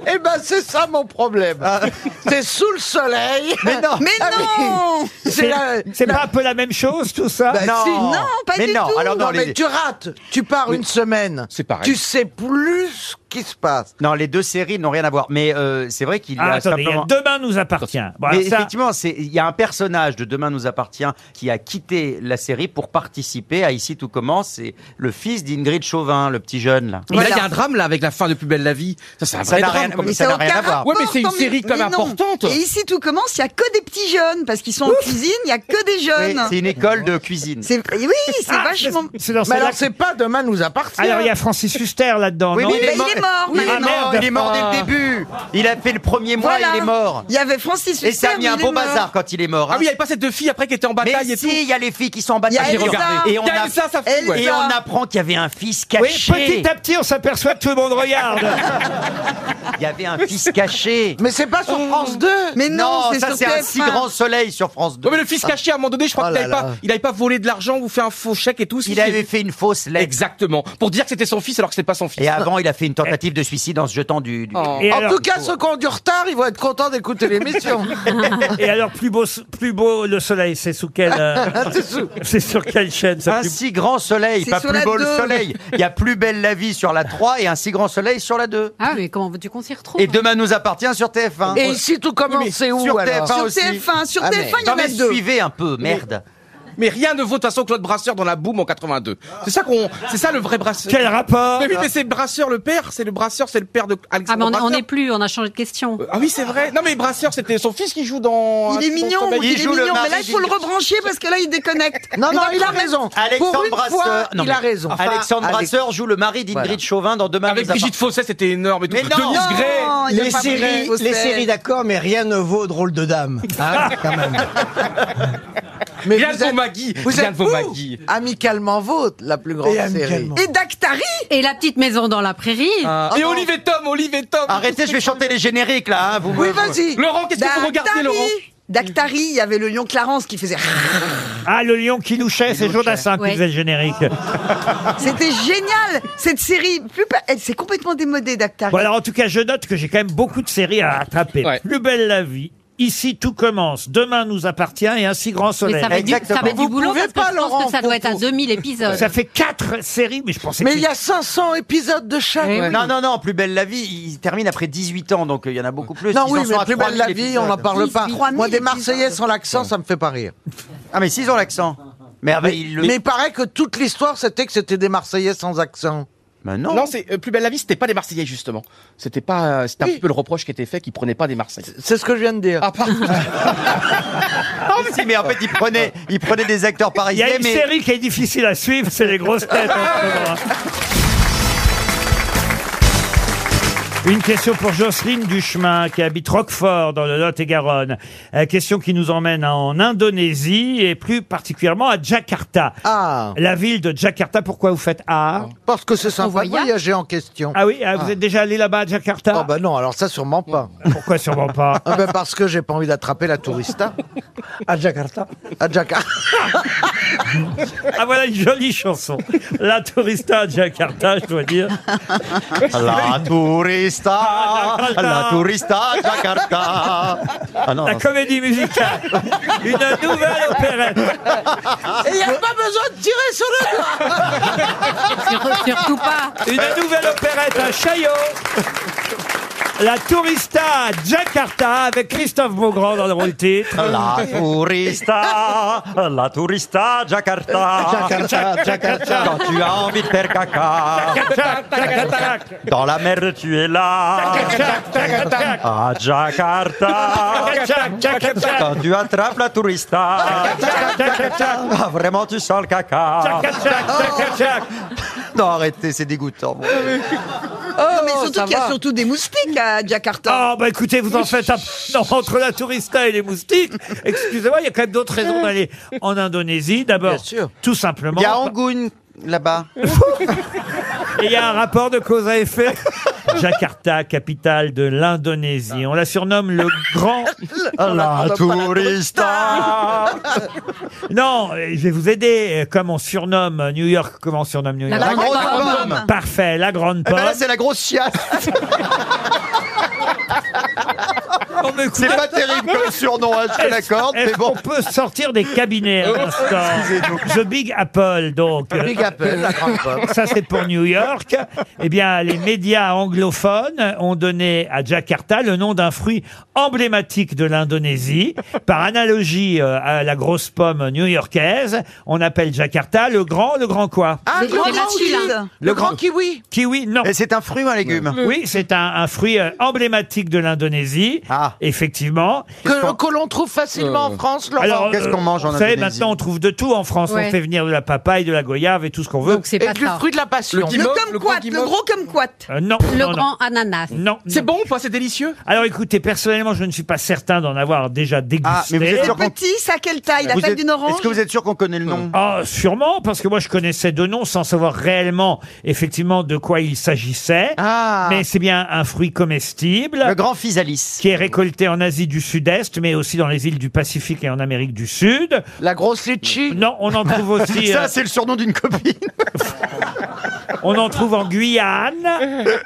Speaker 3: Ah.
Speaker 7: Eh ben c'est ça mon problème. C'est sous le soleil.
Speaker 3: Mais non.
Speaker 2: Mais non. C'est- c'est pas un peu la même chose tout ça
Speaker 7: Bah,
Speaker 2: Non.
Speaker 7: si.
Speaker 2: Non, pas Mais du non, tout. alors non,
Speaker 7: non,
Speaker 2: les-
Speaker 7: mais tu rates. Tu pars une semaine. C'est
Speaker 3: pareil.
Speaker 7: Tu sais plus ce qui se passe.
Speaker 3: Non, les deux séries n'ont rien à voir. Mais euh, c'est vrai qu'il
Speaker 2: Ah,
Speaker 3: a
Speaker 2: attendez, il y a
Speaker 3: simplement...
Speaker 2: Demain nous appartient. Bon, alors
Speaker 3: Mais
Speaker 2: ça-
Speaker 3: effectivement, c'est- il y a un personnage de Demain nous appartient qui a quitté la série pour participer à Ici tout commence. C'est le fils d'Ingrid Chauvin, le petit jeune là.
Speaker 5: Mais là, il y a un drame là avec la fin de Plus belle la vie. Ça, c'est un
Speaker 3: Ça
Speaker 5: vrai
Speaker 3: n'a
Speaker 5: drame.
Speaker 3: rien-
Speaker 5: comme-
Speaker 3: mais ça n'a rien à voir.
Speaker 5: Ouais, mais c'est une
Speaker 9: Tant mieux.
Speaker 5: série quand même
Speaker 9: Mais non.
Speaker 5: importante.
Speaker 9: Et ici, tout commence, il n'y a que des petits jeunes, parce qu'ils sont en cuisine, il n'y a que des jeunes.
Speaker 3: Oui, c'est une école de cuisine.
Speaker 9: C'est- Oui, c'est vachement.
Speaker 2: Ah, c'est dans Mais celle-là alors, que- c'est
Speaker 7: pas demain nous appartient.
Speaker 2: Alors il y a Francis Huster là-dedans.
Speaker 3: Oui,
Speaker 2: non
Speaker 3: mais il est mort- Oui, il est mort, il est mort dès
Speaker 2: Ah.
Speaker 3: le début. Il a fait le premier mois,
Speaker 9: Voilà.
Speaker 3: il est mort.
Speaker 9: Il y avait Francis
Speaker 3: Et ça a
Speaker 9: Huster,
Speaker 3: mis un
Speaker 9: il est
Speaker 3: beau
Speaker 9: mort.
Speaker 3: bazar quand il est mort.
Speaker 5: Ah oui, il n'y
Speaker 3: hein.
Speaker 5: avait pas cette deux filles après qui étaient en bataille
Speaker 3: Mais
Speaker 5: et tout.
Speaker 3: si, il y a les filles qui sont en bataille.
Speaker 5: Il y a
Speaker 3: J'ai
Speaker 5: Elsa.
Speaker 3: regardé. Et on
Speaker 5: Il y a
Speaker 3: a-
Speaker 5: Elsa, ça fout, Elsa. ouais.
Speaker 3: Et on apprend qu'il y avait un fils caché.
Speaker 2: Oui, petit à petit, on s'aperçoit que tout le monde regarde.
Speaker 3: Il y avait un fils caché.
Speaker 7: Mais c'est pas sur
Speaker 5: Oh.
Speaker 7: France 2
Speaker 9: Mais
Speaker 3: non, ça c'est un si grand soleil sur France 2.
Speaker 5: Ouais, mais le fils caché, à un moment donné, je crois
Speaker 3: Oh
Speaker 5: qu'il
Speaker 3: là
Speaker 5: n'avait
Speaker 3: là.
Speaker 5: pas, il avait pas volé de l'argent ou fait un faux chèque et tout.
Speaker 3: Il avait fait une fausse lettre.
Speaker 5: Exactement. Pour dire que c'était son fils alors que c'était pas son fils.
Speaker 3: Et avant, il a fait une tentative de suicide en se jetant du. du-
Speaker 5: Oh.
Speaker 7: en tout cas, ceux qui ont du retard, ils vont être contents d'écouter l'émission.
Speaker 2: Et alors, plus beau, plus beau le soleil, c'est sous quelle. euh,
Speaker 7: C'est sous-
Speaker 2: c'est sur quelle chaîne ça
Speaker 3: Ah, Un
Speaker 2: plus-
Speaker 3: si grand soleil,
Speaker 2: C'est
Speaker 3: pas
Speaker 2: sur
Speaker 3: plus
Speaker 2: la
Speaker 3: beau le
Speaker 2: deux.
Speaker 3: soleil. Il y a plus belle la vie sur la 3 et un si grand soleil sur la 2.
Speaker 6: Ah mais comment veux-tu qu'on s'y retrouve
Speaker 3: Et
Speaker 9: hein
Speaker 3: demain nous appartient sur TF1.
Speaker 7: Et ici tout commence, c'est où
Speaker 3: Sur
Speaker 7: alors
Speaker 3: TF1 aussi.
Speaker 9: sur
Speaker 3: Ah, mais-
Speaker 9: TF1, il y en
Speaker 3: Non,
Speaker 9: a
Speaker 3: mais
Speaker 9: deux.
Speaker 3: Suivez un peu, merde.
Speaker 5: Mais rien ne vaut de toute façon Claude Brasseur dans la boum en 82. C'est ça qu'on, c'est ça le vrai Brasseur.
Speaker 2: Quel rapport
Speaker 5: Mais oui, mais c'est Brasseur le père, c'est le Brasseur, c'est le père de
Speaker 6: Ah mais
Speaker 5: Alexandre
Speaker 6: on- on
Speaker 5: Brasseur.
Speaker 6: n'est plus, on a changé de question.
Speaker 5: Ah oui, c'est vrai. Non mais Brasseur, c'était son fils qui joue dans.
Speaker 9: Il est mignon, il, est mignon, mais là il faut le rebrancher parce que là il déconnecte.
Speaker 7: Non,
Speaker 9: Mais
Speaker 7: non,
Speaker 9: dans le
Speaker 7: il a
Speaker 9: problème-
Speaker 7: raison. Pour
Speaker 3: Alexandre
Speaker 7: une fois,
Speaker 3: Brasseur,
Speaker 7: il
Speaker 3: Euh, mais-
Speaker 7: a raison.
Speaker 3: Enfin, Alexandre
Speaker 7: Alex-
Speaker 3: Brasseur joue le mari d'Ingrid
Speaker 7: Voilà.
Speaker 3: Chauvin dans Demain
Speaker 5: Avec
Speaker 3: nous appartient.
Speaker 5: Brigitte Fausset, c'était énorme et tout.
Speaker 3: Mais non.
Speaker 5: Denis
Speaker 3: Non,
Speaker 5: Gray.
Speaker 9: il y a
Speaker 10: les
Speaker 9: pas
Speaker 10: séries,
Speaker 9: Brigitte
Speaker 10: les
Speaker 9: Fausset.
Speaker 10: séries d'accord, mais rien ne vaut drôle de dame.
Speaker 2: Ah.
Speaker 10: Hein, quand même.
Speaker 7: Mais
Speaker 5: Yann
Speaker 7: vous êtes-
Speaker 5: Vomagui.
Speaker 7: Vous
Speaker 5: Yann
Speaker 7: êtes
Speaker 5: Vomagui.
Speaker 7: vous, amicalement vôtre, la plus grande
Speaker 10: Et
Speaker 7: série.
Speaker 10: amicalement.
Speaker 9: Et Dactari
Speaker 6: Et la petite maison dans la prairie.
Speaker 5: Ah, et Olive et Tom, Olive et Tom.
Speaker 3: Arrêtez, je vais chanter les génériques là. hein, vous
Speaker 9: Oui,
Speaker 3: me-
Speaker 9: vas-y.
Speaker 5: Laurent, qu'est-ce que vous
Speaker 9: Dactari.
Speaker 5: regardez, Laurent
Speaker 9: Dactari, il y avait le lion Clarence qui faisait.
Speaker 2: Ah, le lion qui louchait, c'est Jodassin
Speaker 9: Ouais.
Speaker 2: qui faisait le générique.
Speaker 9: C'était génial cette série. Plus pa- elle s'est complètement démodée Dactari.
Speaker 2: Bon, alors en tout cas, je note que j'ai quand même beaucoup de séries à attraper. Plus belle la vie. Ici, tout commence. Demain nous appartient et un si grand soleil.
Speaker 6: Mais ça va être du, ça va être du boulot parce que je pense que ça doit être à 2000 épisodes.
Speaker 2: Ça fait quatre séries, mais je pensais
Speaker 7: Mais
Speaker 2: que-
Speaker 7: il y a 500 épisodes de chaque.
Speaker 3: Non, non, non, Plus belle la vie, il termine après 18 ans, donc euh, il y en a beaucoup plus.
Speaker 7: Non,
Speaker 3: Ils
Speaker 7: oui,
Speaker 3: en sont
Speaker 7: mais
Speaker 3: à
Speaker 7: plus belle la
Speaker 3: 3000
Speaker 7: vie, on n'en parle
Speaker 3: épisodes.
Speaker 7: pas. Moi, des Marseillais sans l'accent, ça me fait pas rire.
Speaker 3: Ah, mais s'ils ont l'accent. Mais, ah, bah, ils le-
Speaker 7: Mais il paraît que toute l'histoire, c'était que c'était des Marseillais sans accent.
Speaker 3: Bah
Speaker 5: Non,
Speaker 3: non.
Speaker 5: c'est euh, plus belle la vie, c'était pas des Marseillais justement. C'était pas, euh, c'était un
Speaker 7: Oui.
Speaker 5: petit peu le reproche qui était fait qu'ils prenaient pas des Marseillais.
Speaker 7: C'est ce que je viens de dire.
Speaker 5: Ah pardon.
Speaker 3: Mais si, mais en fait, ils prenaient, ils prenaient des acteurs
Speaker 2: Il y
Speaker 3: parisiens.
Speaker 2: a une
Speaker 3: mais...
Speaker 2: série qui est difficile à suivre, c'est les grosses têtes. hein, en ce moment. Une question pour Jocelyne Duchemin, qui habite Roquefort, dans le Lot-et-Garonne. Euh, question qui nous emmène en Indonésie, et plus particulièrement à Jakarta.
Speaker 7: Ah.
Speaker 2: La ville de Jakarta, pourquoi vous faites Ah
Speaker 7: Parce que c'est sympa de
Speaker 2: voyage.
Speaker 7: voyager en question.
Speaker 2: Ah oui, ah, vous êtes déjà allé là-bas à Jakarta
Speaker 7: Ah bah non, alors ça sûrement pas.
Speaker 2: Pourquoi sûrement pas
Speaker 7: Ah bah parce que j'ai pas envie d'attraper la tourista.
Speaker 10: À Jakarta.
Speaker 7: À Jakarta.
Speaker 2: Ah voilà une jolie chanson. La tourista à Jakarta, je dois dire.
Speaker 3: La
Speaker 2: Ah,
Speaker 3: tourista, la tourista, Jakarta. Ah non,
Speaker 2: La
Speaker 3: non,
Speaker 2: comédie musicale. Une nouvelle opérette.
Speaker 7: Et il n'y a pas besoin de tirer sur le doigt.
Speaker 6: Sur- surtout pas.
Speaker 2: Une nouvelle opérette à Chaillot. La tourista à Jakarta avec Christophe Beaugrand dans le rôle titre.
Speaker 3: La tourista, la tourista, Jakarta.
Speaker 10: Jakarta, Jakarta.
Speaker 3: Quand tu as envie de faire caca, dans la mer tu es là. À Jakarta, quand tu attrapes la tourista, ah, vraiment tu sens le
Speaker 2: Ah.
Speaker 3: caca. Non, arrêtez, c'est dégoûtant.
Speaker 9: Oh,
Speaker 3: bon.
Speaker 9: non, mais surtout qu'il y a surtout des moustiques à Jakarta.
Speaker 2: Ah bah écoutez, vous en faites un... Non, entre la tourista et les moustiques, excusez-moi, il y a quand même d'autres raisons d'aller en Indonésie. D'abord,
Speaker 7: Bien sûr.
Speaker 2: tout simplement...
Speaker 3: Il y a Angoun là-bas.
Speaker 2: Et il y a un rapport de cause à effet. Jakarta, capitale de l'Indonésie. On la surnomme le grand Oh
Speaker 3: La tourista.
Speaker 2: Non, euh, je vais vous aider. euh, Comme on surnomme euh, New York, comment on surnomme New
Speaker 8: La
Speaker 2: York
Speaker 8: grande La grande pomme. pomme.
Speaker 2: Parfait, la grande
Speaker 8: Eh
Speaker 2: pomme.
Speaker 7: Bah
Speaker 8: ben là, c'est la grosse chiasse. C'est pas terrible comme surnom, hein, je te l'accorde, mais bon.
Speaker 2: On peut sortir des cabinets à l'instant.
Speaker 8: Excusez-nous.
Speaker 2: The Big Apple, donc.
Speaker 8: The Big Apple, la grande pomme.
Speaker 2: Ça, c'est pour New York. Eh bien, les médias anglophones ont donné à Jakarta le nom d'un fruit emblématique de l'Indonésie. Par analogie euh, à la grosse pomme new-yorkaise, on appelle Jakarta le grand, le grand quoi
Speaker 7: Ah,
Speaker 6: Le
Speaker 7: le,
Speaker 6: grand
Speaker 7: grand
Speaker 6: kiwi.
Speaker 7: kiwi.
Speaker 2: Le grand
Speaker 7: kiwi.
Speaker 2: Kiwi, non.
Speaker 8: Et c'est un fruit ou un légume
Speaker 2: Oui, c'est un, un fruit euh, emblématique de l'indonésie.
Speaker 8: Ah.
Speaker 2: Effectivement.
Speaker 7: Que, que l'on trouve facilement en France, Laurent.
Speaker 2: Alors, euh, Vous savez, maintenant, on trouve de tout en France.
Speaker 7: Ouais.
Speaker 2: On fait venir de la papaye, de la goyave et tout ce qu'on veut.
Speaker 7: Et du fruit de la passion.
Speaker 6: kumquat, le gros kumquat.
Speaker 2: Euh, non,
Speaker 6: Le
Speaker 2: non, non.
Speaker 6: grand ananas.
Speaker 2: Non. C'est bon ou pas C'est délicieux Alors écoutez, personnellement, je ne suis pas certain d'en avoir déjà dégusté.
Speaker 8: Ah, mais vous êtes sûr qu'on-
Speaker 9: Petit, ça quelle taille La
Speaker 2: Vous
Speaker 9: taille
Speaker 2: êtes-
Speaker 9: d'une orange
Speaker 8: Est-ce que vous êtes sûr qu'on connaît le nom
Speaker 2: Ah, sûrement, parce que moi je connaissais de nom sans savoir réellement, effectivement, de quoi il s'agissait. Mais c'est bien un fruit comestible. Le
Speaker 8: Ah. grand physalis.
Speaker 2: Qui est récolté en Asie du Sud-Est, mais aussi dans les îles du Pacifique et en Amérique du Sud.
Speaker 7: La grosse litchi
Speaker 2: Non, on en trouve aussi.
Speaker 8: Ça,
Speaker 2: euh,
Speaker 8: c'est le surnom d'une copine.
Speaker 2: On en trouve en Guyane.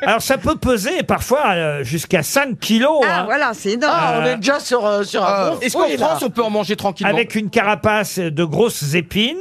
Speaker 2: Alors ça peut peser parfois euh, jusqu'à 5 kilos.
Speaker 9: Ah,
Speaker 2: hein.
Speaker 9: voilà, c'est énorme. Euh,
Speaker 2: Ah, on est
Speaker 7: déjà sur, euh, sur
Speaker 2: un bon
Speaker 5: Ah. Est-ce qu'en
Speaker 2: fruit, là.
Speaker 5: France, on peut en manger tranquillement
Speaker 2: Avec une carapace de grosses épines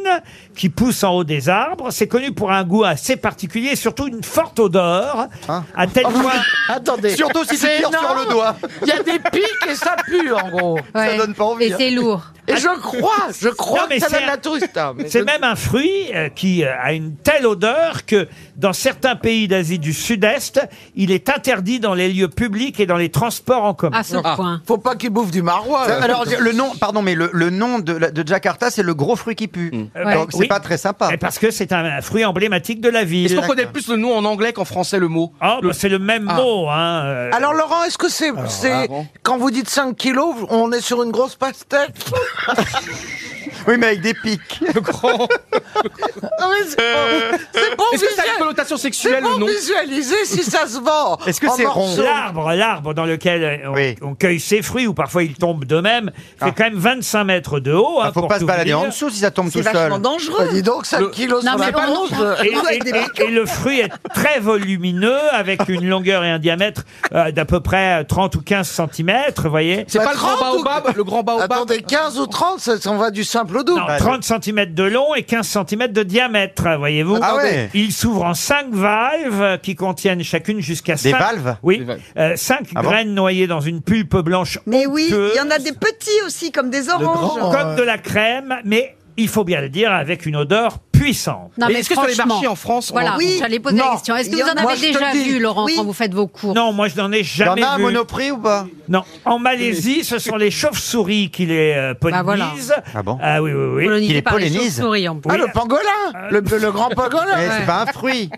Speaker 2: qui poussent en haut des arbres. C'est connu pour un goût assez particulier et surtout une forte odeur.
Speaker 5: Hein
Speaker 2: à tel
Speaker 5: Ah
Speaker 2: point.
Speaker 7: Attendez.
Speaker 8: Surtout si tu
Speaker 7: C'est
Speaker 8: tires sur
Speaker 7: énorme.
Speaker 8: le doigt.
Speaker 7: Il y a des pics et ça pue, en gros.
Speaker 6: Ouais.
Speaker 7: hein.
Speaker 6: Et c'est lourd.
Speaker 7: Et Ah, je crois, je crois
Speaker 2: Non, mais
Speaker 7: que ça
Speaker 2: c'est
Speaker 7: donne
Speaker 2: un-
Speaker 7: la tourista. mais
Speaker 2: C'est
Speaker 7: je-
Speaker 2: même un fruit euh, qui euh, a une telle odeur que dans certains pays d'Asie du Sud-Est, il est interdit dans les lieux publics et dans les transports en commun.
Speaker 7: Ah, Faut pas qu'il bouffe du marois.
Speaker 8: Ça, Alors le nom, pardon, mais le, le nom de, la- de Jakarta, c'est le gros fruit qui pue.
Speaker 2: Mm. Ouais.
Speaker 8: Donc c'est
Speaker 2: Oui.
Speaker 8: pas très sympa.
Speaker 2: Et parce que c'est un, un fruit emblématique de la ville.
Speaker 5: Est-ce qu'on connaît plus le nom en anglais qu'en français, le mot
Speaker 2: Ah, bah, c'est le même mot. Hein, euh,
Speaker 7: Alors Laurent, est-ce que c'est c'est-
Speaker 5: ah, bon.
Speaker 7: quand vous dites 5 kilos, on est sur une grosse pastèque
Speaker 8: Oui, mais avec des pics.
Speaker 5: Le grand. Euh,
Speaker 7: Non, mais c'est bon, c'est bon
Speaker 5: Est-ce que ça a
Speaker 7: visuel-
Speaker 5: une connotation sexuelle
Speaker 7: C'est bon
Speaker 5: le nom
Speaker 7: visualiser si ça se vend.
Speaker 8: Oh,
Speaker 7: en morceaux.
Speaker 2: L'arbre, l'arbre dans lequel euh, on, on cueille ses fruits, ou parfois ils tombent d'eux-mêmes, fait quand même 25 mètres de haut.
Speaker 8: Ah,
Speaker 2: hein,
Speaker 8: faut
Speaker 2: pour
Speaker 8: pas se
Speaker 2: tout
Speaker 8: balader
Speaker 2: vous
Speaker 8: en
Speaker 2: dire.
Speaker 8: dessous si ça tombe tout seul.
Speaker 7: Bah, dis donc, 5
Speaker 2: Le-
Speaker 7: kilos
Speaker 6: Non,
Speaker 7: sur la
Speaker 6: mais on-
Speaker 7: balance.
Speaker 2: Et, et- et- et le fruit est très volumineux, avec une longueur et un diamètre euh, d'à peu près 30 ou 15 cm, vous voyez
Speaker 5: C'est
Speaker 6: Bah,
Speaker 5: pas le grand baobab Le grand baobab
Speaker 7: Bah, Attendez, 15 ou 30, ça, ça en va du simple au double.
Speaker 2: Non, 30 cm de long et 15 cm de diamètre, voyez-vous.
Speaker 8: Ah ouais.
Speaker 2: Il s'ouvre en 5 valves euh, qui contiennent chacune jusqu'à 5
Speaker 8: Des valves
Speaker 2: Oui. 5
Speaker 8: Ah bon
Speaker 2: graines noyées dans une pulpe blanche
Speaker 9: Mais oui,
Speaker 2: onctueuse.
Speaker 9: il y en a des petits aussi, comme des oranges.
Speaker 2: comme de la crème, mais il faut bien le dire, avec une odeur puissante.
Speaker 6: Non,
Speaker 5: Et
Speaker 6: mais
Speaker 5: est-ce que sur les
Speaker 6: franchement,
Speaker 5: marchés en France, on
Speaker 6: Voilà,
Speaker 5: en-
Speaker 6: oui. j'allais poser
Speaker 5: Non.
Speaker 6: la question. Est-ce que
Speaker 9: Il y
Speaker 6: vous en
Speaker 9: en a- Moi,
Speaker 6: avez
Speaker 9: je te le
Speaker 6: déjà
Speaker 9: dis.
Speaker 6: vu, Laurent,
Speaker 9: Oui.
Speaker 6: quand vous faites vos cours
Speaker 2: Non, moi je n'en ai
Speaker 8: Il y en
Speaker 2: jamais
Speaker 8: a à
Speaker 2: vu.
Speaker 8: Monoprix ou pas
Speaker 2: Non, en Malaisie, ce sont les chauves-souris qui les euh, pollinisent.
Speaker 6: Bah voilà.
Speaker 8: Ah bon
Speaker 2: Ah oui, oui, oui.
Speaker 8: Qui les pollinise
Speaker 7: Ah, le pangolin le, le grand pangolin
Speaker 8: Mais Eh, c'est pas un fruit.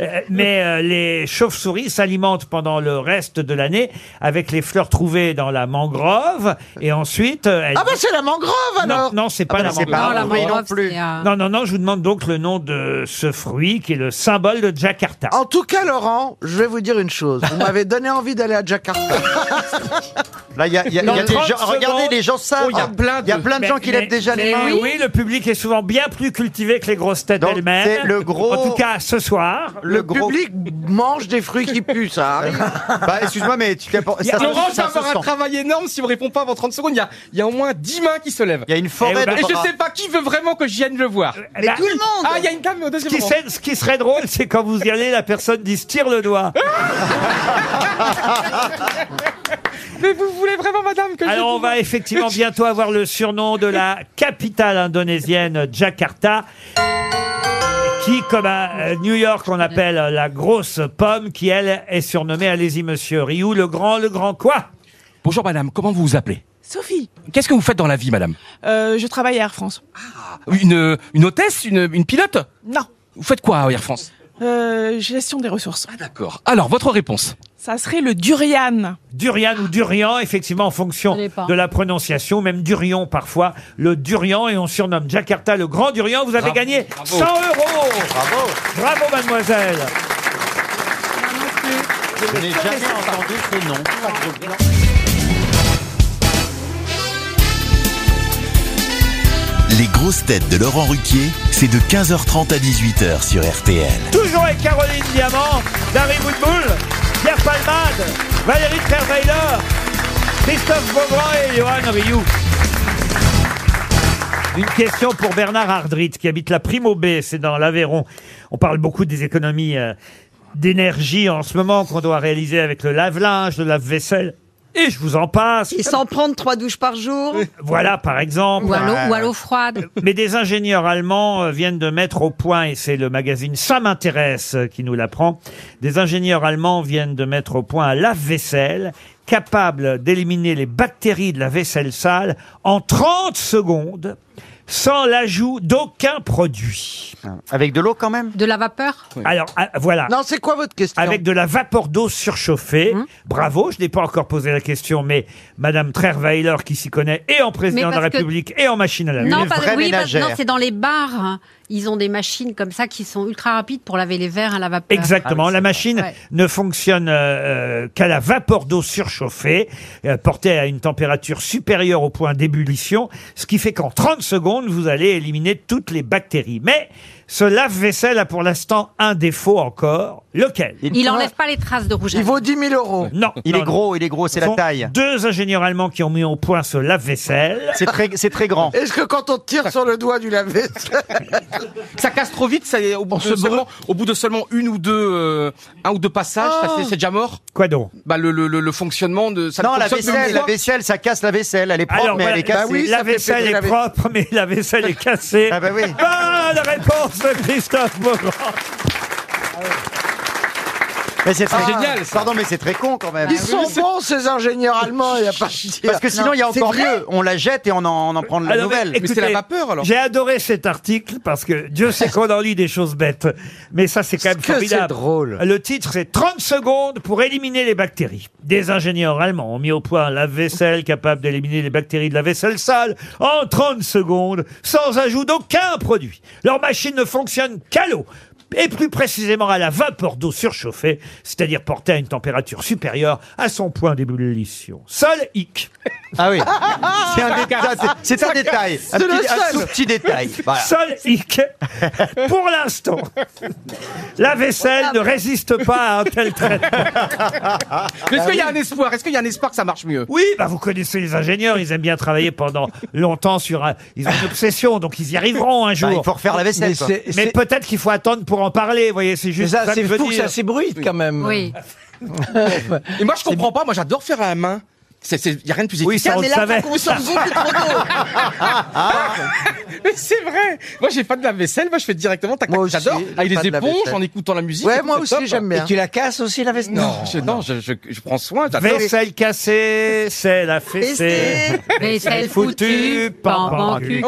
Speaker 2: Euh, Mais euh, les chauves-souris s'alimentent pendant le reste de l'année avec les fleurs trouvées dans la mangrove et ensuite euh, elles...
Speaker 7: Ah bah c'est la mangrove alors
Speaker 2: non, non, c'est pas
Speaker 8: Ah bah,
Speaker 2: la
Speaker 8: c'est
Speaker 2: mangrove.
Speaker 8: pas un fruit non plus.
Speaker 7: euh,
Speaker 2: Non, non, non, je vous demande donc le nom de ce fruit qui est le symbole de Jakarta.
Speaker 7: En tout cas, Laurent, Oh, je vais vous dire une chose. Vous m'avez donné envie d'aller à Jakarta.
Speaker 8: Là, il y a, il y a- il y
Speaker 2: Dans
Speaker 8: a des
Speaker 2: 30
Speaker 8: gens. Regardez,
Speaker 2: secondes.
Speaker 8: les gens savent.
Speaker 2: Oh, il y a plein
Speaker 8: Il y a plein de
Speaker 2: Mais-
Speaker 8: gens qui
Speaker 2: mais-
Speaker 8: lèvent déjà les
Speaker 2: mais
Speaker 8: mains.
Speaker 2: Oui, le public est souvent bien plus cultivé que les grosses têtes
Speaker 8: Donc,
Speaker 2: elles-mêmes.
Speaker 8: c'est le gros-
Speaker 2: En tout cas, ce soir.
Speaker 8: Le, gros.
Speaker 7: public mange des fruits qui puent, ça arrive.
Speaker 8: Bah, excuse-moi, mais tu t'as pas- ça, se-
Speaker 5: Laurent,
Speaker 8: ça
Speaker 5: va
Speaker 8: se
Speaker 5: avoir un
Speaker 8: sent.
Speaker 5: travail énorme si on répond pas avant 30 secondes. Il y a, il y a au moins 10 mains qui se lèvent. bah,
Speaker 8: Il y a une forêt
Speaker 2: Eh oui,
Speaker 8: de
Speaker 5: Et je
Speaker 8: bras.
Speaker 5: sais pas qui veut vraiment que je vienne le voir.
Speaker 2: Eh
Speaker 7: Bah,
Speaker 2: ben,
Speaker 5: Ah, il y a une dame au
Speaker 2: ce
Speaker 5: deuxième
Speaker 2: qui,
Speaker 5: rang.
Speaker 2: serait, ce qui serait drôle, c'est quand vous y allez, la personne dit tire le doigt.
Speaker 5: Mais vous voulez vraiment, madame, que
Speaker 2: Alors on
Speaker 5: je vienne
Speaker 2: va effectivement bientôt avoir le surnom de la capitale indonésienne, Jakarta. Qui, comme à euh, New York, on appelle la grosse pomme, qui elle est surnommée, allez-y monsieur, Ryu, le grand, le grand quoi
Speaker 5: Bonjour, madame. Comment vous vous appelez
Speaker 13: Sophie,
Speaker 5: Qu'est-ce que vous faites dans la vie, madame Ah.
Speaker 13: euh, je travaille à Air France.
Speaker 5: Une, une hôtesse une, une pilote
Speaker 13: Non,
Speaker 5: Vous faites quoi à Air France
Speaker 13: Euh, gestion des ressources.
Speaker 5: Ah, D'accord. Alors, votre réponse
Speaker 13: Ça serait le durian.
Speaker 2: Durian ou durian, effectivement, en fonction
Speaker 13: Ça dépend.
Speaker 2: de la prononciation, même durian parfois, le durian, et on surnomme Jakarta le grand durian. Vous avez
Speaker 14: Bravo,
Speaker 2: gagné
Speaker 14: bravo.
Speaker 2: 100 euros
Speaker 14: Bravo.
Speaker 2: Bravo, mademoiselle
Speaker 8: Je n'ai jamais entendu ce nom.
Speaker 1: Les grosses têtes de Laurent Ruquier, c'est de 15h30 à 18h sur RTL.
Speaker 2: Toujours avec Caroline Diamant, Larry Woodbull, Pierre Palmade, Valérie Trierweiler, Christophe Beaugrand et Johan Rioux. Une question pour Bernard Ardrit qui habite la Primo B, c'est dans l'Aveyron. On parle beaucoup des économies euh, d'énergie en ce moment qu'on doit réaliser avec le lave-linge, le lave-vaisselle. Et je vous en passe.
Speaker 9: Et s'en prendre trois douches par jour.
Speaker 2: Voilà, par exemple.
Speaker 6: Ou à l'eau- ou à l'eau froide.
Speaker 2: Mais des ingénieurs allemands euh, viennent de mettre au point, et c'est le magazine Ça m'intéresse euh, qui nous l'apprend, des ingénieurs allemands viennent de mettre au point un lave-vaisselle capable d'éliminer les bactéries de la vaisselle sale en 30 secondes sans l'ajout d'aucun produit. Ah, Avec de l'eau quand même
Speaker 6: De la vapeur
Speaker 2: Alors ah, voilà.
Speaker 7: Non, c'est quoi votre question
Speaker 2: Avec de la vapeur d'eau surchauffée.
Speaker 6: Hum.
Speaker 2: Bravo, je n'ai pas encore posé la question, mais Madame Trerweiler qui s'y connaît et en président de la
Speaker 6: parce que-
Speaker 2: République et en machine à laver.
Speaker 6: Non, pas- oui, parce- non, c'est dans les bars. hein. Ils ont des machines comme ça qui sont ultra rapides pour laver les verres à la vapeur.
Speaker 2: Exactement. la machine
Speaker 6: Ouais.
Speaker 2: ne fonctionne euh, euh, qu'à la vapeur d'eau surchauffée, euh, portée à une température supérieure au point d'ébullition, ce qui fait qu'en 30 secondes, vous allez éliminer toutes les bactéries. Mais ce lave-vaisselle a pour l'instant un défaut encore. Lequel
Speaker 6: Il n'enlève pas les traces de rouge à lèvres.
Speaker 2: 10 000 euros. Non.
Speaker 6: Il
Speaker 2: non,
Speaker 6: est
Speaker 2: non.
Speaker 6: gros, il est gros, c'est
Speaker 2: Ce
Speaker 6: la
Speaker 2: sont
Speaker 6: taille.
Speaker 2: Deux ingénieurs allemands qui ont mis au point ce lave-vaisselle.
Speaker 7: C'est très-
Speaker 2: c'est très grand.
Speaker 7: Est-ce que quand on tire sur le doigt du lave-vaisselle,
Speaker 5: Ça casse trop vite, ça, au, bout de seulement, au bout de seulement une ou deux, euh, un ou deux passages, ça, c'est- c'est déjà mort.
Speaker 2: Quoi donc
Speaker 5: bah, le, le, le, le fonctionnement de. Ça
Speaker 8: non,
Speaker 5: ne
Speaker 8: la
Speaker 5: fonctionne
Speaker 8: vaisselle,
Speaker 5: qu'une
Speaker 8: la
Speaker 5: fois.
Speaker 8: vaisselle, ça casse la vaisselle. Elle est propre,
Speaker 5: Alors,
Speaker 8: mais elle est
Speaker 5: voilà,
Speaker 8: cassée.
Speaker 5: bah oui,
Speaker 2: la vaisselle est propre, mais la vaisselle est cassée.
Speaker 8: Ah bah oui.
Speaker 2: Bonne réponse de Christophe Beaugrand.
Speaker 8: Mais c'est très
Speaker 7: Ah.
Speaker 8: génial. Pardon, mais c'est très con quand même.
Speaker 7: ils sont bons ces ingénieurs allemands, il n'y a pas de
Speaker 8: Ah Parce que sinon, il y a encore mieux. On la jette et on en, on en prend de la
Speaker 2: Alors,
Speaker 8: nouvelle.
Speaker 2: Ah écoutez, J'ai adoré cet article parce que Dieu sait qu'on en lit des choses bêtes. Mais ça, c'est quand même
Speaker 8: que
Speaker 2: formidable.
Speaker 8: c'est drôle.
Speaker 2: Le titre, c'est 30 secondes pour éliminer les bactéries. Des ingénieurs allemands ont mis au point un lave-vaisselle capable d'éliminer les bactéries de la vaisselle sale en 30 secondes sans ajout d'aucun produit. Leur machine ne fonctionne qu'à l'eau. Et plus précisément à la vapeur d'eau surchauffée, c'est-à-dire portée à une température supérieure à son point d'ébullition. Seul hic.
Speaker 8: Ah oui. C'est un détail, c'est- c'est un détail, un
Speaker 2: C'est le
Speaker 8: petit- un
Speaker 2: seul.
Speaker 8: tout petit détail, voilà.
Speaker 2: Seul hic. Pour l'instant, la vaisselle ne résiste pas à un tel traitement.
Speaker 5: Mais est-ce qu'il
Speaker 3: Ah
Speaker 5: y a un espoir Est-ce qu'il y a un espoir que ça marche mieux
Speaker 2: Oui, bah vous connaissez les ingénieurs, ils aiment bien travailler pendant longtemps sur un... Ils ont une obsession, donc ils y arriveront un jour.
Speaker 8: Bah, il faut refaire la vaisselle,
Speaker 2: Mais
Speaker 8: quoi.
Speaker 2: c'est- Mais peut-être qu'il faut attendre pour en parler, vous voyez, c'est juste
Speaker 10: ça, c'est
Speaker 2: que je veux
Speaker 10: fou que
Speaker 2: dire.
Speaker 10: ça s'ébruite quand même.
Speaker 6: Oui.
Speaker 5: Et moi, je comprends pas. Moi, j'adore faire à la main. Il n'y a rien de plus
Speaker 2: Oui, ça, on le savait.
Speaker 5: Mais c'est vrai. Moi, j'ai pas de la vaisselle. Moi, je fais directement. Tac, tac, j'adore. Avec
Speaker 10: pas
Speaker 5: les
Speaker 10: de la
Speaker 5: éponges,
Speaker 10: vaisselle.
Speaker 5: en écoutant la musique.
Speaker 10: Ouais,
Speaker 5: et tout,
Speaker 10: moi
Speaker 5: c'est
Speaker 10: aussi,
Speaker 5: top.
Speaker 10: j'aime bien. Et tu la casses aussi, la vaisselle
Speaker 5: Non, je, non, je, je- je prends soin. j'adore.
Speaker 2: Vaisselle cassée, c'est la fessée.
Speaker 5: Fessée.
Speaker 6: Vaisselle foutue, pan, pan, cucu.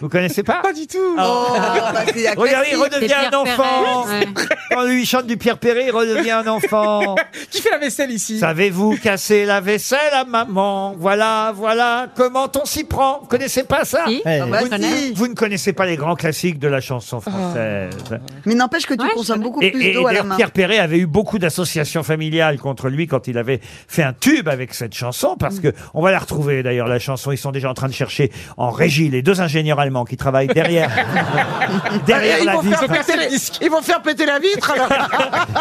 Speaker 2: Vous connaissez pas
Speaker 5: Pas du tout.
Speaker 6: Oh, bah, c'est la
Speaker 2: Regardez, il
Speaker 6: classique,
Speaker 2: redevient
Speaker 6: c'est
Speaker 2: un
Speaker 6: Pierre
Speaker 2: enfant.
Speaker 6: Perret,
Speaker 2: Quand on lui chante du Pierre Perret, il redevient un enfant.
Speaker 5: Qui fait la vaisselle ici
Speaker 2: Savez-vous casser la vaisselle à maman Voilà, voilà, comment on s'y prend Vous connaissez pas ça
Speaker 9: Si, Ouais. ah bah,
Speaker 2: vous,
Speaker 9: je connais.
Speaker 2: vous ne connaissez pas les grands classiques de la chanson française.
Speaker 9: Mais n'empêche que tu consommes beaucoup
Speaker 2: Et,
Speaker 9: plus
Speaker 2: et
Speaker 9: d'eau à la
Speaker 2: d'ailleurs,
Speaker 9: main.
Speaker 2: Pierre Perret avait eu beaucoup d'associations familiales contre lui quand il avait fait un tube avec cette chanson,
Speaker 7: Mm.
Speaker 2: parce que on va la retrouver d'ailleurs la chanson. Ils sont déjà en train de chercher en régie les deux ingénieurs allemands qui travaillent derrière, derrière
Speaker 7: ils
Speaker 2: la
Speaker 7: vont,
Speaker 2: vitre.
Speaker 7: faire péter les- ils vont faire péter la vitre alors.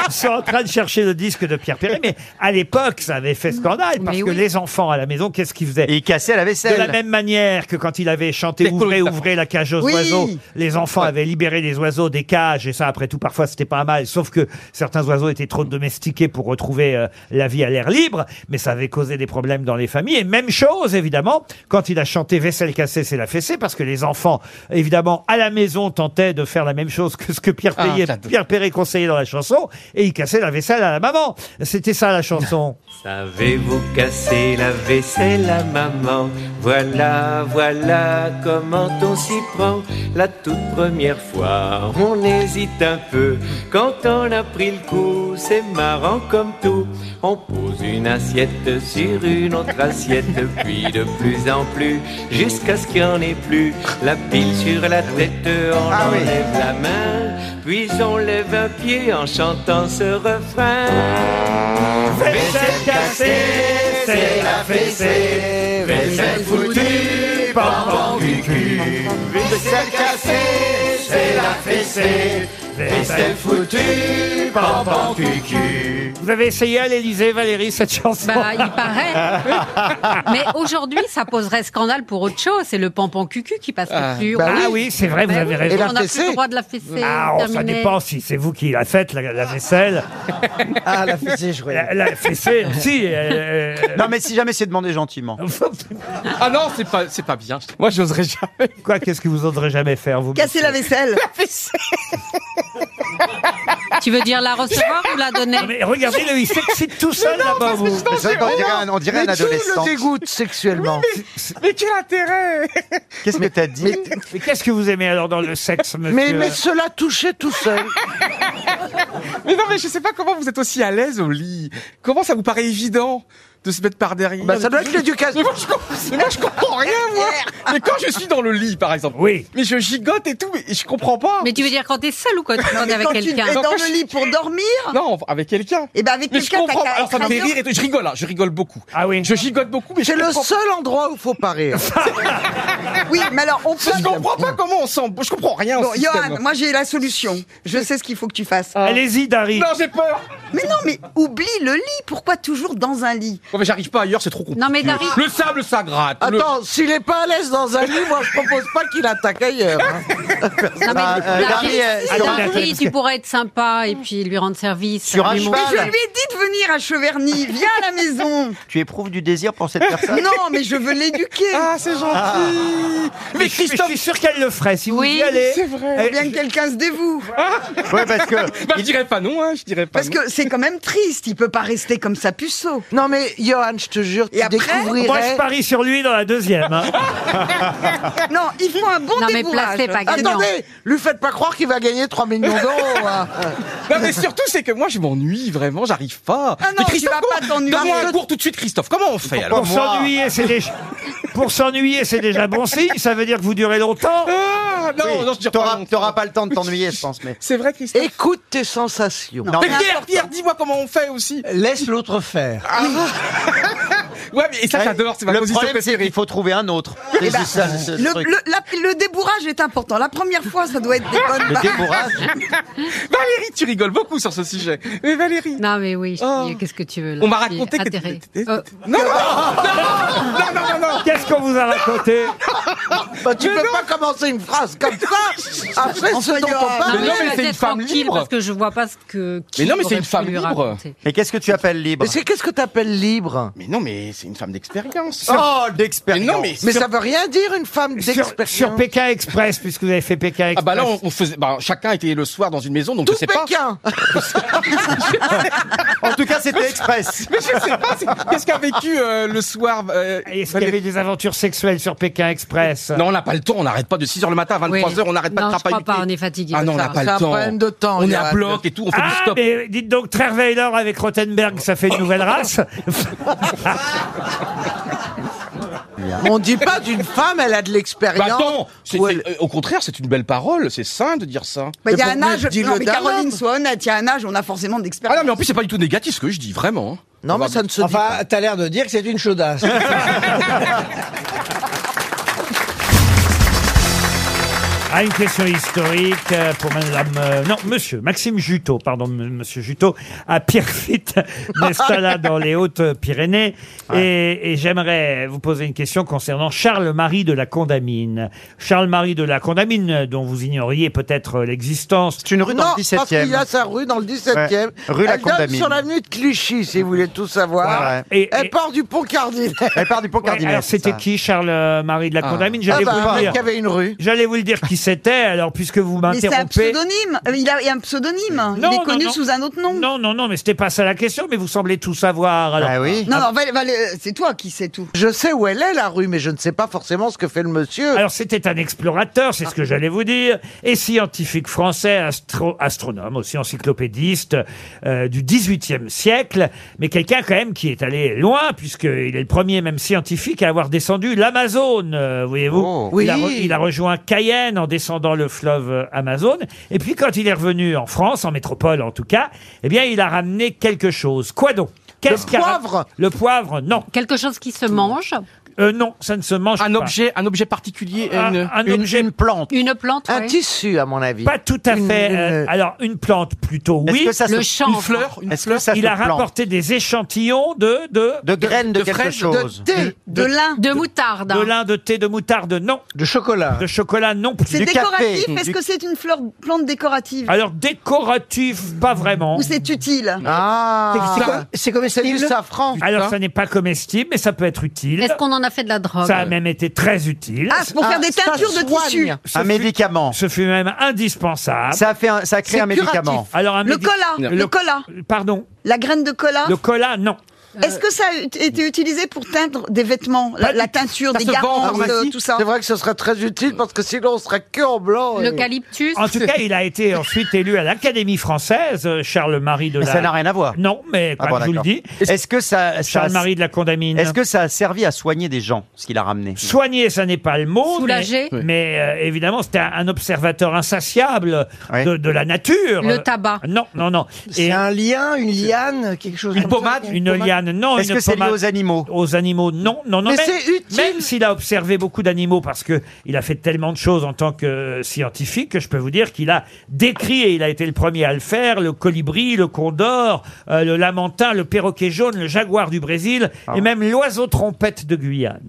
Speaker 2: Ils sont en train de chercher le disque de Pierre Perret, mais à l'époque, ça avait fait scandale parce que les enfants à la maison, qu'est-ce qu'ils faisaient Ils cassaient la
Speaker 8: vaisselle.
Speaker 2: De la même manière que quand il avait chanté
Speaker 8: Les
Speaker 2: Ouvrez,
Speaker 8: colonies.
Speaker 2: ouvrez la cage aux
Speaker 8: Oui.
Speaker 2: oiseaux, les enfants avaient libéré les oiseaux des cages et ça, après tout, parfois c'était pas mal. Sauf que certains oiseaux étaient trop domestiqués pour retrouver euh, la vie à l'air libre, mais ça avait causé des problèmes dans les familles. Et même chose, évidemment, quand il a chanté Vaisselle cassée, c'est la fessée, parce que les enfants, évidemment, à la maison tentaient de faire la même chose que ce que Pierre
Speaker 5: Ah,
Speaker 2: Perret-
Speaker 5: j'adore.
Speaker 2: Pierre Perret conseillait dans la chanson et il cassait la vaisselle à la maman. C'était ça la chanson.
Speaker 15: Savez-vous casser
Speaker 14: C'est la vaisselle à maman. Voilà, voilà comment on s'y prend. La toute première fois, on hésite un peu. Quand on a pris le coup, c'est marrant comme tout. On pose une assiette sur une autre assiette, puis de plus en plus, jusqu'à ce qu'il n'y en ait plus. La pile sur la tête, on enlève la main, puis on lève un pied en chantant ce refrain.
Speaker 2: Vaisselle cassée,
Speaker 14: c'est la fessée. Vaisselle foutue, pam cucu. Vaisselle cassée, c'est la fessée. Vaisselle foutue, pam pam cucu.
Speaker 2: Vous avez essayé à l'Elysée, Valérie, cette chanson
Speaker 6: Bah, il paraît. Mais aujourd'hui, ça poserait scandale pour autre chose. C'est le pampan cucu qui passe
Speaker 2: Ah,
Speaker 6: plus.
Speaker 2: bah oui. Ah oui, c'est vrai, vous avez raison. Et la
Speaker 6: on n'a plus
Speaker 2: fessée
Speaker 6: le droit de la fessée.
Speaker 2: Ah, oh, ça
Speaker 6: terminé.
Speaker 2: dépend si c'est vous qui la faites, la, la vaisselle.
Speaker 10: Ah, la fessée, je
Speaker 2: La, la fessée, si. euh,
Speaker 8: Non, mais si jamais c'est demandé gentiment.
Speaker 5: Ah non, c'est pas, c'est pas bien.
Speaker 2: Moi, j'oserais jamais. Quoi, qu'est-ce que vous oserez jamais faire, vous
Speaker 9: Casser la vaisselle.
Speaker 6: Tu veux dire la recevoir ou la donner
Speaker 2: Mais regardez-le, il s'excite tout seul là-bas, Ah, bah, vous.
Speaker 8: Mais c'est vrai qu'on dirait un- on dirait un adolescent.
Speaker 7: dégoûte sexuellement.
Speaker 5: Mais quel intérêt
Speaker 8: Qu'est-ce que t'as dit
Speaker 2: Mais qu'est-ce que vous aimez alors dans le sexe, monsieur
Speaker 7: Mais, mais cela touchait tout seul.
Speaker 5: Mais non, mais je sais pas comment vous êtes aussi à l'aise au lit. Comment ça vous paraît évident de se mettre par derrière
Speaker 7: Bah, ça doit être l'éducation.
Speaker 5: Mais moi, je comprends, mais moi, je comprends rien, moi. Mais quand je suis dans le lit, par exemple.
Speaker 2: Oui.
Speaker 5: Mais je gigote et tout, mais je comprends pas.
Speaker 6: Mais tu veux dire quand t'es seul ou quand quand t'es avec
Speaker 9: quand tu
Speaker 6: quelqu'un
Speaker 9: es dans le lit pour dormir
Speaker 5: Non, avec quelqu'un.
Speaker 9: Et ben avec
Speaker 5: Mais je
Speaker 9: quelqu'un, t'as
Speaker 5: comprends.
Speaker 9: qu'à
Speaker 5: Alors ça me
Speaker 9: être
Speaker 5: fait
Speaker 9: à deux.
Speaker 5: rire et tout. Je rigole, hein, je rigole beaucoup.
Speaker 2: Ah oui.
Speaker 5: Je gigote beaucoup, mais
Speaker 7: C'est
Speaker 5: je
Speaker 7: le
Speaker 5: comprends
Speaker 7: seul endroit où il faut pas rire.
Speaker 9: Oui, mais alors on peut.
Speaker 5: Je comprends pas comment on s'en. Je comprends rien. au
Speaker 9: Bon,
Speaker 5: système.
Speaker 9: Johan, moi j'ai la solution. Je sais ce qu'il faut que tu fasses.
Speaker 2: Allez-y, Dari.
Speaker 5: Non, j'ai peur.
Speaker 9: Mais non, mais oublie le lit. Pourquoi toujours dans un lit
Speaker 5: Oh, mais j'arrive pas ailleurs, c'est trop compliqué.
Speaker 9: Non, mais Dari-
Speaker 5: Le sable, ça gratte. Le-
Speaker 7: Attends, s'il est pas à l'aise dans un lit, moi je propose pas qu'il attaque ailleurs. hein.
Speaker 6: Non, mais
Speaker 7: Ah, euh,
Speaker 6: Dari-
Speaker 7: Dari, euh, sur
Speaker 6: Dari,
Speaker 7: un-
Speaker 6: tu pourrais être sympa et puis lui rendre service.
Speaker 8: Sur un
Speaker 6: lui
Speaker 8: cheval.
Speaker 6: montrer.
Speaker 9: Je lui ai dit de venir à Cheverny. Viens à la maison.
Speaker 8: Tu éprouves du désir pour cette personne
Speaker 9: Non, mais je veux l'éduquer.
Speaker 5: Ah, c'est gentil.
Speaker 2: Mais Christophe, je suis sûr qu'elle le ferait si vous y allez.
Speaker 9: c'est vrai. Bien que quelqu'un se dévoue.
Speaker 8: Ouais, parce que.
Speaker 5: Bah, je dirais pas non, hein, je dirais pas
Speaker 9: Parce
Speaker 5: non.
Speaker 9: que c'est quand même triste. Il peut pas rester comme ça puceau.
Speaker 7: Non mais Johan, je te jure,
Speaker 9: Et
Speaker 7: tu
Speaker 9: après-
Speaker 7: découvrirais.
Speaker 2: Moi, je parie sur lui dans la deuxième. hein.
Speaker 9: Non, il faut un bon
Speaker 6: Non, mais
Speaker 9: débourrage.
Speaker 6: place-les pas gagnants.
Speaker 7: Attendez, lui faites pas croire qu'il va gagner 3 millions d'euros. hein.
Speaker 5: Non, mais surtout, c'est que moi, je m'ennuie vraiment, j'arrive pas.
Speaker 9: Ah non,
Speaker 5: mais
Speaker 9: tu vas pas
Speaker 5: comment-
Speaker 9: t'ennuyer.
Speaker 5: Donne-moi un cours tout de suite, Christophe. Comment on fait alors
Speaker 2: Pour s'ennuyer, c'est déjà... Pour s'ennuyer, c'est déjà bon signe. Ça veut dire que vous durez longtemps.
Speaker 5: Ah, non,
Speaker 8: Oui,
Speaker 5: non, je dirais pas.
Speaker 8: T'auras
Speaker 5: non.
Speaker 8: t'auras pas le temps de t'ennuyer, je pense. Mais...
Speaker 5: C'est vrai, Christophe.
Speaker 7: Écoute tes sensations.
Speaker 8: Non,
Speaker 5: Mais
Speaker 8: mais-
Speaker 5: Pierre, Pierre, dis-moi comment on fait aussi.
Speaker 10: Laisse l'autre faire.
Speaker 5: Ouais, mais et ça, j'adore, c'est ma
Speaker 8: le
Speaker 5: position
Speaker 8: problème, c'est
Speaker 5: préférée.
Speaker 8: qu'il faut trouver un autre. C'est juste ça, le- ce
Speaker 9: Eh ben, Le,
Speaker 8: truc.
Speaker 9: le- la- le débourrage est important. La première fois, ça doit être des bonnes
Speaker 8: Le
Speaker 9: barres.
Speaker 8: débourrage.
Speaker 5: Valérie, tu rigoles beaucoup sur ce sujet. Mais Valérie.
Speaker 6: Non, mais oui, je
Speaker 5: Oh.
Speaker 6: dis, qu'est-ce que tu veux là
Speaker 5: On m'a
Speaker 6: je suis
Speaker 5: raconté que
Speaker 6: atterrée.
Speaker 5: t'étais-
Speaker 6: Euh,
Speaker 5: Non, non, non, non, non, non, non.
Speaker 2: Qu'est-ce qu'on vous a raconté
Speaker 7: Bah, tu
Speaker 5: Mais
Speaker 7: peux
Speaker 5: non.
Speaker 7: pas commencer une phrase comme ça après ce dont on
Speaker 6: non,
Speaker 7: parle.
Speaker 5: mais non, mais
Speaker 6: reste
Speaker 5: c'est une femme
Speaker 6: tranquille,
Speaker 5: libre.
Speaker 6: Parce que je vois pas ce que. qui
Speaker 5: Mais non, mais c'est
Speaker 6: aurait
Speaker 5: une
Speaker 6: pu
Speaker 5: femme
Speaker 6: lui
Speaker 5: libre.
Speaker 6: raconter.
Speaker 8: Mais qu'est-ce que tu appelles libre
Speaker 7: Mais c'est qu'est-ce que t'appelles libre
Speaker 5: Mais non, mais c'est une femme d'expérience.
Speaker 8: Oh,
Speaker 5: Mais
Speaker 8: d'expérience.
Speaker 5: non, mais.
Speaker 7: Mais ça veut rien dire une femme
Speaker 2: sur,
Speaker 7: d'expérience.
Speaker 2: sur Pékin Express, puisque vous avez fait Pékin Express.
Speaker 5: Ah bah là, on, on faisait. Bah, chacun était le soir dans une maison, donc
Speaker 7: Tout
Speaker 5: je sais pas.
Speaker 7: Pékin.
Speaker 8: En tout cas, c'était express.
Speaker 5: Mais je sais pas, c'est- qu'est-ce qu'a vécu euh, le soir euh,
Speaker 2: Est-ce qu'il y
Speaker 5: Valérie
Speaker 2: avait des aventures sexuelles sur Pékin Express
Speaker 5: Non, on n'a pas le temps, on n'arrête pas de 6h le matin à
Speaker 6: Oui.
Speaker 5: 23h, on n'arrête pas
Speaker 6: non,
Speaker 5: de
Speaker 6: je crois
Speaker 5: trapailler.
Speaker 6: pas, on est fatigué.
Speaker 5: Ah non, on
Speaker 6: Ça
Speaker 5: n'a
Speaker 6: va.
Speaker 5: pas
Speaker 7: C'est un
Speaker 5: le temps.
Speaker 7: problème de temps,
Speaker 5: On est
Speaker 7: Johan.
Speaker 5: à bloc et tout, on fait du
Speaker 2: Ah,
Speaker 5: stop.
Speaker 2: mais dites donc, Trerweiler avec Rottenberg, ça fait une nouvelle race
Speaker 7: On dit pas d'une femme, elle a de
Speaker 5: Bah
Speaker 7: l'expérience.
Speaker 5: attends, c'est-
Speaker 7: ou elle-
Speaker 5: c'est- euh, au contraire, c'est une belle parole, c'est sain de dire ça.
Speaker 9: Bah, Il y a
Speaker 7: Mais
Speaker 9: un
Speaker 7: pour-
Speaker 9: âge.
Speaker 7: dis-le
Speaker 9: Non, mais
Speaker 7: d'un homme.
Speaker 9: Caroline, sois honnête. Il y a un âge, on a forcément
Speaker 5: Ah non,
Speaker 9: d'expérience.
Speaker 5: mais en plus, c'est pas du tout négatif ce que je dis, vraiment. hein. Ah, bah,
Speaker 7: Non, mais ça ne se dit pas.
Speaker 10: Enfin, t'as l'air de dire que c'est une chaudasse.
Speaker 2: Ah, une question historique euh, pour madame... euh, non, monsieur, Maxime Jutot, pardon, m- monsieur Jutot, à Pierrefitte, Mestalla, dans les Hautes-Pyrénées. Et, et j'aimerais vous poser une question concernant Charles-Marie de la Condamine. Charles-Marie de la Condamine, euh, dont vous ignoriez peut-être euh, l'existence.
Speaker 8: C'est une rue
Speaker 7: non,
Speaker 8: dans le
Speaker 7: parce qu'il y a
Speaker 8: 17ème.
Speaker 7: sa rue dans le 17e.
Speaker 8: Ouais. Rue La
Speaker 7: elle donne
Speaker 8: Condamine.
Speaker 7: sur l'avenue de Clichy, si vous voulez tout savoir.
Speaker 8: Ouais,
Speaker 2: ouais. Et-
Speaker 7: elle
Speaker 2: et-
Speaker 7: part du pont Cardinal.
Speaker 8: Elle part du pont
Speaker 2: Ouais,
Speaker 8: Cardinal.
Speaker 2: alors, c'était
Speaker 8: ça.
Speaker 2: qui Charles-Marie de la Condamine
Speaker 7: Ah
Speaker 2: J'allais
Speaker 7: bah,
Speaker 2: vous
Speaker 7: un
Speaker 2: le
Speaker 7: mec
Speaker 2: dire.
Speaker 7: qui avait une rue.
Speaker 2: J'allais vous le dire qui c'était, alors puisque vous
Speaker 9: Mais c'est un
Speaker 2: m'interrompez...
Speaker 9: pseudonyme. Euh, Il a, il a un pseudonyme.
Speaker 2: Non,
Speaker 9: il est
Speaker 2: non,
Speaker 9: connu
Speaker 2: non.
Speaker 9: sous un autre nom.
Speaker 2: Non, non, non, mais c'était pas ça la question, mais vous semblez tout savoir. Alors. Ah oui.
Speaker 9: Non, non, Val- Val- euh, c'est toi qui sais tout.
Speaker 7: Bah Je sais où elle est, la rue, mais je ne sais pas forcément ce que fait le monsieur. Ah.
Speaker 2: Alors c'était un explorateur, c'est ce que j'allais vous dire, et scientifique français, astro- astronome, aussi encyclopédiste euh, du 18e siècle, mais quelqu'un quand même qui est allé loin, puisqu'il est le premier même scientifique à avoir descendu l'Amazone, euh, voyez-vous.
Speaker 7: Oui.
Speaker 2: Il, a re- il a rejoint Cayenne en descendant le fleuve euh, Amazone, et puis quand il est revenu en France, en métropole en tout cas, eh bien il a ramené quelque chose. Quoi donc Qu'est-ce qu'a ra- Le poivre, non.
Speaker 6: Quelque chose qui se mange.
Speaker 2: Euh, non, ça ne se mange
Speaker 5: Un
Speaker 2: pas.
Speaker 5: objet, un objet particulier,
Speaker 2: Un-
Speaker 5: une,
Speaker 2: un objet-
Speaker 5: plante.
Speaker 6: Une plante.
Speaker 7: Un
Speaker 6: ouais.
Speaker 7: tissu, à mon avis.
Speaker 2: Pas tout à
Speaker 7: Une-
Speaker 2: fait. euh,
Speaker 7: une-
Speaker 2: alors, une plante plutôt,
Speaker 7: Est-ce
Speaker 2: oui.
Speaker 7: que ça se- Le chanvre.
Speaker 5: Une fleur, une
Speaker 2: Est-ce
Speaker 5: fleur.
Speaker 2: que ça Il
Speaker 5: se
Speaker 2: a
Speaker 5: plante
Speaker 2: rapporté des échantillons de... De,
Speaker 5: graines de de quelque fraises, chose. de thé,
Speaker 6: de lin, de moutarde. hein.
Speaker 2: De lin, de thé, de moutarde, non. De chocolat. De chocolat, non plus.
Speaker 9: C'est décoratif. Est-ce que c'est une fleur, plante décorative
Speaker 2: Alors, décoratif, pas vraiment.
Speaker 9: Ou c'est utile
Speaker 7: Ah.
Speaker 9: C'est- c'est com-
Speaker 2: C'est comestible
Speaker 7: du safran.
Speaker 2: Alors, ça n'est pas comestible, mais ça peut être utile.
Speaker 6: Est-ce qu'on en a fait de la drogue
Speaker 2: Ça a même été très utile.
Speaker 6: Ah, c'est pour faire Ah, des ça teintures de soigne. tissu.
Speaker 2: Ce
Speaker 8: Un
Speaker 2: fut-
Speaker 8: médicament.
Speaker 2: Ce fut même indispensable.
Speaker 8: Ça fait un- ça a créé
Speaker 9: C'est un médicament. curatif.
Speaker 2: Alors un
Speaker 9: Le
Speaker 2: médi-
Speaker 9: cola, le cola.
Speaker 2: Pardon.
Speaker 9: La graine de cola Euh,
Speaker 2: Le cola, non.
Speaker 9: Est-ce que ça a ut- été utilisé pour teindre des vêtements La, la teinture, des garants, de- tout ça
Speaker 7: C'est vrai que ce serait très utile parce que sinon on serait que en blanc. et-
Speaker 2: En tout cas, il a été ensuite élu à l'Académie française, euh, Charles-Marie de
Speaker 8: Mais
Speaker 2: la...
Speaker 8: ça n'a rien à voir.
Speaker 2: Non, mais
Speaker 8: Ah
Speaker 2: quand
Speaker 8: bon,
Speaker 2: je vous le
Speaker 8: d'accord.
Speaker 2: dis.
Speaker 8: Est-ce que ça, ça a-
Speaker 2: Charles-Marie de la Condamine.
Speaker 8: Est-ce que ça a servi à soigner des gens, ce qu'il a ramené
Speaker 2: Soigner, ça n'est pas le mot.
Speaker 6: Soulager.
Speaker 2: Mais, mais, euh, évidemment, c'était un, un observateur insatiable de, de la nature.
Speaker 6: Le tabac.
Speaker 2: Non, non, non.
Speaker 10: C'est un lien, une liane, quelque chose comme ça
Speaker 2: Une liane, non.
Speaker 8: Est-ce
Speaker 2: une
Speaker 8: que c'est lié
Speaker 2: pommade.
Speaker 8: aux animaux
Speaker 2: Aux animaux, non, non, non.
Speaker 8: Mais
Speaker 2: même-
Speaker 8: c'est utile.
Speaker 2: Même s'il a observé beaucoup d'animaux, parce que il a fait tellement de choses en tant que euh, scientifique, que je peux vous dire qu'il a décrit et il a été le premier à le faire le colibri, le condor, euh, le lamentin, le perroquet jaune, le jaguar du Brésil
Speaker 8: Ah.
Speaker 2: et même l'oiseau trompette de Guyane.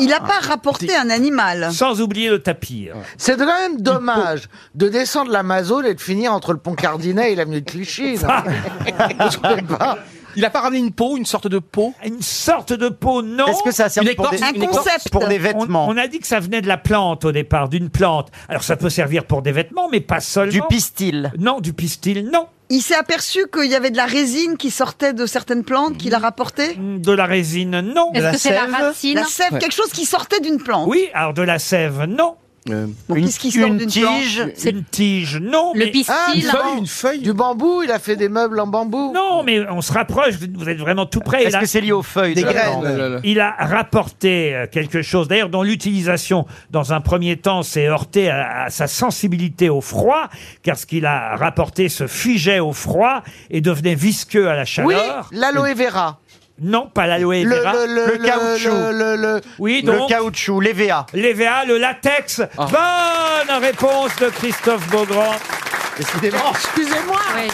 Speaker 9: Il n'a pas rapporté un animal.
Speaker 2: Sans oublier le tapir.
Speaker 7: C'est quand même dommage de descendre l'Amazone et de finir entre le pont Cardinet et l'avenue de Clichy. non Je sais pas.
Speaker 5: Il a pas ramené une peau, une sorte de peau
Speaker 2: Une sorte de peau, non.
Speaker 8: Est-ce que ça sert
Speaker 5: Une
Speaker 8: pour
Speaker 5: écorce,
Speaker 8: des,
Speaker 5: une
Speaker 8: une écorce
Speaker 5: concept.
Speaker 8: pour des vêtements
Speaker 2: On, on a dit que ça venait de la plante au départ, d'une plante. Alors ça peut servir pour des vêtements, mais pas seulement.
Speaker 8: Du pistil.
Speaker 2: Non, du pistil, non.
Speaker 9: Il s'est aperçu qu'il y avait de la résine qui sortait de certaines plantes qu'il a rapportée
Speaker 2: De la résine, non.
Speaker 9: Est-ce De la que c'est la sève
Speaker 6: racine
Speaker 9: La sève, quelque chose qui sortait d'une plante.
Speaker 2: Oui, alors de la sève, non.
Speaker 7: Euh,
Speaker 9: Une- qu'est-ce qui sort une d'une tige plante
Speaker 2: Une tige, non. mais-
Speaker 7: Ah, du bambou. Du bambou, il a fait des meubles en bambou.
Speaker 2: Non, mais on se rapproche, vous vous êtes vraiment tout près.
Speaker 8: Est-ce
Speaker 2: Il a-
Speaker 8: que c'est lié aux feuilles
Speaker 2: Des
Speaker 8: de la
Speaker 2: graines.
Speaker 8: plante
Speaker 2: Il a rapporté euh, quelque chose, d'ailleurs, dont l'utilisation, dans un premier temps, s'est heurtée à, à sa sensibilité au froid, car ce qu'il a rapporté se figeait au froid et devenait visqueux à la
Speaker 7: Oui,
Speaker 2: chaleur.
Speaker 7: l'aloe vera.
Speaker 2: Non, pas l'aloe
Speaker 7: Le,
Speaker 2: vera.
Speaker 7: le, le, le- le- le- le-
Speaker 2: Oui,
Speaker 8: Le
Speaker 2: donc.
Speaker 8: caoutchouc, l'EVA.
Speaker 2: L'EVA, le latex. Bonne réponse de Christophe Beaugrand.
Speaker 7: Oh, Excusez-moi, mais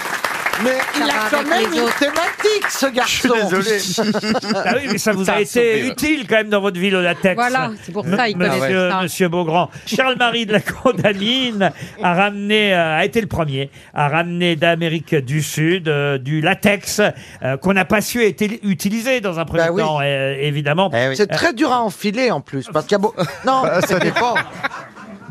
Speaker 7: il
Speaker 6: Ça
Speaker 7: a
Speaker 6: va
Speaker 7: quand
Speaker 6: avec
Speaker 7: même
Speaker 6: les
Speaker 7: une
Speaker 6: autres.
Speaker 7: thématique, ce garçon.
Speaker 2: Ah oui, mais ça vous a été utile quand même dans votre vie, le latex.
Speaker 6: Voilà, c'est pour ça, il
Speaker 2: Monsieur-
Speaker 6: connaît tout ça.
Speaker 2: Monsieur Beaugrand. Charles-Marie de la Condamine a ramené, euh, a été le premier, à ramener d'Amérique du Sud euh, du latex euh, qu'on n'a pas su été- utiliser dans un premier
Speaker 7: Bah oui. Eh
Speaker 2: temps, euh, évidemment.
Speaker 7: C'est très dur à enfiler en plus, parce qu'il y a beaucoup. Non, ça dépend.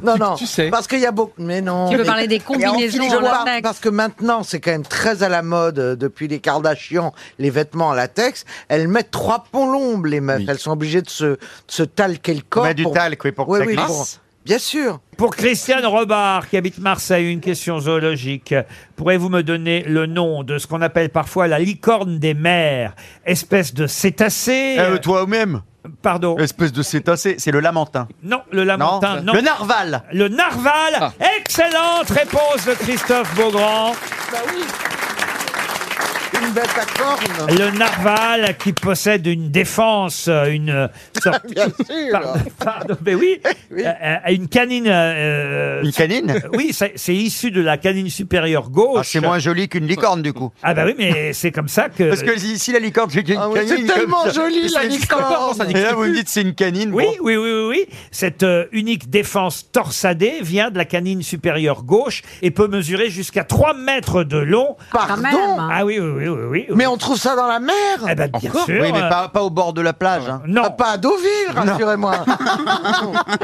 Speaker 7: Non, non, parce qu'il y a beaucoup. Mais non.
Speaker 6: Tu veux
Speaker 7: mais-
Speaker 6: parler des combinaisons
Speaker 7: Et enfiler,
Speaker 6: en
Speaker 7: je vois,
Speaker 6: latex.
Speaker 7: Parce que maintenant, c'est quand même très à la mode euh, depuis les Kardashians, les vêtements en latex. Elles mettent trois polombes, les meufs. Elles sont obligées de se, de se talquer le corps.
Speaker 8: met du talc, oui, pour que ça glisse.
Speaker 7: Bien sûr.
Speaker 2: Pour Christiane Robard, qui habite Marseille, une question zoologique. Pourrez-vous me donner le nom de ce qu'on appelle parfois la licorne des mers, espèce de cétacé
Speaker 8: Euh, Toi-même
Speaker 2: Pardon.
Speaker 8: Espèce de cétacé, c'est le lamentin.
Speaker 2: Non, le lamentin, non.
Speaker 8: Non, le narval. Ah.
Speaker 2: Le narval. Excellente réponse de Christophe Beaugrand.
Speaker 6: Ah,
Speaker 7: Bah oui. Une bête à cornes.
Speaker 2: Le narval qui possède une défense, euh, une euh, sorte-
Speaker 7: Bien sûr.
Speaker 2: Pardon, mais oui, euh, euh, une canine. euh,
Speaker 8: Une canine
Speaker 2: euh, Oui, c'est c'est issu de la canine supérieure gauche.
Speaker 8: Ah, c'est moins joli qu'une licorne, du coup.
Speaker 2: Ah bah oui, mais c'est comme ça que.
Speaker 8: Parce que si, si la licorne, j'ai une
Speaker 7: Ah ouais,
Speaker 8: canine.
Speaker 7: c'est tellement
Speaker 8: comme ça.
Speaker 7: joli, la
Speaker 8: C'est une
Speaker 7: licorne.
Speaker 8: licorne, ça Et là, vous me dites, c'est une canine.
Speaker 2: Oui,
Speaker 8: bon.
Speaker 2: oui, oui, oui, oui. Cette euh, unique défense torsadée vient de la canine supérieure gauche et peut mesurer jusqu'à 3 mètres de long.
Speaker 6: Quand même. hein.
Speaker 7: Pardon.
Speaker 2: Ah oui, oui, oui, oui. oui.
Speaker 7: Mais on trouve ça dans la mer.
Speaker 2: Eh ben, bien sûr.
Speaker 8: Oui, mais
Speaker 2: euh,
Speaker 8: pas, pas au bord de la plage. hein.
Speaker 2: Non.
Speaker 7: Ah, Pas à Deauville, rassurez-moi.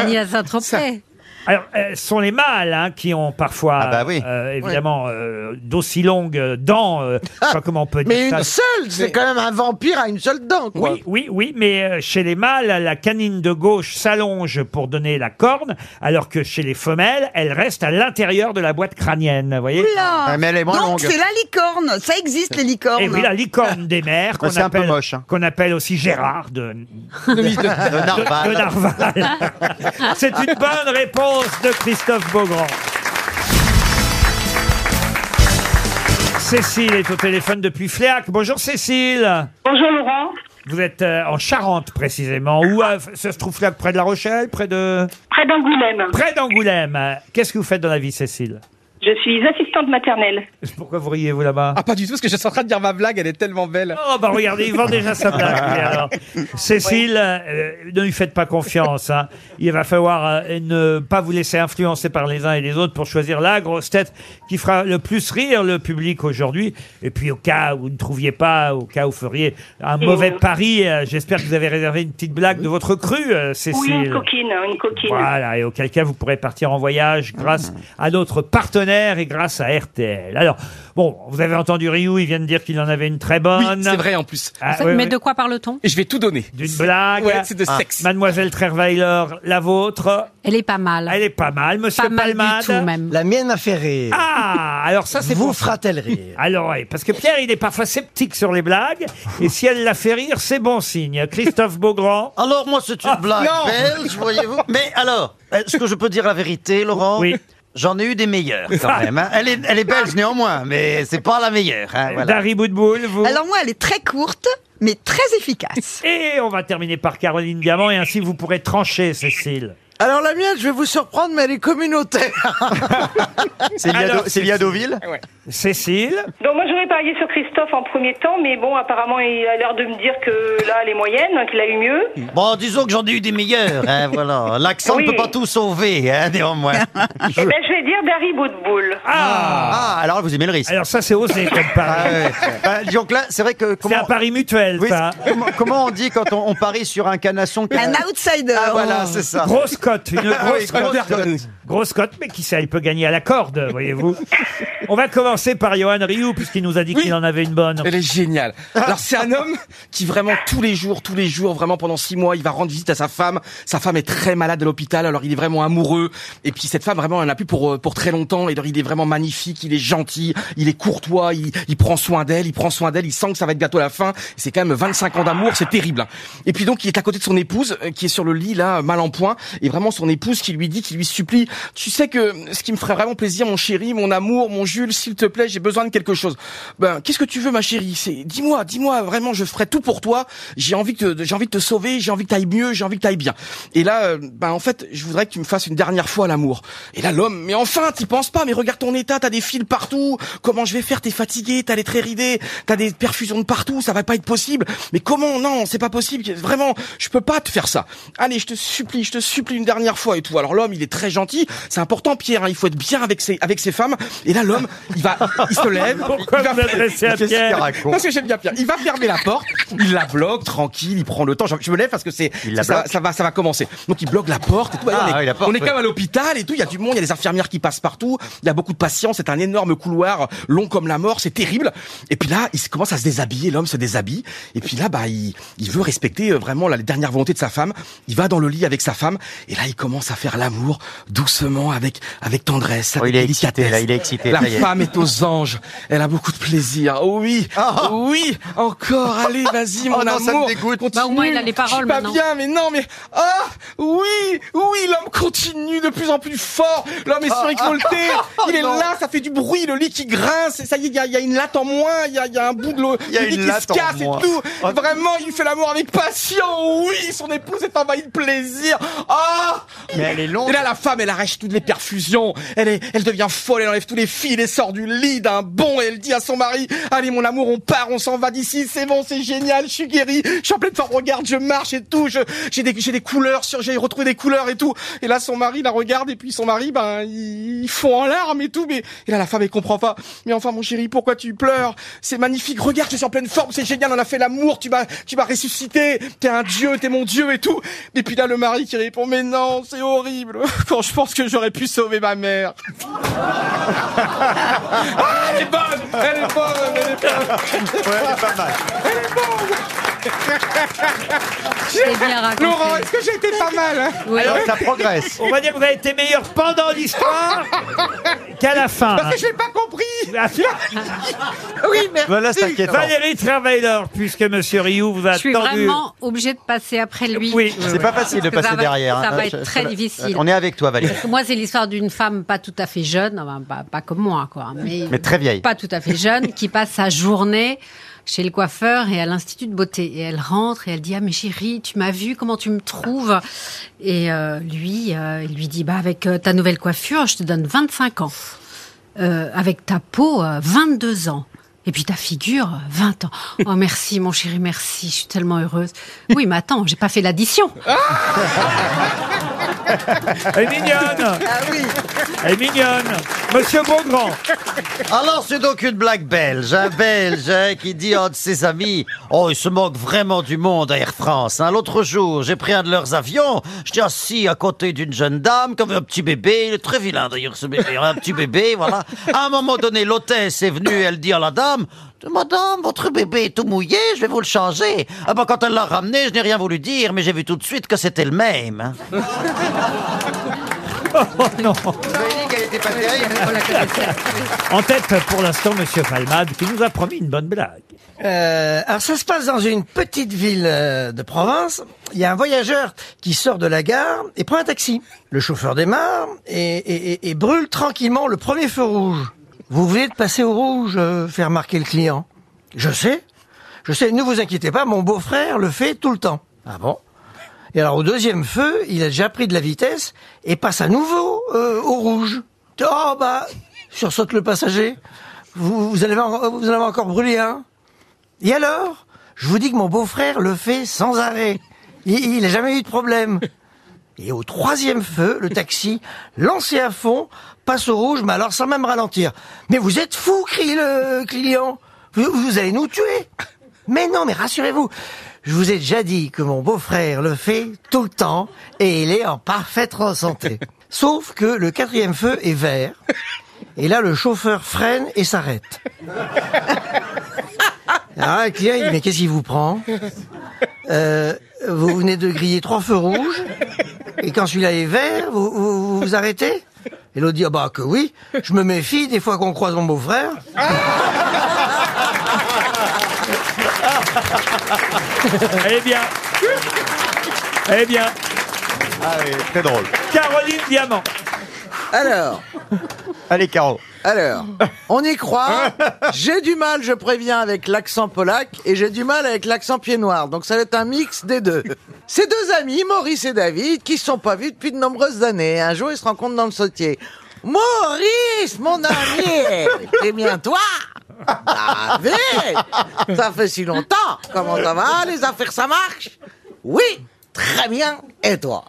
Speaker 6: Il y a ça trop près.
Speaker 2: Alors, euh, ce sont les mâles hein, qui ont parfois,
Speaker 7: Ah bah
Speaker 2: euh, évidemment, euh, d'aussi longues euh, dents. euh, je sais pas comment on peut dire
Speaker 7: Ah, Mais
Speaker 2: ça.
Speaker 7: une seule, c'est quand même un vampire à une seule dent. Quoi.
Speaker 2: Oui, oui, oui, mais euh, chez les mâles, la canine de gauche s'allonge pour donner la corne, alors que chez les femelles, elle reste à l'intérieur de la boîte crânienne, vous voyez
Speaker 9: Oula
Speaker 7: Ah,
Speaker 9: Donc c'est la licorne, ça existe les licornes.
Speaker 2: Et Eh oui, la licorne des mers, qu'on
Speaker 9: C'est un peu
Speaker 2: appelle,
Speaker 7: hein.
Speaker 2: qu'on appelle aussi Gérard de,
Speaker 8: de Narval.
Speaker 2: de Narval. C'est une bonne réponse de Christophe Beaugrand. Cécile est au téléphone depuis Fléac. Bonjour Cécile.
Speaker 15: Bonjour Laurent.
Speaker 2: Vous êtes euh, en Charente précisément. Où euh, ça se trouve Fléac Près de La Rochelle Près de...
Speaker 15: Près d'Angoulême.
Speaker 2: Près d'Angoulême. Qu'est-ce que vous faites dans la vie Cécile
Speaker 15: Je suis assistante maternelle.
Speaker 2: Pourquoi vous riez-vous là-bas
Speaker 5: Ah, pas du tout, parce que je suis en train de dire ma blague, elle est tellement belle.
Speaker 2: Oh, bah regardez, il vend déjà sa blague. Mais alors, Cécile, euh, ne lui faites pas confiance. hein. Il va falloir euh, ne pas vous laisser influencer par les uns et les autres pour choisir la grosse tête qui fera le plus rire le public aujourd'hui. Et puis au cas où vous ne trouviez pas, au cas où vous feriez un
Speaker 15: Et
Speaker 2: mauvais
Speaker 15: oui.
Speaker 2: pari, euh, j'espère que vous avez réservé une petite blague de votre cru, euh,
Speaker 15: Oui, une
Speaker 2: Cécile.
Speaker 15: coquine, une coquine.
Speaker 2: Voilà, et auquel cas vous pourrez partir en voyage grâce à notre partenaire et grâce à RTL. Alors, bon, vous avez entendu Ryu, il vient de dire qu'il en avait une très bonne.
Speaker 5: Oui, c'est vrai en plus.
Speaker 2: Ah, oui,
Speaker 6: mais
Speaker 2: oui.
Speaker 6: de quoi parle-t-on
Speaker 5: Et je vais tout donner.
Speaker 2: D'une blague.
Speaker 5: Ouais, c'est de
Speaker 2: Ah.
Speaker 5: sexe.
Speaker 2: Mademoiselle Trerweiler, la vôtre.
Speaker 6: Elle est pas mal.
Speaker 2: Elle est pas mal, monsieur
Speaker 6: Pas mal du
Speaker 2: Palmade.
Speaker 6: tout, même.
Speaker 2: La mienne a fait rire. Ah, alors ça c'est
Speaker 10: Vous
Speaker 2: pour ça.
Speaker 10: fera-t-elle rire
Speaker 2: Alors oui, parce que Pierre il est parfois sceptique sur les blagues et si elle la fait rire, c'est bon signe. Christophe Beaugrand. Ah,
Speaker 16: Alors moi c'est une blague belge, voyez-vous. Mais alors, est-ce Euh, que je peux dire la vérité, Laurent
Speaker 2: Oui. Ah.
Speaker 16: J'en ai eu des meilleures quand même. hein. Elle, est, elle est belge néanmoins, mais c'est pas la meilleure. Hein, voilà.
Speaker 2: Dari Boudboul, vous
Speaker 9: Alors moi, elle est très courte, mais très efficace.
Speaker 2: Et on va terminer par Caroline Diamant et ainsi vous pourrez trancher, Cécile.
Speaker 7: Alors la mienne, je vais vous surprendre, mais elle est communautaire.
Speaker 2: C'est lié à Do- c'est lié à Deauville
Speaker 5: Ouais.
Speaker 2: Cécile
Speaker 15: Donc moi j'aurais parié sur Christophe en premier temps, mais bon apparemment il a l'air de me dire que là elle est moyenne, qu'il a eu mieux.
Speaker 16: Bon, disons que j'en ai eu des meilleures. hein, voilà. L'accent ne
Speaker 15: Oui.
Speaker 16: peut pas tout sauver, hein, néanmoins.
Speaker 15: Eh ben je vais dire Dari Boudboul.
Speaker 16: Ah, alors vous aimez le risque.
Speaker 2: Alors ça c'est osé comme pari.
Speaker 16: Bah, disons que là, c'est vrai que comment...
Speaker 2: C'est un pari mutuel,
Speaker 16: Oui,
Speaker 2: ça.
Speaker 16: comment, comment on dit quand on, on parie sur un canasson que-
Speaker 9: Un outsider.
Speaker 16: Ah, voilà, c'est ça.
Speaker 2: Oh, Grosse cote, une
Speaker 16: Ah oui,
Speaker 2: grosse cote.
Speaker 16: grosse cote.
Speaker 2: Grosse cote, mais qui sait, il peut gagner à la corde, voyez-vous. On va commencer par Johan Rioux, puisqu'il nous a dit qu'il en avait une bonne.
Speaker 5: Elle est géniale. Alors c'est un homme qui vraiment tous les jours, tous les jours, vraiment pendant six mois, il va rendre visite à sa femme. Sa femme est très malade à l'hôpital, alors il est vraiment amoureux. Et puis cette femme vraiment, elle n'a plus pour euh, pour très longtemps. Et alors il est vraiment magnifique, il est gentil, il est courtois, il, il prend soin d'elle, il prend soin d'elle, il sent que ça va être bientôt la fin. C'est quand même 25 ans d'amour, c'est terrible. hein. Et puis donc il est à côté de son épouse euh, qui est sur le lit là, mal en point, et vraiment son épouse qui lui dit, qui lui supplie, tu sais que ce qui me ferait vraiment plaisir, mon chéri, mon amour, mon Jules, s'il te plaît, j'ai besoin de quelque chose. Ben, qu'est-ce que tu veux, ma chérie C'est, dis-moi, dis-moi, vraiment, je ferai tout pour toi. J'ai envie que, te- j'ai envie de te sauver, j'ai envie que t'ailles mieux, j'ai envie que t'ailles bien. Et là, euh, ben en fait, je voudrais que tu me fasses une dernière fois l'amour. Et là, l'homme, mais enfin, t'y penses pas, mais regarde ton état, t'as des fils partout. Comment je vais faire T'es fatigué, t'as les traits ridés, t'as des perfusions de partout, ça va pas être possible. Mais comment Non, c'est pas possible. Vraiment, je peux pas te faire ça. Allez, je te supplie, je te supplie une dernière fois et tout. Alors l'homme, il est très gentil. C'est important, Pierre. hein, il faut être bien avec ses avec ses femmes. Et là, l'homme, il va, il se lève.
Speaker 2: Pourquoi
Speaker 5: il va
Speaker 2: vous adressez à
Speaker 5: Qu'est-ce qu'il
Speaker 2: Pierre
Speaker 5: raconte Parce que j'aime bien Pierre. Il va fermer la porte. Il la bloque tranquille. Il prend le temps. Je- Je me lève parce que c'est
Speaker 16: la
Speaker 5: ça,
Speaker 16: bloque
Speaker 5: ça va, ça va commencer. Donc il bloque la porte. Et tout.
Speaker 16: Ah,
Speaker 5: on est,
Speaker 16: oui, la porte,
Speaker 5: on est
Speaker 16: oui.
Speaker 5: quand même à l'hôpital et tout. Il y a du monde. Il y a des infirmières qui passent partout. Il y a beaucoup de patients. C'est un énorme couloir long comme la mort. C'est terrible. Et puis là, il se- commence à se déshabiller. L'homme se déshabille. Et puis là, bah, il, il veut respecter euh, vraiment la dernière volonté de sa femme. Il va dans le lit avec sa femme. Et là, il commence à faire l'amour doucement avec avec tendresse.
Speaker 16: Oh,
Speaker 5: avec
Speaker 16: il est excité,
Speaker 5: délicatesse.
Speaker 16: là, il est excité,
Speaker 5: La
Speaker 16: ça y est.
Speaker 5: femme est aux anges. Elle a beaucoup de plaisir. Oh oui, oui, encore. Allez, vas-y, mon
Speaker 16: Ah. Oh non,
Speaker 5: amour.
Speaker 16: ça me dégoûte.
Speaker 5: Continue.
Speaker 6: Bah, au moins, il a les paroles
Speaker 5: Je suis pas
Speaker 6: maintenant.
Speaker 5: bien, mais non, mais ah oui, oui, l'homme continue de plus en plus fort. L'homme est surexalté. Il est
Speaker 8: Ah, Non.
Speaker 5: là, ça fait du bruit, le lit qui grince. Et Ça y est, il y a, il y a une latte en moins. Il y a, il y a un bout de l'eau
Speaker 8: Il y a une
Speaker 5: qui
Speaker 8: latte
Speaker 5: se
Speaker 8: en
Speaker 5: casse et
Speaker 8: moins. Ah.
Speaker 5: tout. Vraiment, il fait l'amour avec passion. Oui, son épouse est envahie de plaisir. Ah
Speaker 16: Mais elle est longue.
Speaker 5: Et là, la femme, elle arrache toutes les perfusions. Elle est, elle devient folle. Elle enlève tous les fils. Elle sort du lit d'un bond. Et elle dit à son mari Allez, mon amour, on part, on s'en va d'ici. C'est bon, c'est génial. Je suis guérie. Je suis en pleine forme. Regarde, je marche et tout. Je, j'ai des, j'ai des couleurs. Sur, j'ai retrouvé des couleurs et tout. Et là, son mari la regarde. Et puis son mari, ben, il, il fond en larmes et tout. Mais et là, la femme, elle comprend pas. Mais enfin, mon chéri, pourquoi tu pleures C'est magnifique. Regarde, je suis en pleine forme. C'est génial. On a fait l'amour. Tu m'as, tu m'as ressuscité. T'es un dieu. T'es mon dieu et tout. Et puis là, le mari qui répond Mais non, c'est horrible. Quand je pense que j'aurais pu sauver ma mère. ah, elle est bonne Elle est bonne Elle est bonne Ouais, elle est pas mal. Elle est bonne
Speaker 2: t'ai bien raconté.
Speaker 5: Laurent, est-ce que j'ai été pas mal hein
Speaker 2: Alors, ça
Speaker 16: progresse.
Speaker 2: On va dire que vous avez été meilleur pendant l'histoire qu'à la fin.
Speaker 5: Parce que je
Speaker 2: hein.
Speaker 5: l'ai pas compris
Speaker 7: Oui, merci.
Speaker 2: Voilà, c'est inquiétant. Valérie Travailleur, puisque Monsieur Rioux vous a
Speaker 6: Je suis
Speaker 2: attendu.
Speaker 6: vraiment obligée de passer après lui.
Speaker 2: Oui,
Speaker 6: Ouais,
Speaker 2: c'est
Speaker 6: ouais.
Speaker 2: pas facile de
Speaker 6: Parce
Speaker 2: passer
Speaker 6: que ça va-
Speaker 2: derrière,
Speaker 6: Ça
Speaker 2: hein.
Speaker 6: va
Speaker 2: Je-
Speaker 6: être très
Speaker 2: je-
Speaker 6: difficile.
Speaker 16: On est avec toi, Valérie.
Speaker 6: Parce que moi, c'est l'histoire d'une femme pas tout à fait jeune, enfin, pas, pas comme moi, quoi, mais,
Speaker 16: Mais très vieille.
Speaker 6: Pas tout à fait jeune, qui passe sa journée chez le coiffeur et à l'institut de beauté. Et elle rentre et elle dit ah mais chérie, tu m'as vu, comment tu me trouves Et euh, lui, euh, il lui dit bah avec euh, ta nouvelle coiffure, je te donne 25 ans. Euh, avec ta peau, euh, 22 ans. Et puis ta figure, euh, 20 ans. Oh merci mon chéri, merci, je suis tellement heureuse. Oui, mais attends, j'ai pas fait l'addition.
Speaker 2: Elle est mignonne.
Speaker 16: Ah
Speaker 2: Elle est mignonne. Monsieur Beaugrand.
Speaker 16: Alors, c'est donc une blague belge, un belge hein, qui dit à un de ses amis Oh, il se moque vraiment du monde à Air France. hein. L'autre jour, j'ai pris un de leurs avions, j'étais assis à côté d'une jeune dame, comme un petit bébé, il est très vilain d'ailleurs ce bébé, hein, un petit bébé, voilà. À un moment donné, l'hôtesse est venue, elle dit à la dame Madame, votre bébé est tout mouillé, je vais vous le changer. Ah ben, quand elle l'a ramené, je n'ai rien voulu dire, mais j'ai vu tout de suite que c'était le même. hein.
Speaker 2: Oh non En tête pour l'instant, Monsieur Palmade, qui nous a promis une bonne blague.
Speaker 10: Euh, alors ça se passe dans une petite ville euh, de province. Il y a un voyageur qui sort de la gare et prend un taxi. Le chauffeur démarre et, et- et- et brûle tranquillement le premier feu rouge. Vous voulez de passer au rouge, euh, fait remarquer le client. Je sais, je sais, ne vous inquiétez pas, mon beau-frère le fait tout le temps. Ah bon et alors au deuxième feu, il a déjà pris de la vitesse et passe à nouveau euh, au rouge. Oh bah, sursaute le passager. Vous, vous, allez, en- vous en avez encore brûlé un. Et alors Je vous dis que mon beau-frère le fait sans arrêt. Il n'a jamais eu de problème. Et au troisième feu, le taxi, lancé à fond, passe au rouge, mais alors sans même ralentir. Mais vous êtes fou, crie le client. Vous, vous allez nous tuer. Mais non, mais rassurez-vous. Je vous ai déjà dit que mon beau-frère le fait tout le temps et il est en parfaite santé. Sauf que le quatrième feu est vert. Et là, le chauffeur freine et s'arrête. Ah, le client, il dit, mais qu'est-ce qu'il vous prend Euh, Vous venez de griller trois feux rouges, et quand celui-là est vert, vous vous, vous vous arrêtez Et l'autre dit, ah bah que oui, je me méfie des fois qu'on croise mon beau-frère.
Speaker 2: Elle est Eh bien. Elle est bien.
Speaker 8: très drôle.
Speaker 2: Caroline Diamant.
Speaker 7: Alors.
Speaker 16: Allez, Caro.
Speaker 7: Alors, on y croit. J'ai du mal, je préviens, avec l'accent polac et j'ai du mal avec l'accent pied noir. Donc ça va être un mix des deux. Ces deux amis, Maurice et David, qui se sont pas vus depuis de nombreuses années. Un jour, ils se rencontrent dans le sautier. Maurice, mon ami, et bien toi David, ça fait si longtemps. Comment ça va Les affaires, ça marche Oui, très bien. Et toi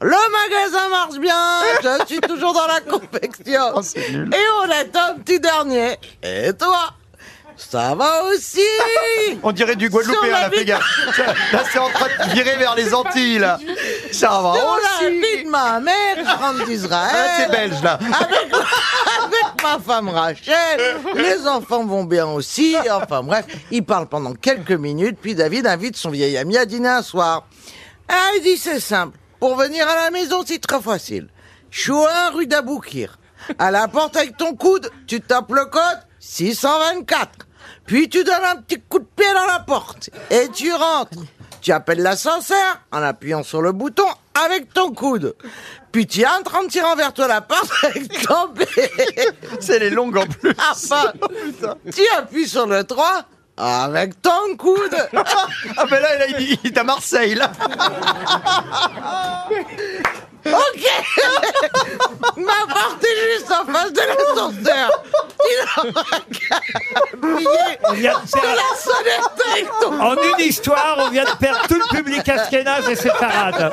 Speaker 7: le magasin marche bien, je suis toujours dans la confection.
Speaker 8: Oh,
Speaker 7: Et on attend un petit dernier. Et toi Ça va aussi
Speaker 8: On dirait du Guadeloupéen,
Speaker 7: Sur la
Speaker 8: là, fais
Speaker 7: vie-
Speaker 8: gaffe. Là, c'est en train de virer vers les Antilles, là. Ça va
Speaker 7: Sur
Speaker 8: aussi.
Speaker 7: la vie de ma mère, grande d'Israël.
Speaker 8: Ah, c'est belge, là.
Speaker 7: Avec, avec ma femme Rachel, les enfants vont bien aussi. Enfin bref, ils parlent pendant quelques minutes, puis David invite son vieil ami à dîner un soir. Ah, il dit c'est simple. Pour venir à la maison, c'est très facile. Je suis au 1 rue d'Aboukir. À la porte avec ton coude, tu tapes le code 624. Puis tu donnes un petit coup de pied dans la porte et tu rentres. Tu appelles l'ascenseur en appuyant sur le bouton avec ton coude. Puis tu entres en tirant vers toi la porte avec ton pied.
Speaker 8: C'est les longues en plus.
Speaker 7: Enfin, bah, tu appuies sur le 3 avec ton coude.
Speaker 8: Ah, ben là, là, il il est à Marseille, là.
Speaker 14: Ah
Speaker 7: Ok Ma porte est juste en face de l'ascenseur
Speaker 2: On
Speaker 7: Il aurait
Speaker 2: vient de
Speaker 7: sur
Speaker 2: faire-
Speaker 7: la sonnette avec ton
Speaker 2: En une histoire, on vient de perdre tout le public askénaze et ses parades.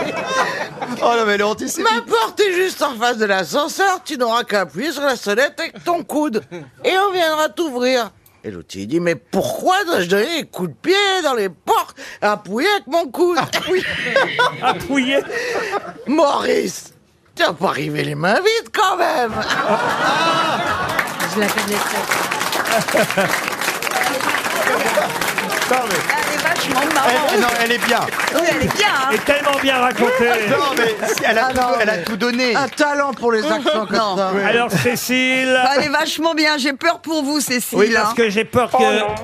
Speaker 8: Oh non, mais
Speaker 7: Ma porte est juste en face de l'ascenseur, tu n'auras qu'à appuyer sur la sonnette avec ton coude. Et on viendra t'ouvrir. Et l'autre il dit, mais pourquoi dois-je donner des coups de pied dans les portes Appuyer avec mon coude Appuyer Maurice Tu vas pas arriver les mains vides quand même
Speaker 9: Ah.
Speaker 6: Je la connaissais.
Speaker 9: Elle est vachement marrante.
Speaker 8: Elle- non, elle est bien.
Speaker 9: Oui, elle est bien. hein.
Speaker 2: Et tellement bien raconté.
Speaker 8: Ah, Non, mais si, elle a tout- elle a tout donné.
Speaker 7: Ah, Un talent pour les accents comme
Speaker 9: Non.
Speaker 7: ça.
Speaker 2: Alors Cécile.
Speaker 9: Bah, Elle est vachement bien. J'ai peur pour vous, Cécile.
Speaker 2: Oui, parce
Speaker 9: hein.
Speaker 2: que j'ai peur que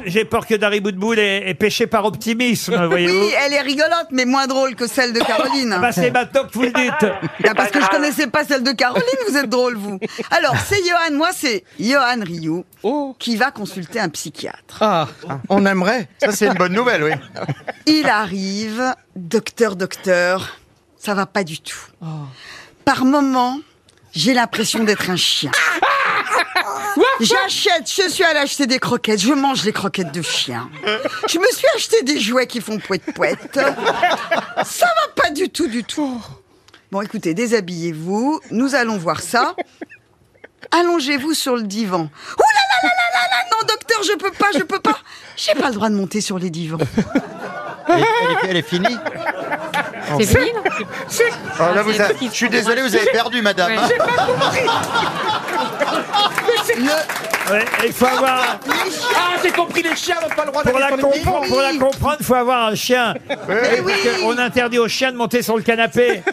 Speaker 2: j'ai peur que Dari Boudboul ait, ait péché par optimisme, voyez-vous.
Speaker 9: Oui, elle est rigolote, mais moins drôle que celle de Caroline.
Speaker 2: Bah, c'est maintenant que vous le dites.
Speaker 9: Ah, parce que je connaissais pas celle de Caroline, vous êtes drôle, vous. Alors, c'est Johan, moi, c'est Johan Rioux qui va consulter un psychiatre.
Speaker 8: Oh. Ah, on aimerait. Ça, c'est une bonne nouvelle, oui.
Speaker 9: Ah. Il arrive, docteur, docteur, ça va pas du tout. Par moment, j'ai l'impression d'être un chien. J'achète, je suis allée acheter des croquettes, je mange les croquettes de chien. Je me suis acheté des jouets qui font pouette-pouette. Ça va pas du tout, du tout. Bon, écoutez, déshabillez-vous, nous allons voir ça. Allongez-vous sur le divan. Ouh là là là là là là, non docteur, je peux pas, je peux pas. J'ai pas le droit de monter sur les divans.
Speaker 8: Elle, est- elle est finie.
Speaker 6: C'est fini
Speaker 8: Alors Oh Ah, là, vous avez- je suis désolé, vous avez perdu, madame.
Speaker 6: Ouais.
Speaker 2: Ouais, et il faut avoir
Speaker 5: Ah, j'ai compris, les chiens n'ont pas le droit
Speaker 2: pour
Speaker 5: d'aller
Speaker 2: la,
Speaker 5: sur les
Speaker 2: comprendre, pour la comprendre, faut avoir un chien. Eh
Speaker 9: Mais oui.
Speaker 2: On interdit aux chiens de monter sur le canapé.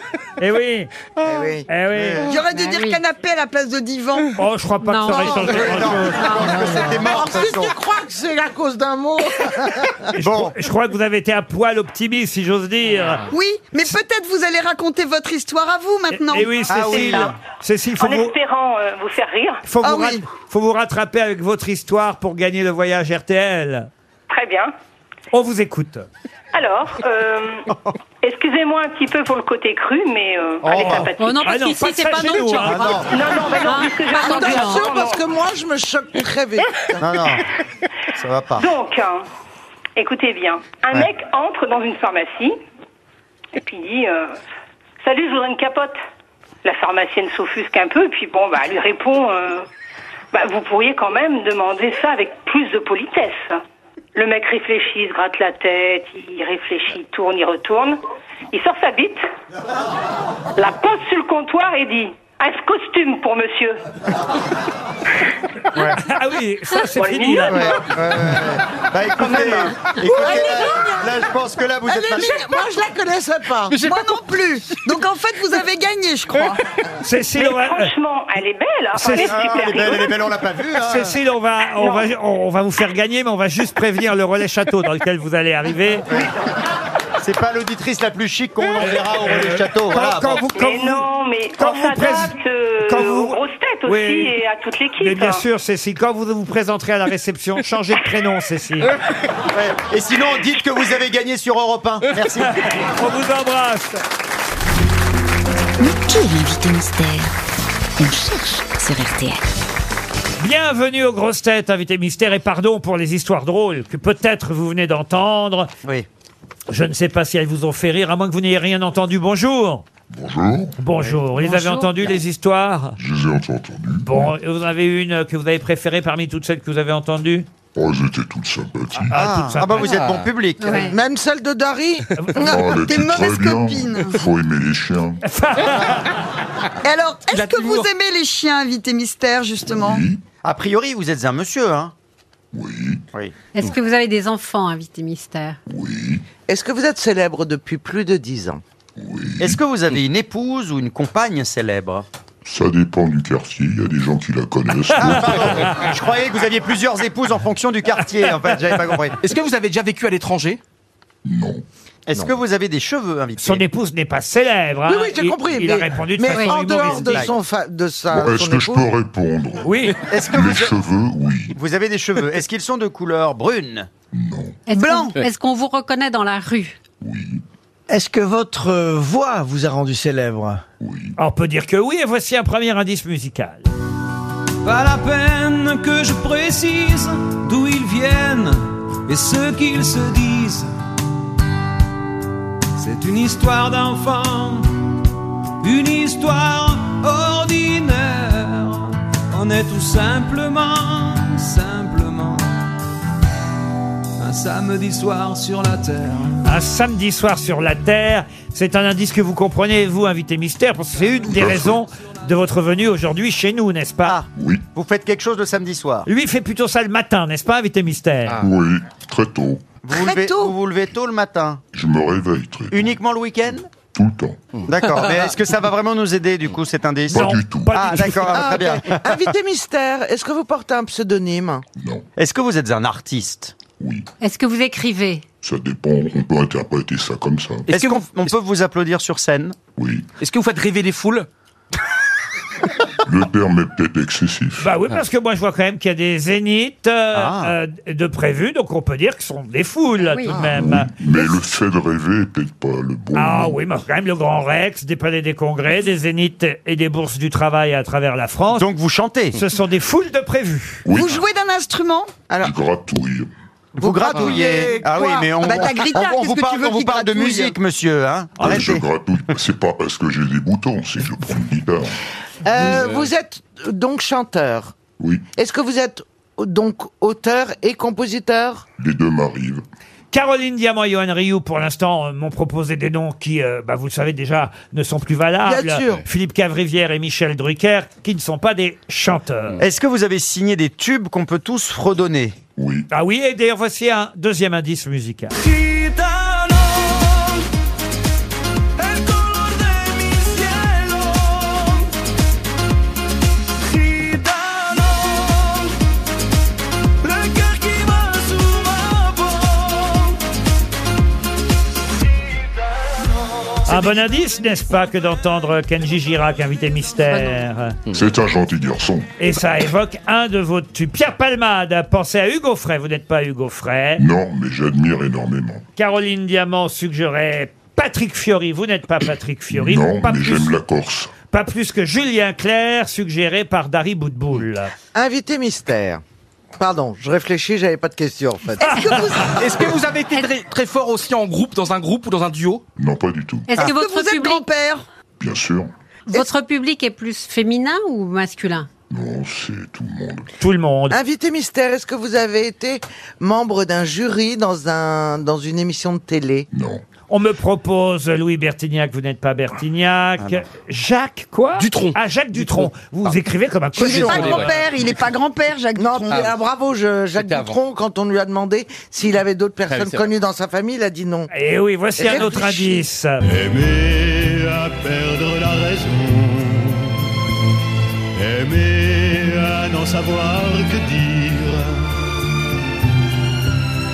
Speaker 2: Eh oui. Eh oui. Eh
Speaker 9: J'aurais dû dire canapé à la place de divan.
Speaker 2: Oh, je crois pas que ça aurait changé grand-chose.
Speaker 7: Alors, si tu crois que c'est à cause d'un mot,
Speaker 2: Je, crois- je crois que vous avez été à poil optimiste, si j'ose dire.
Speaker 9: Oui, mais peut-être vous allez raconter votre histoire à vous maintenant.
Speaker 2: Et Eh Ah oui, Cécile. Cécile, faut
Speaker 15: en
Speaker 2: vous,
Speaker 15: espérant euh, vous faire rire.
Speaker 2: faut,
Speaker 9: Ah
Speaker 2: vous rat- faut vous rattraper avec votre histoire pour gagner le voyage RTL.
Speaker 15: Très bien.
Speaker 2: On vous écoute.
Speaker 15: Alors, euh, excusez-moi un petit peu pour le côté cru, mais euh, elle
Speaker 16: bah.
Speaker 15: est sympathique.
Speaker 6: Oh non, parce
Speaker 2: Ah non,
Speaker 6: qu'ici,
Speaker 2: pas de
Speaker 6: c'est
Speaker 2: ça
Speaker 6: pas
Speaker 2: chez
Speaker 6: non
Speaker 2: nous,
Speaker 6: tu
Speaker 2: hein.
Speaker 6: vois.
Speaker 15: Non, non, mais non, puisque j'ai
Speaker 6: Pardon.
Speaker 15: entendu-
Speaker 7: Ah. attention, parce que moi, je me choque très vite.
Speaker 8: Non, non, ça va pas.
Speaker 15: Donc, hein, écoutez bien. Un
Speaker 8: Ouais.
Speaker 15: mec entre dans une pharmacie et puis dit euh, Salut, je voudrais une capote. La pharmacienne s'offusque un peu, et puis bon, bah, elle lui répond euh, Bah, Vous pourriez quand même demander ça avec plus de politesse. Le mec réfléchit, il se gratte la tête, il réfléchit, il tourne, il retourne. Il sort sa bite, la pose sur le comptoir et dit Un costume pour monsieur.
Speaker 2: Ah oui, ça c'est
Speaker 15: On est
Speaker 2: fini là.
Speaker 8: Ouais, ouais, ouais. Bah écoutez, écoutez là, là, je pense que là, vous
Speaker 7: Elle
Speaker 8: êtes
Speaker 7: est
Speaker 8: pas...
Speaker 7: mignonne. Moi, je la connaissais pas.
Speaker 9: Oh, Moi non plus. Donc en fait, vous avez gagné, je crois.
Speaker 2: Cécile,
Speaker 15: Mais
Speaker 2: on va,
Speaker 15: franchement, elle est belle. hein.
Speaker 2: C'est-
Speaker 15: Enfin, elle est
Speaker 8: Ah,
Speaker 15: super
Speaker 8: elle est belle,
Speaker 15: rigolote.
Speaker 8: elle est belle, on l'a pas vue. hein.
Speaker 2: Cécile, on va, on, va, on, on va vous faire gagner, mais on va juste prévenir le relais château dans lequel vous allez arriver.
Speaker 8: C'est pas l'auditrice la plus chic qu'on enverra au Relais Château. Voilà,
Speaker 2: quand
Speaker 8: bon.
Speaker 2: vous,
Speaker 15: Mais
Speaker 2: quand vous-
Speaker 15: non, mais
Speaker 2: quand
Speaker 15: on
Speaker 2: vous
Speaker 15: s'adapte
Speaker 2: prés-
Speaker 15: euh,
Speaker 2: quand vous-
Speaker 15: aux grosses têtes aussi
Speaker 2: Oui.
Speaker 15: et à toute l'équipe.
Speaker 2: Mais bien
Speaker 15: hein.
Speaker 2: sûr, Cécile, quand vous vous présenterez à la réception, changez de prénom, Cécile.
Speaker 8: Ouais. Et sinon, dites que vous avez gagné sur Europe 1. Merci.
Speaker 2: On vous embrasse.
Speaker 11: Mais qui est l'invité mystère On cherche sur RTL.
Speaker 2: Bienvenue aux grosses têtes, invité mystère, et pardon pour les histoires drôles que peut-être vous venez d'entendre.
Speaker 8: Oui.
Speaker 2: Je ne sais pas si elles vous ont fait rire, à moins que vous n'ayez rien entendu. Bonjour. Bonjour. Bonjour. Vous les avez entendues, les histoires
Speaker 17: Je les ai entendues.
Speaker 2: Bon, et vous en avez une que vous avez préférée parmi toutes celles que vous avez entendues
Speaker 17: Oh, elles étaient toutes sympathiques.
Speaker 2: Ah,
Speaker 8: Ah,
Speaker 2: toutes sympas.
Speaker 8: bah vous êtes bon public. Ah,
Speaker 6: Ouais.
Speaker 7: Même celle de Dari
Speaker 17: Oh, elle
Speaker 9: T'es
Speaker 17: était très
Speaker 9: mauvaise copine.
Speaker 17: bien. Faut aimer les chiens.
Speaker 9: Et alors, est-ce que
Speaker 5: toujours-
Speaker 9: vous aimez les chiens, invité mystère, justement
Speaker 2: Mhm.
Speaker 8: A priori, vous êtes un monsieur, hein
Speaker 17: Oui.
Speaker 8: Oui.
Speaker 6: Est-ce que vous avez des enfants, invité mystère
Speaker 7: Est-ce que vous êtes célèbre depuis plus de 10 ans
Speaker 8: Est-ce que vous avez une épouse ou une compagne célèbre
Speaker 17: Ça dépend du quartier. Il y a des gens qui la connaissent.
Speaker 3: Ah,
Speaker 17: d'autres-
Speaker 8: Ah, Je croyais que vous aviez plusieurs épouses en fonction du quartier, en fait, j'avais pas compris.
Speaker 5: Est-ce que vous avez déjà vécu à l'étranger
Speaker 17: non.
Speaker 8: Est-ce que vous avez des cheveux invités
Speaker 2: Son épouse n'est pas célèbre.
Speaker 7: Oui,
Speaker 2: hein.
Speaker 7: oui, j'ai
Speaker 2: Il-
Speaker 7: compris.
Speaker 2: Il,
Speaker 7: mais
Speaker 2: a répondu de
Speaker 7: mais
Speaker 2: façon
Speaker 7: en dehors
Speaker 2: humoristique.
Speaker 7: de, son fa- de sa.
Speaker 17: Bon, est-ce
Speaker 7: son
Speaker 17: que je
Speaker 7: épouse.
Speaker 17: peux répondre
Speaker 2: Oui.
Speaker 8: Est-ce que
Speaker 17: Les
Speaker 8: vous,
Speaker 17: cheveux, oui.
Speaker 8: vous avez des cheveux Est-ce qu'ils sont de couleur brune
Speaker 6: Est-ce
Speaker 9: Blanc.
Speaker 6: qu'on- Est-ce qu'on vous reconnaît dans la rue
Speaker 10: Est-ce que votre euh, voix vous a rendu célèbre
Speaker 2: Ah, On peut dire que oui, et voici un premier indice musical.
Speaker 14: Pas la peine que je précise d'où ils viennent et ce qu'ils se disent. C'est une histoire d'enfant, une histoire ordinaire. On est tout simplement, simplement
Speaker 18: Un samedi soir sur la terre.
Speaker 2: Un samedi soir sur la Terre, c'est un indice que vous comprenez, vous, invité mystère, parce que c'est une des raisons de votre venue aujourd'hui chez nous, n'est-ce pas
Speaker 17: Oui.
Speaker 2: Ah. Vous faites quelque chose le samedi soir Lui, il fait plutôt ça le matin, n'est-ce pas, invité mystère
Speaker 17: Ah. Oui, très tôt.
Speaker 16: Vous levez, vous vous levez tôt le matin
Speaker 17: Je me réveille très
Speaker 16: Uniquement le week-end
Speaker 17: tout le temps.
Speaker 16: D'accord, mais est-ce que ça va vraiment nous aider du coup cet indice
Speaker 17: Pas du tout.
Speaker 16: ah d'accord,
Speaker 7: Ah,
Speaker 16: très bien.
Speaker 7: ok. Invité mystère, est-ce que vous portez un pseudonyme
Speaker 16: Est-ce que vous êtes un artiste
Speaker 6: Est-ce que vous écrivez
Speaker 17: Ça dépend, on peut interpréter ça comme ça.
Speaker 16: Est-ce qu'on on peut vous applaudir sur scène
Speaker 17: Oui.
Speaker 5: Est-ce que vous faites rêver les foules
Speaker 17: Le terme est peut-être excessif.
Speaker 2: Bah oui, parce que moi, je vois quand même qu'il y a des zéniths euh, euh, de prévus, donc on peut dire que ce sont des foules, tout de même.
Speaker 17: Mais le fait de rêver est peut-être pas le bon.
Speaker 2: Ah oui, mais quand même le Grand Rex, des palais des congrès, des zéniths et des bourses du travail à travers la France. Donc
Speaker 16: vous chantez
Speaker 2: Ce sont des foules de prévus.
Speaker 17: Oui.
Speaker 9: Vous jouez d'un instrument
Speaker 17: Je gratouille.
Speaker 16: Vous gratouillez. Ah oui, mais on,
Speaker 9: Bah, t'as Grita,
Speaker 16: on- on
Speaker 9: qu'est-ce
Speaker 16: vous
Speaker 9: que tu
Speaker 16: parle,
Speaker 9: veux
Speaker 16: on vous
Speaker 9: qu'il
Speaker 16: parle de
Speaker 9: gratouille
Speaker 16: musique, monsieur. Hein
Speaker 17: Ah, je gratouille. C'est pas parce que j'ai des boutons, c'est que je prends une guitare.
Speaker 7: Euh,
Speaker 17: Oui.
Speaker 7: Vous êtes donc chanteur.
Speaker 17: Oui.
Speaker 7: Est-ce que vous êtes donc auteur et compositeur
Speaker 17: Les deux m'arrivent.
Speaker 2: Caroline Diamant et Johan Rioux, pour l'instant, euh, m'ont proposé des noms qui, euh, bah, vous le savez déjà, ne sont plus valables.
Speaker 16: Bien sûr.
Speaker 2: Philippe Cavrivière et Michel Drucker, qui ne sont pas des chanteurs.
Speaker 16: Est-ce que vous avez signé des tubes qu'on peut tous fredonner
Speaker 17: Oui.
Speaker 2: Ah oui, et d'ailleurs, voici un deuxième indice musical.
Speaker 18: Le cœur qui bat sous ma
Speaker 2: Un bon indice, n'est-ce pas, que d'entendre Kenji Girac, invité mystère.
Speaker 17: C'est un gentil garçon.
Speaker 2: Et ça évoque un de vos tubes. Pierre Palmade, pensez à Hugo Frey. Vous n'êtes pas Hugo Frey.
Speaker 17: Non, mais j'admire énormément.
Speaker 2: Caroline Diamant suggérait Patrick Fiori. Vous n'êtes pas Patrick Fiori.
Speaker 17: non,
Speaker 2: pas,
Speaker 17: mais
Speaker 2: plus,
Speaker 17: j'aime la Corse.
Speaker 2: pas plus que Julien Clerc, suggéré par Dari Boudboul.
Speaker 7: Invité mystère. Pardon, je réfléchis, j'avais pas de question en fait.
Speaker 5: Est-ce que vous avez été très, très fort aussi en groupe, dans un groupe ou dans un duo Ah.
Speaker 17: Non, pas du tout.
Speaker 6: Est-ce que votre public...
Speaker 17: Bien sûr.
Speaker 6: Votre public est plus féminin ou masculin
Speaker 17: Non, c'est tout le monde.
Speaker 2: Tout le monde.
Speaker 7: Invité mystère, est-ce que vous avez été membre d'un jury dans, un, dans une émission de télé
Speaker 17: Non.
Speaker 2: On me propose Louis Bertignac, vous n'êtes pas
Speaker 17: Ah
Speaker 2: Bertignac. Jacques, quoi Dutron. Ah, Jacques Dutron. Vous vous écrivez comme un
Speaker 7: Je suis
Speaker 2: cochon.
Speaker 7: pas grand-père,
Speaker 9: il est pas grand-père, Jacques
Speaker 7: Non, mais,
Speaker 2: Ah.
Speaker 7: ah, bravo, je- Jacques
Speaker 2: C'était avant.
Speaker 7: Dutronc, quand on lui a demandé s'il avait d'autres
Speaker 2: Ah
Speaker 7: personnes
Speaker 2: oui, c'est
Speaker 7: connues dans sa famille, il a dit non.
Speaker 2: Et Eh oui, voici un autre
Speaker 7: Réfléchis.
Speaker 2: indice.
Speaker 18: Aimer à perdre la raison. Aimer à n'en savoir que dire.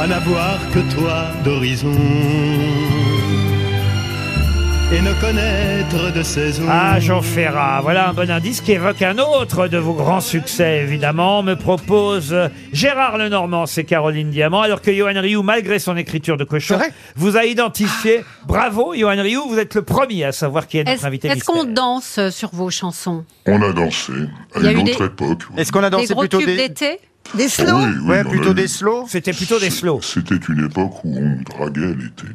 Speaker 18: À n'avoir que toi d'horizon. Et ne connaître de saison.
Speaker 2: Ah, Jean Ferrat, voilà un bon indice qui évoque un autre de vos grands succès, évidemment. On me propose euh, Gérard Lenormand, c'est Caroline Diamant, alors que Johan Rioux, malgré son écriture de cochon, vous a identifié. Bravo, Johan Rioux, vous êtes le premier à savoir qui est notre
Speaker 6: Est-ce
Speaker 2: invité
Speaker 6: est-ce
Speaker 2: mystère.
Speaker 6: qu'on danse euh, sur vos chansons
Speaker 17: On a dansé à
Speaker 6: Il y a
Speaker 17: une
Speaker 6: eu des-
Speaker 17: autre époque.
Speaker 16: Est-ce qu'on a
Speaker 6: Des gros tubes d'été
Speaker 9: Des
Speaker 17: slow Oui, oui, on a eu-
Speaker 16: slow
Speaker 2: C'était plutôt des slow.
Speaker 17: C'était une époque où on draguait l'été.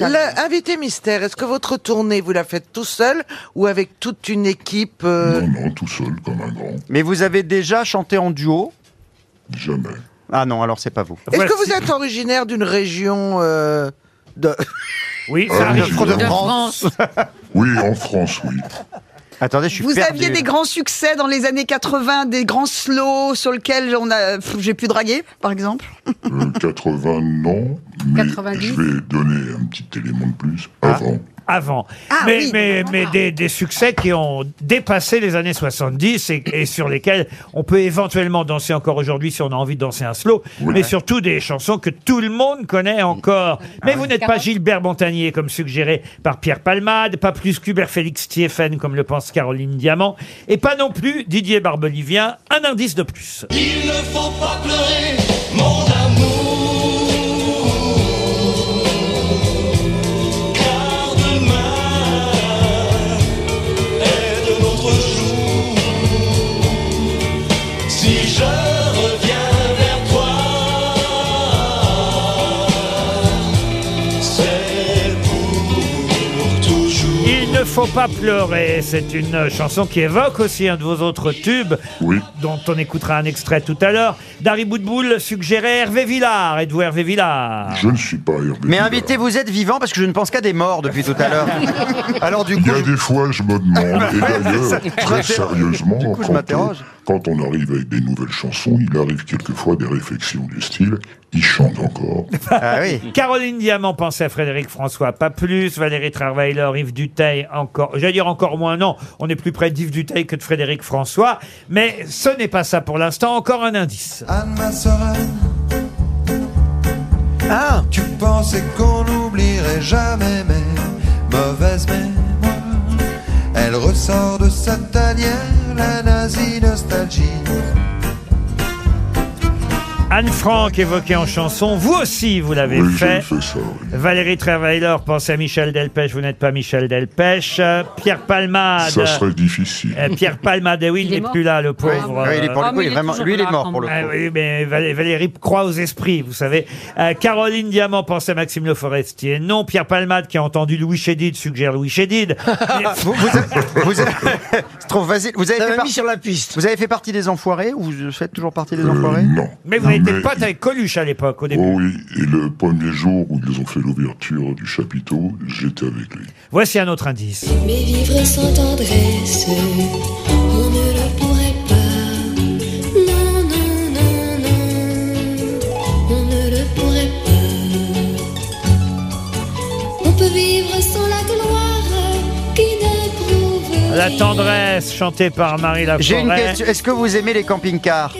Speaker 7: Le- invité mystère, est-ce que votre tournée, vous la faites tout seul ou avec toute une équipe euh,
Speaker 17: Non, tout seul, comme un grand.
Speaker 16: Mais vous avez déjà chanté en duo
Speaker 17: Jamais.
Speaker 16: Ah non, alors c'est pas vous.
Speaker 7: Est-ce que vous êtes originaire d'une région euh, de...
Speaker 2: Oui,
Speaker 17: ça arrive.
Speaker 7: de
Speaker 17: De
Speaker 7: France.
Speaker 17: Oui, en France, oui.
Speaker 16: Attendez, je suis
Speaker 9: Vous
Speaker 16: perdu.
Speaker 9: aviez des grands succès dans les années 80, des grands slows sur lesquels on a, pff, j'ai pu draguer, par exemple.
Speaker 17: Euh, 80, non. Mais
Speaker 9: 90.
Speaker 17: je vais donner un petit élément de plus. Avant.
Speaker 2: Avant.
Speaker 9: Ah
Speaker 2: mais
Speaker 9: oui,
Speaker 2: mais, mais des, des succès qui ont dépassé les années 70 et, et sur lesquels on peut éventuellement danser encore aujourd'hui si on a envie de danser un slow, mais surtout des chansons que tout le monde connaît encore. Mais vous n'êtes pas Gilbert Montagnier comme suggéré par Pierre Palmade, pas plus qu'Hubert Félix Stiefen comme le pense Caroline Diamant, et pas non plus Didier Barbelivien, un indice de plus.
Speaker 18: Il ne faut pas pleurer, mon amour. Car demain est de notre jour. Si je reviens vers toi, c'est pour toujours.
Speaker 2: Il ne faut pas pleurer. C'est une chanson qui évoque aussi un de vos autres tubes, dont on écoutera un extrait tout à l'heure. Dari Boudboul suggérait Hervé Villard. Êtes-vous Hervé Villard
Speaker 17: Je ne suis pas Hervé.
Speaker 16: Mais invitez, vous êtes vivant parce que je ne pense qu'à des morts depuis tout à l'heure. Alors du
Speaker 17: Il
Speaker 16: coup,
Speaker 17: y a des fois, je me demande, et d'ailleurs, très sérieusement,
Speaker 16: Du coup, je
Speaker 17: quand, on,
Speaker 16: m'interroge.
Speaker 17: quand on arrive avec des nouvelles chansons, il arrive quelquefois des réflexions du style « il chante encore
Speaker 2: Ah Caroline Diamant pensait à Frédéric François, pas plus. Valérie Travailer, Yves Duteil, encore. J'allais dire encore moins, non. On est plus près d'Yves Duteil que de Frédéric François. Mais ce n'est pas ça pour l'instant. Encore un indice.
Speaker 18: Anne, ma sereine. Ah Tu pensais qu'on n'oublierait jamais, mais mauvaise mémoire. Elle ressort de sa tanière, la nazie nostalgie.
Speaker 2: Anne Frank évoquée en chanson. Vous aussi, vous l'avez
Speaker 17: Oui,
Speaker 2: fait.
Speaker 17: j'ai fait ça, oui.
Speaker 2: Valérie Travailer pensait à Michel Delpech. Vous n'êtes pas Michel Delpech. Euh, Pierre Palmade.
Speaker 17: Ça serait difficile.
Speaker 2: Euh, Pierre Palmade, eh oui, il
Speaker 17: Il est
Speaker 2: n'est
Speaker 17: mort.
Speaker 2: plus là, le
Speaker 17: Oui.
Speaker 2: pauvre.
Speaker 17: Oui, il est pour le Ah, coup, mais il est il est vraiment- toujours lui, il est là, mort quand pour le
Speaker 2: Ah
Speaker 17: coup.
Speaker 2: oui, mais Valé- Valérie croit aux esprits, vous savez. Euh, Caroline Diamant pensait à Maxime Le Forestier. Non, Pierre Palmade, qui a entendu Louis Chédid, suggère Louis Chédid. Ah
Speaker 16: vous, vous êtes- vous êtes- c'est trop facile. Vous avez fait par- Vous avez fait partie des enfoirés ou vous faites toujours partie des enfoirés
Speaker 17: Euh, Non.
Speaker 2: Mais vous avez été
Speaker 17: Mais-
Speaker 2: pote avec Coluche à l'époque, au début.
Speaker 17: Oh oui, et le premier jour où ils ont fait l'ouverture du chapiteau, j'étais avec lui.
Speaker 2: Voici un autre indice.
Speaker 19: Mais vivre sans tendresse, on ne le pourrait pas. Non, non, non, non, on ne le pourrait pas. On peut vivre sans la gloire qui n'approuve
Speaker 2: La tendresse, chantée par Marie Laforêt.
Speaker 16: J'ai une question. Est-ce que vous aimez les camping-cars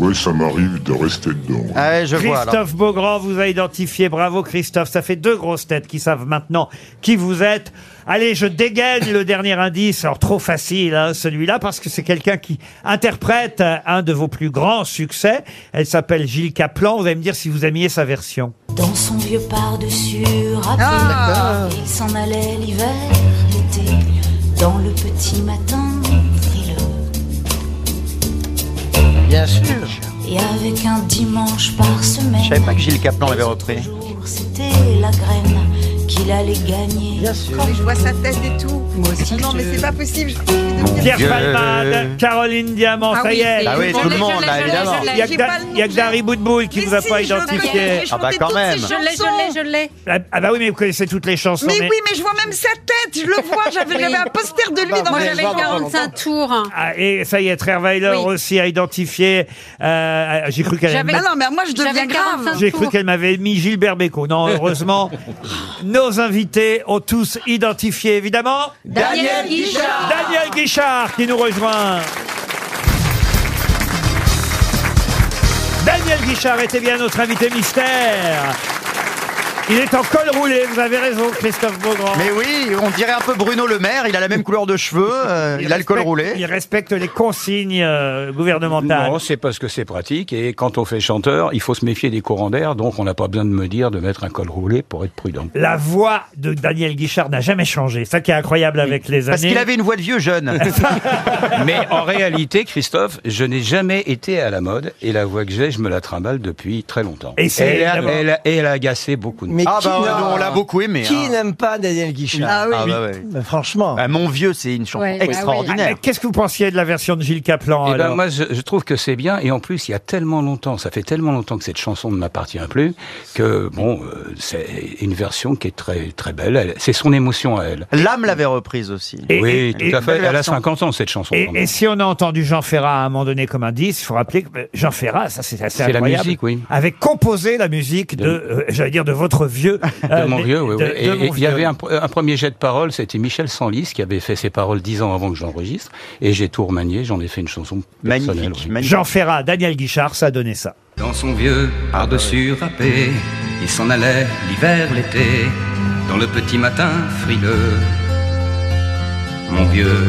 Speaker 17: Oui, ça m'arrive de rester dedans.
Speaker 16: Ah ouais, je vois. alors.
Speaker 2: Christophe Beaugrand vous a identifié. Bravo, Christophe. Ça fait deux grosses têtes qui savent maintenant qui vous êtes. Allez, je dégaine le dernier indice. Alors, trop facile, hein, celui-là, parce que c'est quelqu'un qui interprète euh, un de vos plus grands succès. Elle s'appelle Gilles Caplan. Vous allez me dire si vous aimiez sa version.
Speaker 19: Dans son vieux par-dessus râpé,
Speaker 2: Ah.
Speaker 19: il s'en allait l'hiver, l'été, dans le petit matin frileux.
Speaker 16: Bien sûr.
Speaker 19: Et avec un dimanche par semaine,
Speaker 16: Je savais pas que Gilles Caplan l'avait repris.
Speaker 19: c'était la graine qu'il allait gagner. Bien sûr.
Speaker 9: Je vois sa tête et tout. Moi aussi. Non, mais c'est pas possible.
Speaker 2: Pierre
Speaker 16: Dieu.
Speaker 2: Palmade, Caroline Diamant,
Speaker 9: Ah
Speaker 2: ça
Speaker 9: oui,
Speaker 2: y est.
Speaker 9: c'est- Ah oui, je tout le l'ai, monde, je là, l'ai, je évidemment. l'ai, je l'ai,
Speaker 2: Il y a que
Speaker 9: j'ai
Speaker 2: Da-
Speaker 9: pas le nom,
Speaker 2: il y a que Dari Boudboul qui vous a pas
Speaker 9: je le connais,
Speaker 2: identifié.
Speaker 9: j'ai Ah bah chanté quand toutes ces même.
Speaker 6: Je l'ai, je l'ai, je l'ai.
Speaker 2: Ah ah bah oui, mais vous connaissez toutes les chansons.
Speaker 9: Mais oui, mais je vois même sa tête. Je le vois. J'avais
Speaker 6: Oui. Bah,
Speaker 9: j'avais un poster de lui dans
Speaker 6: Moi,
Speaker 9: ma
Speaker 6: j'avais
Speaker 9: chambre.
Speaker 6: 45 tours.
Speaker 2: Ah, et ça y est, Trevailer
Speaker 6: Oui.
Speaker 2: aussi a identifié. euh, j'ai cru qu'elle
Speaker 9: J'avais-
Speaker 2: m'a-
Speaker 9: Ah non, mais moi, je deviens
Speaker 6: J'avais
Speaker 9: grave.
Speaker 6: 45
Speaker 2: J'ai cru
Speaker 6: tours.
Speaker 2: qu'elle m'avait mis Gilbert Bécaud. Non, heureusement, nos invités ont tous identifié, évidemment.
Speaker 18: Daniel Guichard.
Speaker 2: Daniel Guichard qui nous rejoint. Daniel Guichard était bien notre invité mystère. Il est en col roulé, vous avez raison, Christophe Beaugrand.
Speaker 16: Mais oui, on dirait un peu Bruno Le Maire. Il a la même couleur de cheveux. euh, il, a le col
Speaker 2: respecte-
Speaker 16: roulé.
Speaker 2: Il respecte les consignes euh, gouvernementales.
Speaker 20: Non, c'est parce que c'est pratique et quand on fait chanteur, il faut se méfier des courants d'air, donc on n'a pas besoin de me dire de mettre un col roulé pour être prudent.
Speaker 2: La voix de Daniel Guichard n'a jamais changé. Ça qui est incroyable avec les années.
Speaker 20: Parce qu'il avait
Speaker 16: une voix de vieux jeune.
Speaker 20: Mais en réalité, Christophe, je n'ai jamais été à la mode et la voix que j'ai, je me la trimballe depuis très longtemps.
Speaker 2: Et c'est-
Speaker 20: elle, a,
Speaker 2: d'abord-
Speaker 20: elle a- et elle a agacé beaucoup
Speaker 16: Ah
Speaker 20: de
Speaker 10: Mais
Speaker 20: monde.
Speaker 10: qui
Speaker 16: bah,
Speaker 10: n'a- Qui n'aime pas Daniel Guichard
Speaker 16: hein. Ah oui. Ah bah ouais.
Speaker 10: hein. Bah, Franchement.
Speaker 16: mon vieux, c'est une chanson
Speaker 10: Ouais, bah oui.
Speaker 16: extraordinaire.
Speaker 2: Ah, mais Qu'est-ce que vous pensiez de la version de Gilles Caplan
Speaker 20: Eh ben,
Speaker 2: alors
Speaker 20: moi, je, je trouve que c'est bien. Et en plus, il y a tellement longtemps, ça fait tellement longtemps que cette chanson ne m'appartient plus que bon, euh, c'est une version qui est très très belle. Elle- C'est son émotion à elle.
Speaker 16: L'âme l'avait reprise aussi.
Speaker 20: oui,
Speaker 2: et-
Speaker 20: tout à fait.
Speaker 2: belle
Speaker 20: Elle a
Speaker 2: version.
Speaker 20: 50 ans cette chanson.
Speaker 2: Et,
Speaker 20: quand
Speaker 2: et
Speaker 20: même.
Speaker 2: si on a entendu Jean Ferrat à un moment donné comme indice, il faut rappeler que euh, Jean Ferrat, ça c'est assez
Speaker 20: C'est la
Speaker 2: incroyable,
Speaker 20: musique, oui.
Speaker 2: avait composé la musique de, euh, j'allais dire, de votre vieux. euh,
Speaker 20: de mon
Speaker 2: mais-
Speaker 20: vieux, oui,
Speaker 2: de-
Speaker 20: oui.
Speaker 2: de
Speaker 20: Et-
Speaker 2: mon
Speaker 20: et il y
Speaker 2: vieux.
Speaker 20: avait un, pr- un premier jet de parole, c'était Michel Sanlis qui avait fait ses paroles dix ans avant que j'enregistre. Et j'ai tout remanié, j'en ai fait une chanson personnelle. oui.
Speaker 2: Jean Ferrat, Daniel Guichard, ça donnait ça.
Speaker 21: Dans son vieux par-dessus râpé, il s'en allait l'hiver, l'été, dans le petit matin frileux. Mon vieux,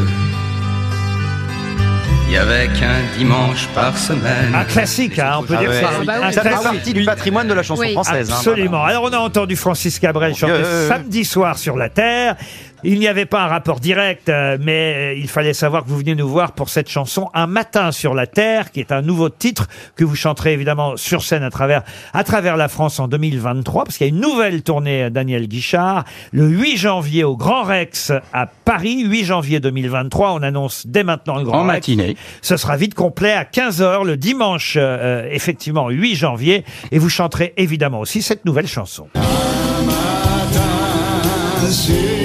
Speaker 21: il y avait qu'un dimanche par semaine.
Speaker 2: Un classique, hein, on peut
Speaker 16: Ah
Speaker 2: dire
Speaker 16: ouais.
Speaker 2: ça.
Speaker 16: Ah bah oui.
Speaker 2: Un
Speaker 16: Ça fait
Speaker 2: classique.
Speaker 16: partie du patrimoine de la chanson Oui. française, hein,
Speaker 2: Absolument. Alors on a entendu Francis Cabrel chanter
Speaker 16: Dieu.
Speaker 2: samedi soir sur la Terre. Il n'y avait pas un rapport direct, euh, mais il fallait savoir que vous venez nous voir pour cette chanson Un matin sur la terre, qui est un nouveau titre que vous chanterez évidemment sur scène à travers, à travers la France en 2023, parce qu'il y a une nouvelle tournée euh, Daniel Guichard, le 8 janvier au Grand Rex à Paris, 8 janvier 2023. On annonce dès maintenant le Grand
Speaker 20: En
Speaker 2: Rex.
Speaker 20: matinée.
Speaker 2: Ce sera vite complet à 15h le dimanche, euh, euh, effectivement, 8 janvier, et vous chanterez évidemment aussi cette nouvelle chanson.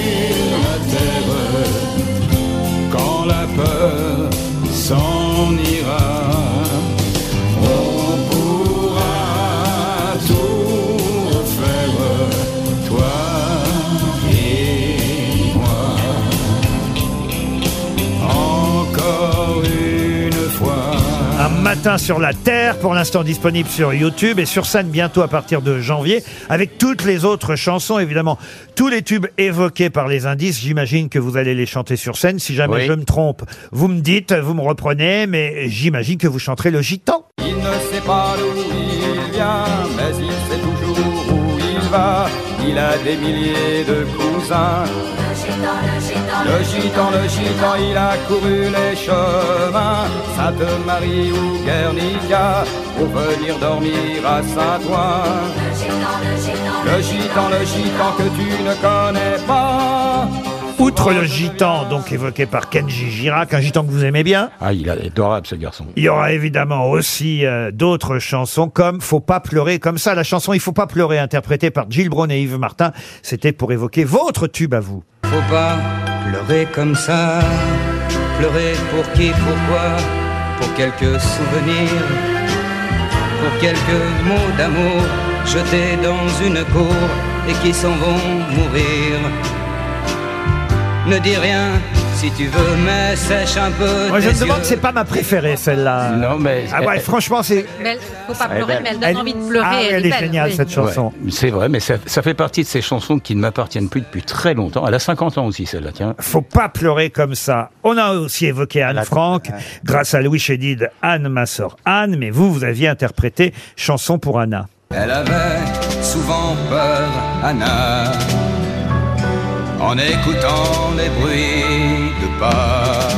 Speaker 19: sur la terre quand la peur s'en ira. On pourra tout refaire, toi et moi. Encore une fois.
Speaker 2: Un matin sur la Terre, pour l'instant disponible sur YouTube et sur scène bientôt à partir de janvier, avec toutes les autres chansons, évidemment. Tous les tubes évoqués par les indices, j'imagine que vous allez les chanter sur scène. Si jamais
Speaker 21: Oui.
Speaker 2: je me trompe, vous me dites, vous me reprenez, mais j'imagine que vous chanterez le gitan.
Speaker 21: Il ne sait pas d'où il vient, mais il sait toujours où il va. Il a des milliers de cousins. Le gitan, le gitan, il a couru les chemins. Sainte-Marie ou Guernica, pour venir dormir à Saint-Ouen. Le gitan, le gitan que tu ne connais pas.
Speaker 2: Outre le gitan, donc évoqué par Kenji Girac, un gitan que vous aimez bien.
Speaker 20: Ah, il est adorable ce garçon.
Speaker 2: Il y aura évidemment aussi euh, d'autres chansons comme Faut pas pleurer comme ça. La chanson Il faut pas pleurer interprétée par Gilles Braun et Yves Martin, c'était pour évoquer votre tube à vous.
Speaker 21: Faut pas pleurer comme ça. Pleurer pour qui, pourquoi Pour quelques souvenirs, pour quelques mots d'amour jetés dans une cour et qui s'en vont mourir. Ne dis rien si tu veux, mais sèche un peu.
Speaker 2: Moi, je
Speaker 21: tes
Speaker 2: me demande,
Speaker 21: yeux.
Speaker 2: c'est pas ma préférée, celle-là.
Speaker 20: Non, mais.
Speaker 2: Ah ouais, franchement, c'est.
Speaker 6: Mais elle- faut pas
Speaker 20: Elle est
Speaker 6: pleurer,
Speaker 20: belle.
Speaker 6: mais elle donne
Speaker 2: Ah, Elle-
Speaker 6: envie de pleurer.
Speaker 2: Ah,
Speaker 6: elle,
Speaker 2: elle est
Speaker 6: belle,
Speaker 2: géniale,
Speaker 6: oui.
Speaker 2: cette chanson.
Speaker 20: Ouais, c'est vrai, mais ça, ça fait partie de ces chansons qui ne m'appartiennent plus depuis très longtemps. Elle a 50 ans aussi, celle-là, tiens.
Speaker 2: Faut pas pleurer comme ça. On a aussi évoqué Anne Frank, grâce à Louis Chédid, Anne, ma sœur Anne, mais vous, vous aviez interprété Chanson pour Anna.
Speaker 21: Elle avait souvent peur, Anna, en écoutant les bruits de pas,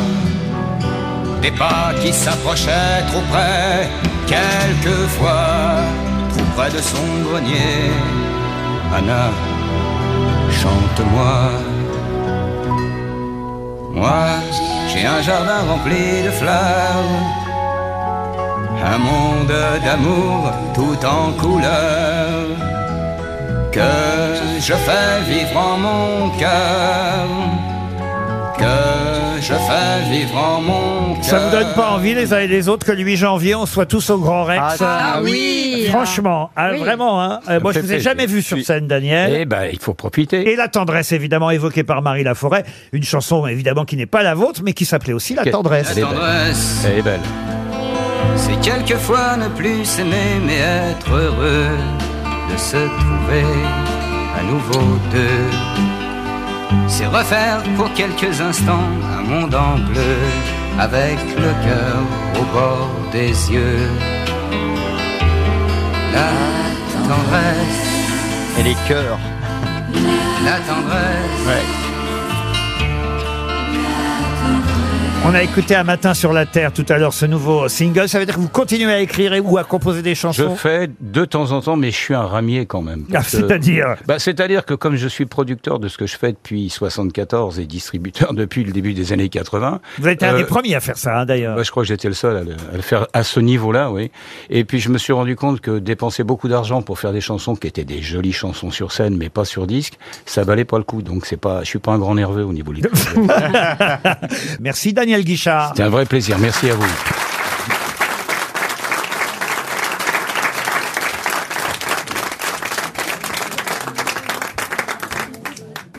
Speaker 21: des pas qui s'approchaient trop près, quelquefois, trop près de son grenier. Anna, chante-moi. Moi, j'ai un jardin rempli de fleurs. Un monde d'amour tout en couleur Que je fais vivre en mon cœur Que je fais vivre en mon cœur
Speaker 2: Ça vous donne pas envie, les uns et les autres, que le 8 janvier, on soit tous au Grand Rex euh,
Speaker 21: Ah, ah oui.
Speaker 2: Franchement, ah,
Speaker 21: Oui.
Speaker 2: vraiment, hein. Euh,
Speaker 20: Ça
Speaker 2: moi,
Speaker 20: me
Speaker 2: je
Speaker 20: fait
Speaker 2: vous ai
Speaker 20: plaisir.
Speaker 2: jamais vu sur scène, Daniel.
Speaker 20: Eh ben, il faut profiter.
Speaker 2: Et la tendresse, évidemment, évoquée par Marie Laforêt. Une chanson, évidemment, qui n'est pas la vôtre, mais qui s'appelait aussi La tendresse.
Speaker 21: La tendresse
Speaker 20: Elle est belle.
Speaker 21: C'est quelquefois ne plus s'aimer mais être heureux De se trouver à nouveau deux C'est refaire pour quelques instants un monde en bleu Avec le cœur au bord des yeux La tendresse
Speaker 8: Et les cœurs.
Speaker 21: La tendresse
Speaker 2: On a écouté un matin sur la terre tout à l'heure ce nouveau single. Ça veut dire que vous continuez à écrire et- ou à composer des
Speaker 20: Je
Speaker 2: chansons. Ah,
Speaker 20: fais de temps en temps, mais je suis un ramier quand même. Parce que-
Speaker 2: c'est-à-dire
Speaker 20: bah, C'est-à-dire que comme je suis producteur de ce que je fais depuis 74 et distributeur depuis le début des années 80...
Speaker 2: Vous êtes un
Speaker 20: euh,
Speaker 2: des premiers à faire ça, hein, d'ailleurs.
Speaker 20: bah, je crois que j'étais le seul à le, à le faire à ce niveau-là, oui. Et puis je me suis rendu compte que dépenser beaucoup d'argent pour faire des chansons qui étaient des jolies chansons sur scène, mais pas sur disque, ça valait pas le coup. Donc c'est pas, je suis pas
Speaker 2: Ah.
Speaker 20: un grand nerveux au niveau du.
Speaker 2: Merci Daniel Guichard.
Speaker 20: C'est un vrai plaisir. Merci à vous.